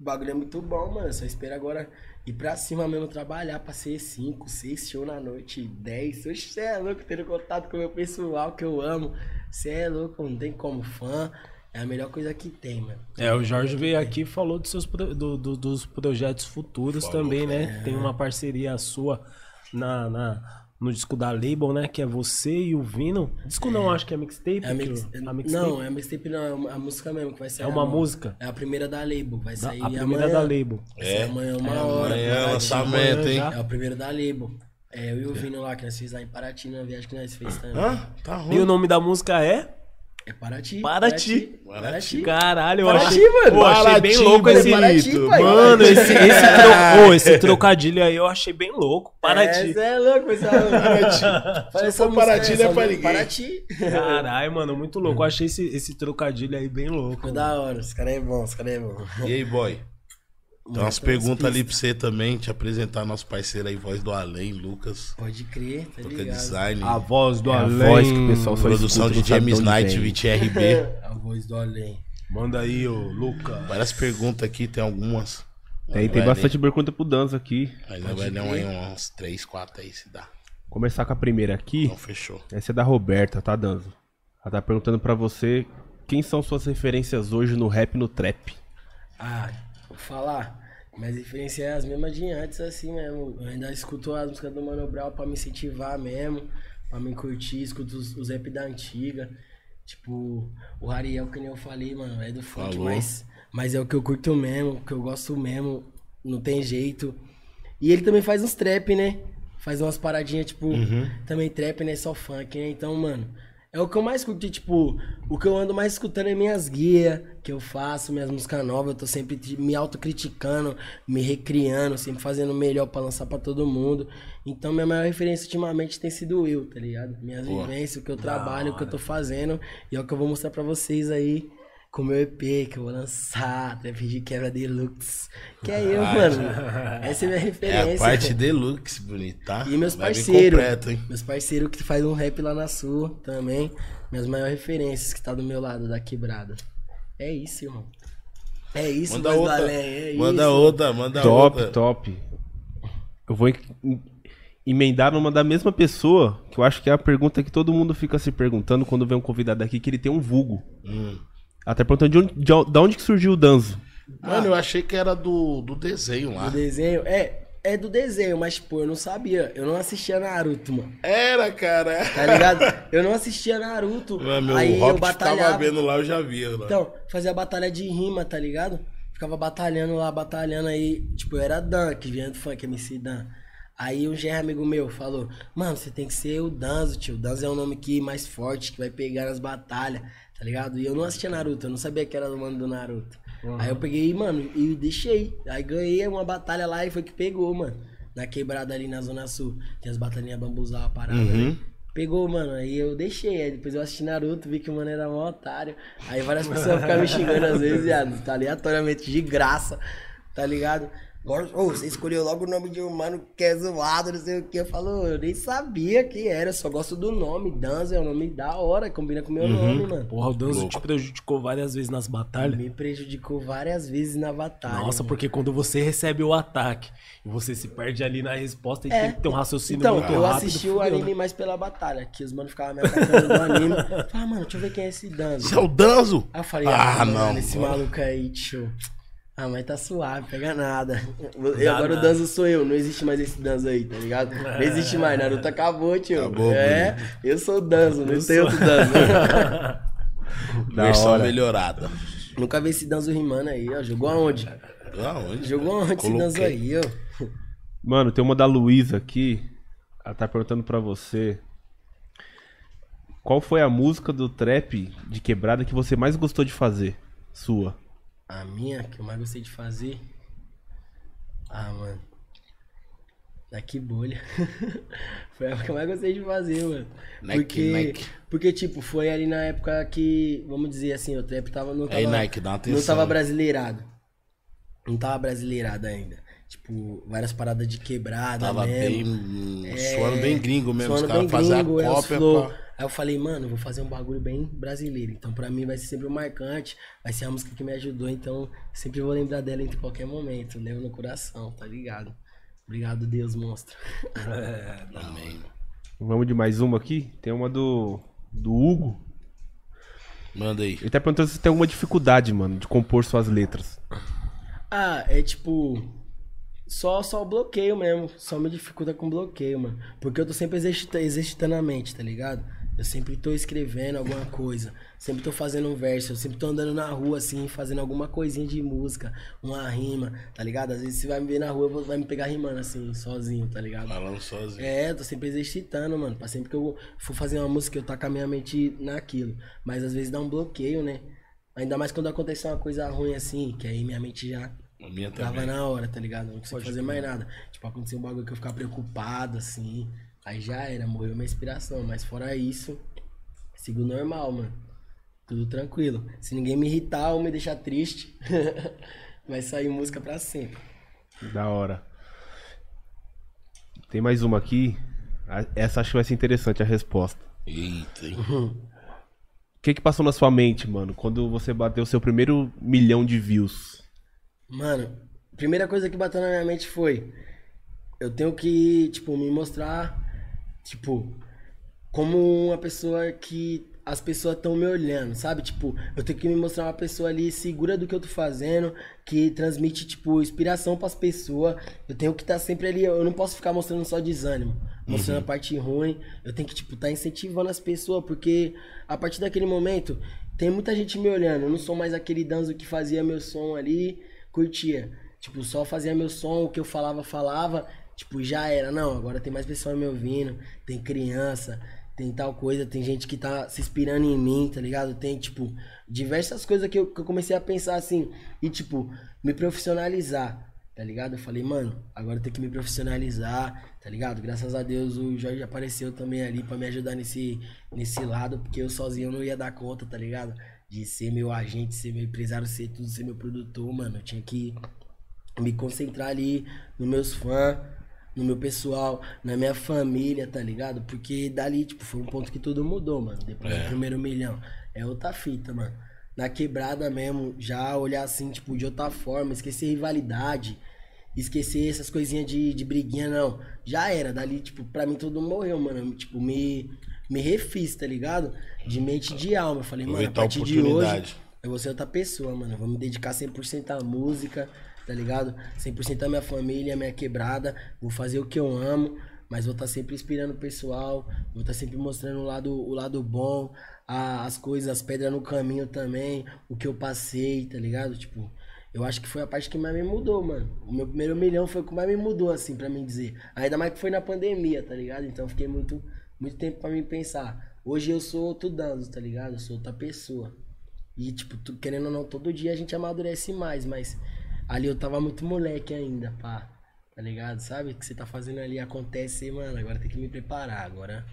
[SPEAKER 3] O bagulho é muito bom, mano. Só espero agora ir pra cima mesmo, trabalhar, pra ser 5, 6 shows na noite, 10. Oxe, Você é louco, tendo contato com o meu pessoal que eu amo. Você é louco, não tem como. Fã é a melhor coisa que tem, mano.
[SPEAKER 1] É, o Jorge veio aqui e falou dos seus pro- do- do- dos projetos futuros também,
[SPEAKER 3] É.
[SPEAKER 1] né? Tem uma parceria sua na, na- no disco da Label, né? Que é você e o Vino. Disco não, acho que é mixtape.
[SPEAKER 3] É a mix-
[SPEAKER 1] que-
[SPEAKER 3] Não, é a mixtape não, é uma- a música mesmo que vai sair.
[SPEAKER 1] É uma
[SPEAKER 3] amanhã.
[SPEAKER 1] música?
[SPEAKER 3] É a primeira da Label, vai
[SPEAKER 1] Da-
[SPEAKER 3] sair
[SPEAKER 1] a primeira
[SPEAKER 3] amanhã.
[SPEAKER 1] da Label.
[SPEAKER 3] Vai sair
[SPEAKER 2] É.
[SPEAKER 3] amanhã uma
[SPEAKER 2] É,
[SPEAKER 3] hora.
[SPEAKER 2] amanhã
[SPEAKER 3] Paraty.
[SPEAKER 2] lançamento, hein?
[SPEAKER 1] já.
[SPEAKER 3] É a primeira da Label. É eu e o Vino lá, que nós fizemos lá em Paraty, na viagem que nós fez também.
[SPEAKER 2] Hã? Tá
[SPEAKER 1] E o
[SPEAKER 2] ruim.
[SPEAKER 1] nome da música é?
[SPEAKER 3] É Paraty.
[SPEAKER 1] Paraty.
[SPEAKER 3] Paraty.
[SPEAKER 1] Caralho, eu
[SPEAKER 3] Paraty,
[SPEAKER 1] achei,
[SPEAKER 3] mano.
[SPEAKER 1] Pô, achei bem
[SPEAKER 2] Paraty,
[SPEAKER 1] louco esse.
[SPEAKER 3] mano. Paraty, pai.
[SPEAKER 1] Mano, esse, esse, tro- ô, esse trocadilho aí eu achei bem louco. Paraty.
[SPEAKER 3] É, cê é louco, pessoal. Paraty. né,
[SPEAKER 2] Se for Paraty, não é pra ninguém.
[SPEAKER 3] Paraty.
[SPEAKER 1] Caralho, mano, muito louco. Eu achei esse, esse trocadilho aí bem louco.
[SPEAKER 3] Ficou da hora, esse cara é bom, esse cara é bom.
[SPEAKER 2] E aí, boy? Tem umas perguntas ali pra você também, te apresentar nosso parceiro aí, Voz do Além, Lucas.
[SPEAKER 3] Pode crer, tá
[SPEAKER 2] Toca
[SPEAKER 3] ligado?
[SPEAKER 2] Design.
[SPEAKER 1] A voz do
[SPEAKER 4] É a
[SPEAKER 1] além.
[SPEAKER 4] voz que o pessoal só
[SPEAKER 2] produção
[SPEAKER 4] escuta,
[SPEAKER 2] de
[SPEAKER 4] não sabe
[SPEAKER 2] James
[SPEAKER 4] de onde
[SPEAKER 2] Knight,
[SPEAKER 4] vem.
[SPEAKER 2] Vit RB.
[SPEAKER 3] A voz do além.
[SPEAKER 1] Manda aí, ô, Luca.
[SPEAKER 2] Várias perguntas aqui, tem algumas.
[SPEAKER 4] Tem, tem
[SPEAKER 2] Vai né?
[SPEAKER 4] bastante pergunta pro Danzo aqui.
[SPEAKER 2] Mas nós vai dar um aí, uns 3, 4 aí se dá.
[SPEAKER 4] Vou começar com a primeira aqui.
[SPEAKER 2] Então fechou.
[SPEAKER 4] Essa é da Roberta, tá, Danzo? Ela tá perguntando pra você quem são suas referências hoje no rap e no trap.
[SPEAKER 3] Ah, vou falar. Mas referência é as mesmas de antes, assim mesmo. Eu ainda escuto as músicas do Mano Brown pra me incentivar mesmo, pra me curtir, escuto os, os rap da antiga. Tipo, o Ariel, que nem eu falei, mano, é do funk,
[SPEAKER 2] Falou.
[SPEAKER 3] mas, mas é o que eu curto mesmo, o que eu gosto mesmo, não tem jeito. E ele também faz uns trap, né? Faz umas paradinhas, tipo, também trap, né? Só funk, né? Então, mano, é o que eu mais curti, tipo, o que eu ando mais escutando é minhas guias que eu faço, minhas músicas novas, eu tô sempre te- me autocriticando, me recriando, sempre fazendo o melhor pra lançar pra todo mundo. Então, minha maior referência ultimamente tem sido eu, tá ligado? Minhas
[SPEAKER 2] Boa.
[SPEAKER 3] vivências, o que eu trabalho, o que eu tô fazendo, e é o que eu vou mostrar pra vocês aí. Com o meu EP que eu vou lançar, Trap de Quebra Deluxe. Que é eu, mano. Essa é minha referência.
[SPEAKER 2] Ah, É a parte
[SPEAKER 3] pô.
[SPEAKER 2] deluxe, bonito, tá?
[SPEAKER 3] E meus
[SPEAKER 2] Vai vir
[SPEAKER 3] parceiros.
[SPEAKER 2] completo, hein?
[SPEAKER 3] Meus parceiros que faz um rap lá na sua também. Minhas maiores referências que tá do meu lado, da quebrada. É isso, irmão. É isso,
[SPEAKER 2] Manda
[SPEAKER 3] voz do
[SPEAKER 2] outra.
[SPEAKER 3] além, é
[SPEAKER 2] manda
[SPEAKER 3] isso.
[SPEAKER 2] outra, manda
[SPEAKER 4] top,
[SPEAKER 2] outra.
[SPEAKER 4] top. Eu vou en- en- emendar numa da mesma pessoa, que eu acho que é a pergunta que todo mundo fica se perguntando quando vem um convidado aqui, que ele tem um vulgo.
[SPEAKER 2] Hum.
[SPEAKER 4] Ela tá perguntando de onde, de on- da onde que surgiu o Danzo.
[SPEAKER 2] Mano, eu achei que era do, do desenho lá.
[SPEAKER 3] Do desenho. É, é do desenho, mas, pô, eu não sabia. Eu não assistia Naruto, mano.
[SPEAKER 2] Era, cara.
[SPEAKER 3] Tá ligado? eu não assistia Naruto.
[SPEAKER 2] Mano, meu
[SPEAKER 3] aí eu
[SPEAKER 2] Hobbit
[SPEAKER 3] batalhava.
[SPEAKER 2] tava vendo lá, eu já via. Né?
[SPEAKER 3] Então, fazia batalha de rima, tá ligado? Ficava batalhando lá, batalhando aí. Tipo, eu era Dan, que vinha do funk, MC Dan. Aí um GR amigo meu falou, mano, você tem que ser o Danzo, tio. Danzo é o nome que mais forte, que vai pegar nas batalhas, tá ligado? E eu não assistia Naruto, eu não sabia que era do mano do Naruto. Aí eu peguei, mano, e deixei. Aí ganhei uma batalha lá e foi que pegou, mano. Na quebrada ali na Zona Sul. Tem as batalhinhas bambuzal, a parada, né? Pegou, mano, aí eu deixei. Aí depois eu assisti Naruto, vi que o mano era mó otário. Aí várias pessoas ficavam me xingando às vezes, viado, tá aleatoriamente, de graça, tá ligado? Gordo, ô, você escolheu logo o nome de um mano que é zoado, não sei o que. Eu falo, eu nem sabia que era, eu só gosto do nome. Danza é o nome da hora, combina com o meu
[SPEAKER 1] Uhum.
[SPEAKER 3] nome, mano.
[SPEAKER 1] Porra, o Danzo
[SPEAKER 2] Louco.
[SPEAKER 1] te prejudicou várias vezes nas batalhas.
[SPEAKER 3] Me prejudicou várias vezes na batalha.
[SPEAKER 1] Nossa,
[SPEAKER 3] mano.
[SPEAKER 1] porque quando você recebe o ataque e você se perde ali na resposta, a gente
[SPEAKER 3] É.
[SPEAKER 1] tem que ter um raciocínio
[SPEAKER 3] Então,
[SPEAKER 1] muito
[SPEAKER 3] eu
[SPEAKER 1] rápido.
[SPEAKER 3] assisti o
[SPEAKER 1] fudeu, né?
[SPEAKER 3] anime mais pela batalha, que os manos ficavam me atacando no anime. Falei, ah, mano, deixa eu ver quem é esse Danzo.
[SPEAKER 2] Você é o Danzo?
[SPEAKER 3] Aí eu falei,
[SPEAKER 2] Ah,
[SPEAKER 3] ah,
[SPEAKER 2] não,
[SPEAKER 3] mano, esse
[SPEAKER 2] mano.
[SPEAKER 3] maluco aí, tio. Ah, mas tá suave, pega nada. E
[SPEAKER 1] Dá
[SPEAKER 3] agora
[SPEAKER 1] nada.
[SPEAKER 3] o Danzo sou eu, não existe mais esse Danzo aí, tá ligado? Não existe mais, Naruto acabou, tio.
[SPEAKER 2] Acabou,
[SPEAKER 3] é, eu sou o Danzo, não tem outro Danzo.
[SPEAKER 4] Da
[SPEAKER 2] Versão
[SPEAKER 4] hora.
[SPEAKER 2] melhorada.
[SPEAKER 3] Nunca vi esse Danzo rimando aí, ó. Jogou aonde?
[SPEAKER 2] Da onde?
[SPEAKER 3] Jogou aonde esse
[SPEAKER 2] Coloquei.
[SPEAKER 3] Danzo aí, ó.
[SPEAKER 4] Mano, tem uma da Luísa aqui. Ela tá perguntando pra você. Qual foi a música do trap de quebrada que você mais gostou de fazer? Sua.
[SPEAKER 3] A minha, que eu mais gostei de fazer. Ah, mano. Ah, que bolha. foi a que eu mais gostei de fazer, mano.
[SPEAKER 2] Nike,
[SPEAKER 3] porque,
[SPEAKER 2] Nike.
[SPEAKER 3] porque, tipo, foi ali na época que, vamos dizer assim, o trap tava, não tava,
[SPEAKER 2] Aí, Nike, dá uma atenção.
[SPEAKER 3] não tava brasileirado. Não tava brasileirado ainda. Tipo, várias paradas de quebrada
[SPEAKER 2] Tava bem.
[SPEAKER 3] mesmo.
[SPEAKER 2] hum, Suando bem gringo mesmo. Os caras
[SPEAKER 3] Soando É. bem
[SPEAKER 2] faziam a
[SPEAKER 3] gringo, é, os
[SPEAKER 2] cópia.
[SPEAKER 3] flow.
[SPEAKER 2] pra-
[SPEAKER 3] Aí eu falei, mano, eu vou fazer um bagulho bem brasileiro. Então pra mim vai ser sempre um marcante, vai ser a música que me ajudou, então sempre vou lembrar dela em qualquer momento. Levo no coração, tá ligado? Obrigado, Deus, monstro.
[SPEAKER 2] Amém.
[SPEAKER 4] Vamos de mais uma aqui? Tem uma do. Do Hugo.
[SPEAKER 2] Manda aí.
[SPEAKER 4] Ele tá perguntando se você tem alguma dificuldade, mano, de compor suas letras.
[SPEAKER 3] Ah, é tipo. Só, só o bloqueio mesmo. Só me dificulta com bloqueio, mano. Porque eu tô sempre exercita- exercitando a mente, tá ligado? Eu sempre tô escrevendo alguma coisa. Sempre tô fazendo um verso. Eu sempre tô andando na rua, assim, fazendo alguma coisinha de música. Uma rima, tá ligado? Às vezes você vai me ver na rua, eu vou- vai me pegar rimando, assim, sozinho, tá ligado?
[SPEAKER 2] Falando sozinho.
[SPEAKER 3] É, eu tô sempre exercitando, mano. Pra sempre que eu for fazer uma música, eu tá com a minha mente naquilo. Mas às vezes dá um bloqueio, né? Ainda mais quando acontece uma coisa ruim assim, que aí minha mente já
[SPEAKER 2] A minha
[SPEAKER 3] tava
[SPEAKER 2] também.
[SPEAKER 3] na hora, tá ligado? Não consigo fazer mais nada. Tipo, aconteceu um bagulho que eu ficava preocupado, assim. Aí já era, morreu minha inspiração. Mas fora isso, sigo normal, mano. Tudo tranquilo. Se ninguém me irritar ou me deixar triste, vai sair música pra sempre.
[SPEAKER 4] Da hora. Tem mais uma aqui. A- Essa acho que vai ser interessante a resposta.
[SPEAKER 2] Eita, hein?
[SPEAKER 4] O que que passou na sua mente, mano, quando você bateu seu primeiro milhão de views?
[SPEAKER 3] Mano, a primeira coisa que bateu na minha mente foi. Eu tenho que, tipo, me mostrar, tipo, como uma pessoa que as pessoas estão me olhando, sabe? Tipo, eu tenho que me mostrar uma pessoa ali segura do que eu tô fazendo, que transmite, tipo, inspiração pras pessoas. Eu tenho que estar sempre ali, eu não posso ficar mostrando só desânimo, mostrando a parte ruim. Eu tenho que, tipo, estar incentivando as pessoas, porque a partir daquele momento, tem muita gente me olhando. Eu não sou mais aquele danzo que fazia meu som ali, curtia. Tipo, só fazia meu som, o que eu falava, falava. Tipo, já era. Não, agora tem mais pessoas me ouvindo, tem criança, tem tal coisa, tem gente que tá se inspirando em mim, tá ligado? Tem, tipo, diversas coisas que eu, que eu comecei a pensar assim. E, tipo, me profissionalizar, tá ligado? Eu falei, mano, agora tem que me profissionalizar, tá ligado? Graças a Deus o Jorge apareceu também ali pra me ajudar nesse, nesse lado, porque eu sozinho não ia dar conta, tá ligado? De ser meu agente, ser meu empresário, ser tudo, ser meu produtor, mano. Eu tinha que me concentrar ali nos meus fãs, no meu pessoal, na minha família, tá ligado? Porque dali, tipo, foi um ponto que tudo mudou, mano. Depois do primeiro milhão. É outra fita, mano. Na quebrada mesmo, já olhar assim, tipo, de outra forma, esquecer rivalidade, esquecer essas coisinhas de, de briguinha, não. Já era, dali, tipo, pra mim todo mundo morreu, mano. Tipo, me, me refiz, tá ligado? De mente e de alma. Eu falei, mano, a
[SPEAKER 2] Aproveitar a
[SPEAKER 3] partir de hoje,
[SPEAKER 2] oportunidade.
[SPEAKER 3] eu vou ser outra pessoa, mano. Eu vou me dedicar 100% à música, tá ligado? 100% à minha família, à minha quebrada. Vou fazer o que eu amo, mas vou estar sempre inspirando o pessoal. Vou estar sempre mostrando o lado, o lado bom, a- as coisas, as pedras no caminho também, o que eu passei, tá ligado? Tipo, eu acho que foi a parte que mais me mudou, mano. O meu primeiro milhão foi o que mais me mudou, assim, pra mim dizer. Ainda mais que foi na pandemia, tá ligado? Então eu fiquei muito, muito tempo pra mim pensar. Hoje eu sou outro danzo, tá ligado? Eu sou outra pessoa. E, tipo, tu- querendo ou não, todo dia a gente amadurece mais, mas ali eu tava muito moleque ainda, pá. Tá ligado? Sabe? O que você tá fazendo ali acontece, mano. Agora tem que me preparar. Agora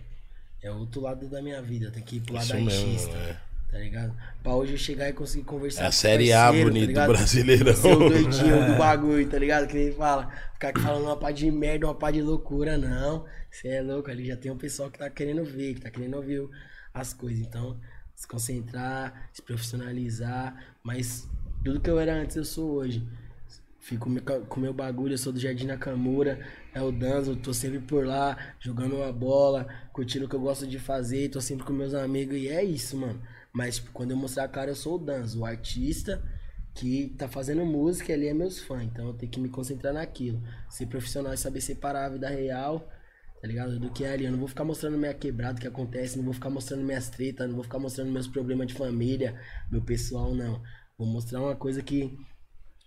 [SPEAKER 3] é outro lado da minha vida. Tem que ir pro lado
[SPEAKER 2] Isso mesmo,
[SPEAKER 3] artista.
[SPEAKER 2] é.
[SPEAKER 3] Tá ligado? Pra hoje eu chegar e conseguir conversar
[SPEAKER 2] É a
[SPEAKER 3] com o
[SPEAKER 2] Série A,
[SPEAKER 3] parceiro, tá
[SPEAKER 2] bonito,
[SPEAKER 3] ligado?
[SPEAKER 2] brasileirão.
[SPEAKER 3] Ser o doidinho do bagulho, tá ligado? Que nem fala. Ficar aqui falando uma pá de merda, uma pá de loucura, não. Você é louco, ali já tem um pessoal que tá querendo ver, que tá querendo ouvir o- as coisas. Então, se concentrar, se profissionalizar. Mas tudo que eu era antes, eu sou hoje. Fico me- com o meu bagulho, eu sou do Jardim Nakamura, é o Danzo, tô sempre por lá, jogando uma bola, curtindo o que eu gosto de fazer, tô sempre com meus amigos e é isso, mano. Mas tipo, quando eu mostrar a cara, eu sou o Danzo, o artista que tá fazendo música e ali é meus fãs, então eu tenho que me concentrar naquilo. Ser profissional e saber separar a vida real, tá ligado? Do que é ali. Eu não vou ficar mostrando minha quebrada, o que acontece, não vou ficar mostrando minhas tretas, não vou ficar mostrando meus problemas de família, meu pessoal, não. Vou mostrar uma coisa que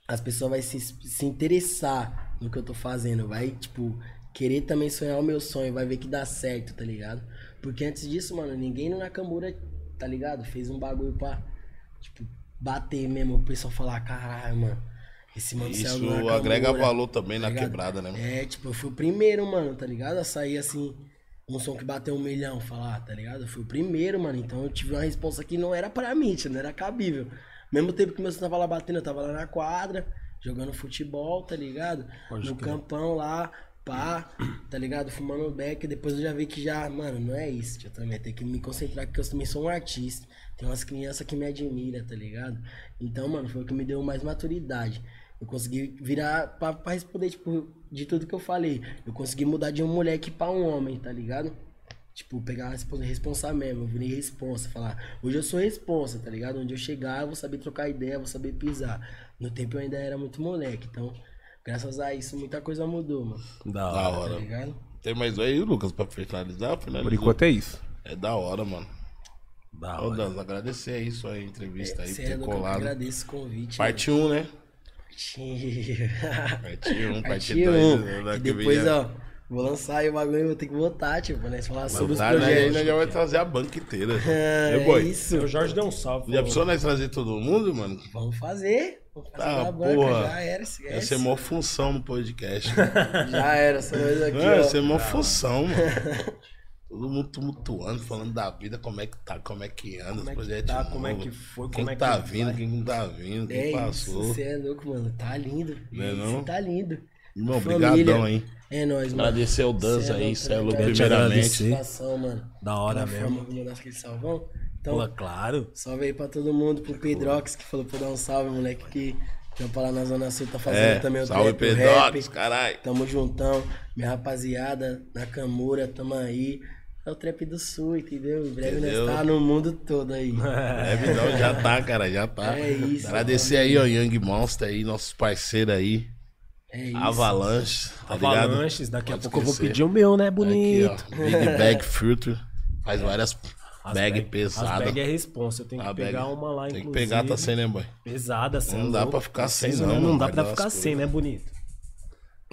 [SPEAKER 3] as pessoas vão se, se interessar no que eu tô fazendo. Vai, tipo, querer também sonhar o meu sonho, vai ver que dá certo, tá ligado? Porque antes disso, mano, ninguém no Nakamura, tá ligado? Fez um bagulho pra, tipo, bater mesmo. O pessoal falar, caralho, mano, esse mano né? saiu
[SPEAKER 2] Isso
[SPEAKER 3] do Nakamura."
[SPEAKER 2] agrega valor também na
[SPEAKER 3] ligado?
[SPEAKER 2] quebrada, né, mano?
[SPEAKER 3] É, tipo, eu fui o primeiro, mano, tá ligado? A sair assim, um som que bateu um milhão, falar, tá ligado? Eu fui o primeiro, mano. Então eu tive uma resposta que não era pra mim, tio, não era cabível. Mesmo tempo que meu som tava lá batendo, eu tava lá na quadra, jogando futebol, tá ligado? no campão lá, pá, tá ligado? Fumando um beck. Depois eu já vi que já, mano, não é isso, tio, também. Tem que me concentrar, porque eu também sou um artista. Tem umas crianças que me admiram, tá ligado? Então, mano, foi o que me deu mais maturidade. Eu consegui virar pra, pra responder, tipo, de tudo que eu falei. Eu consegui mudar de um moleque pra um homem, tá ligado? Tipo, pegar a responsa, responsa mesmo, eu virei responsa, falar, hoje eu sou responsa, tá ligado? Onde eu chegar, eu vou saber trocar ideia, eu vou saber pisar. No tempo eu ainda era muito moleque, então, graças a isso, muita coisa mudou, mano.
[SPEAKER 1] Da
[SPEAKER 2] Da
[SPEAKER 1] hora.
[SPEAKER 3] Tá
[SPEAKER 2] hora.
[SPEAKER 3] ligado?
[SPEAKER 2] Tem mais dois aí, Lucas, pra finalizar? finalizou?
[SPEAKER 4] Por enquanto é isso.
[SPEAKER 2] É da hora, mano.
[SPEAKER 1] Da
[SPEAKER 2] Ô,
[SPEAKER 1] hora.
[SPEAKER 2] Danzo, agradecer aí sua entrevista Tá aí, por ter
[SPEAKER 3] Sério, é eu
[SPEAKER 2] colado.
[SPEAKER 3] agradeço o convite.
[SPEAKER 2] Parte 1, né? Parte 1,
[SPEAKER 3] Partiu.
[SPEAKER 2] parte né?
[SPEAKER 3] Partiu.
[SPEAKER 2] 2.
[SPEAKER 3] um, E depois, ó, vou lançar aí o bagulho, vou ter que votar, tipo, né? Falar sobre os
[SPEAKER 2] Nós
[SPEAKER 3] projetos.
[SPEAKER 2] ainda já vai trazer a banca inteira.
[SPEAKER 3] É,
[SPEAKER 2] Né, boy?
[SPEAKER 3] é isso.
[SPEAKER 1] O Jorge deu um salve.
[SPEAKER 2] Já pensou nós trazer todo mundo, mano?
[SPEAKER 3] Vamos fazer. Vamos fazer
[SPEAKER 2] Ah,
[SPEAKER 3] na banca.
[SPEAKER 2] porra.
[SPEAKER 3] Já era,
[SPEAKER 2] Ia ser
[SPEAKER 3] esquece.
[SPEAKER 2] mó função no podcast. né?
[SPEAKER 3] Já era, essa coisa aqui,
[SPEAKER 2] Mano,
[SPEAKER 3] ó.
[SPEAKER 2] isso é uma função, mano. Todo mundo tumultuando, falando da vida, como é que tá, como é que anda,
[SPEAKER 1] Como
[SPEAKER 2] os
[SPEAKER 1] é que
[SPEAKER 2] projetos
[SPEAKER 1] tá, como é
[SPEAKER 2] novos,
[SPEAKER 1] que foi,
[SPEAKER 2] quem
[SPEAKER 1] como é que
[SPEAKER 2] tá
[SPEAKER 1] vai.
[SPEAKER 2] vindo, quem não tá vindo, quem
[SPEAKER 3] É isso,
[SPEAKER 2] passou.
[SPEAKER 3] você é louco, mano. Tá lindo.
[SPEAKER 2] Não é
[SPEAKER 3] Isso,
[SPEAKER 2] não?
[SPEAKER 3] Tá lindo.
[SPEAKER 2] Irmão,
[SPEAKER 3] Família.
[SPEAKER 2] obrigadão, hein?
[SPEAKER 3] É nóis, mano.
[SPEAKER 2] Agradecer ao Danza
[SPEAKER 3] Cê
[SPEAKER 2] aí,
[SPEAKER 3] louco,
[SPEAKER 2] cê é
[SPEAKER 3] tá
[SPEAKER 2] louco,
[SPEAKER 3] ligado?
[SPEAKER 1] primeiramente.
[SPEAKER 3] Satisfação, mano.
[SPEAKER 1] Da hora
[SPEAKER 3] Aquela
[SPEAKER 1] mesmo.
[SPEAKER 3] forma de mandar aquele salvão. Então,
[SPEAKER 1] Pô, claro.
[SPEAKER 3] salve aí pra todo mundo, pro Pedrox, que falou pra dar um salve, moleque, que trampa lá na Zona Sul, tá fazendo
[SPEAKER 2] É,
[SPEAKER 3] também o
[SPEAKER 2] salve
[SPEAKER 3] trap, o
[SPEAKER 2] Pedrox,
[SPEAKER 3] rap.
[SPEAKER 2] caralho.
[SPEAKER 3] Tamo juntão, minha rapaziada, Nakamura, tamo aí. É o trap do sul, entendeu? Em breve nós
[SPEAKER 2] Entendeu?
[SPEAKER 3] tá no mundo todo aí.
[SPEAKER 2] É, Vidal, já tá, cara, já tá.
[SPEAKER 3] É isso,
[SPEAKER 2] Agradecer aí, ó, Young Monster aí, nossos parceiros aí.
[SPEAKER 3] É isso.
[SPEAKER 2] Avalanche, tá ligado?
[SPEAKER 1] Avalanches, daqui a
[SPEAKER 2] Pode
[SPEAKER 1] pouco eu vou
[SPEAKER 2] esquecer.
[SPEAKER 1] pedir o meu, né,
[SPEAKER 2] Aqui,
[SPEAKER 1] bonito?
[SPEAKER 2] ó, Big Bag Filter. Faz várias
[SPEAKER 1] As
[SPEAKER 2] bag
[SPEAKER 1] As
[SPEAKER 2] pesadas.
[SPEAKER 1] bag é responsa. Eu tenho que
[SPEAKER 2] A
[SPEAKER 1] pegar
[SPEAKER 2] bag.
[SPEAKER 1] uma lá,
[SPEAKER 2] Ah, Tem que
[SPEAKER 1] inclusive.
[SPEAKER 2] pegar, tá sem, né, boy?
[SPEAKER 1] Pesada, cê é
[SPEAKER 2] Não dá
[SPEAKER 1] louco.
[SPEAKER 2] pra ficar sem,
[SPEAKER 1] Precisa,
[SPEAKER 2] não,
[SPEAKER 1] né? Não
[SPEAKER 2] mano.
[SPEAKER 1] dá
[SPEAKER 2] Vai
[SPEAKER 1] pra
[SPEAKER 2] dar
[SPEAKER 1] ficar
[SPEAKER 2] umas
[SPEAKER 1] sem, né, bonito?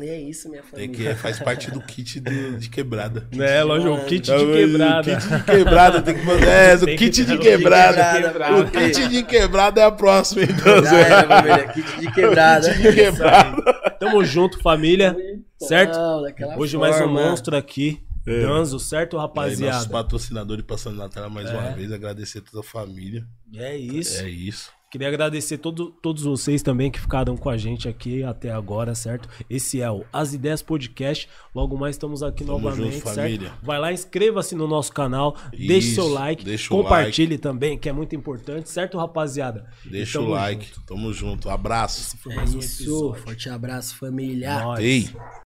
[SPEAKER 3] E é isso, minha
[SPEAKER 2] Tem
[SPEAKER 3] família.
[SPEAKER 2] que faz parte do kit do- de quebrada.
[SPEAKER 1] É, lógico, o kit
[SPEAKER 3] né?
[SPEAKER 1] de
[SPEAKER 2] Né, O Tá
[SPEAKER 1] quebrada.
[SPEAKER 2] kit de quebrada tem que mandar. É, o
[SPEAKER 1] Tem que-
[SPEAKER 2] kit
[SPEAKER 1] o
[SPEAKER 2] de
[SPEAKER 1] kit
[SPEAKER 2] quebrada.
[SPEAKER 1] de quebrada.
[SPEAKER 2] O kit de quebrada é a próxima, então.
[SPEAKER 3] Já era, família. Kit de quebrada.
[SPEAKER 2] Kit de quebrada.
[SPEAKER 1] Tamo junto, família. Certo?
[SPEAKER 3] Não, daquela
[SPEAKER 1] Hoje mais um
[SPEAKER 3] forma.
[SPEAKER 1] monstro aqui. Danzo, certo,
[SPEAKER 2] É. Aí, Nossos
[SPEAKER 1] rapaziada?
[SPEAKER 2] patrocinadores passando na tela mais uma vez. Agradecer a toda a família.
[SPEAKER 1] É isso.
[SPEAKER 2] É isso.
[SPEAKER 1] Queria agradecer todo, todos vocês também que ficaram com a gente aqui até agora, certo? Esse é o As Ideias Podcast. Logo mais estamos aqui
[SPEAKER 2] Tamo
[SPEAKER 1] novamente,
[SPEAKER 2] junto, família.
[SPEAKER 1] certo? Vai lá, inscreva-se no nosso canal, deixe
[SPEAKER 2] Isso,
[SPEAKER 1] seu like,
[SPEAKER 2] deixa o
[SPEAKER 1] compartilhe também, que é muito importante, certo, rapaziada? E
[SPEAKER 2] Deixa
[SPEAKER 1] tamo
[SPEAKER 2] o like.
[SPEAKER 1] junto.
[SPEAKER 2] Tamo junto. Abraço.
[SPEAKER 1] Esse foi
[SPEAKER 3] É
[SPEAKER 1] mais um
[SPEAKER 3] isso.
[SPEAKER 1] episódio.
[SPEAKER 3] Forte abraço, família.
[SPEAKER 1] Nós.
[SPEAKER 2] Ei.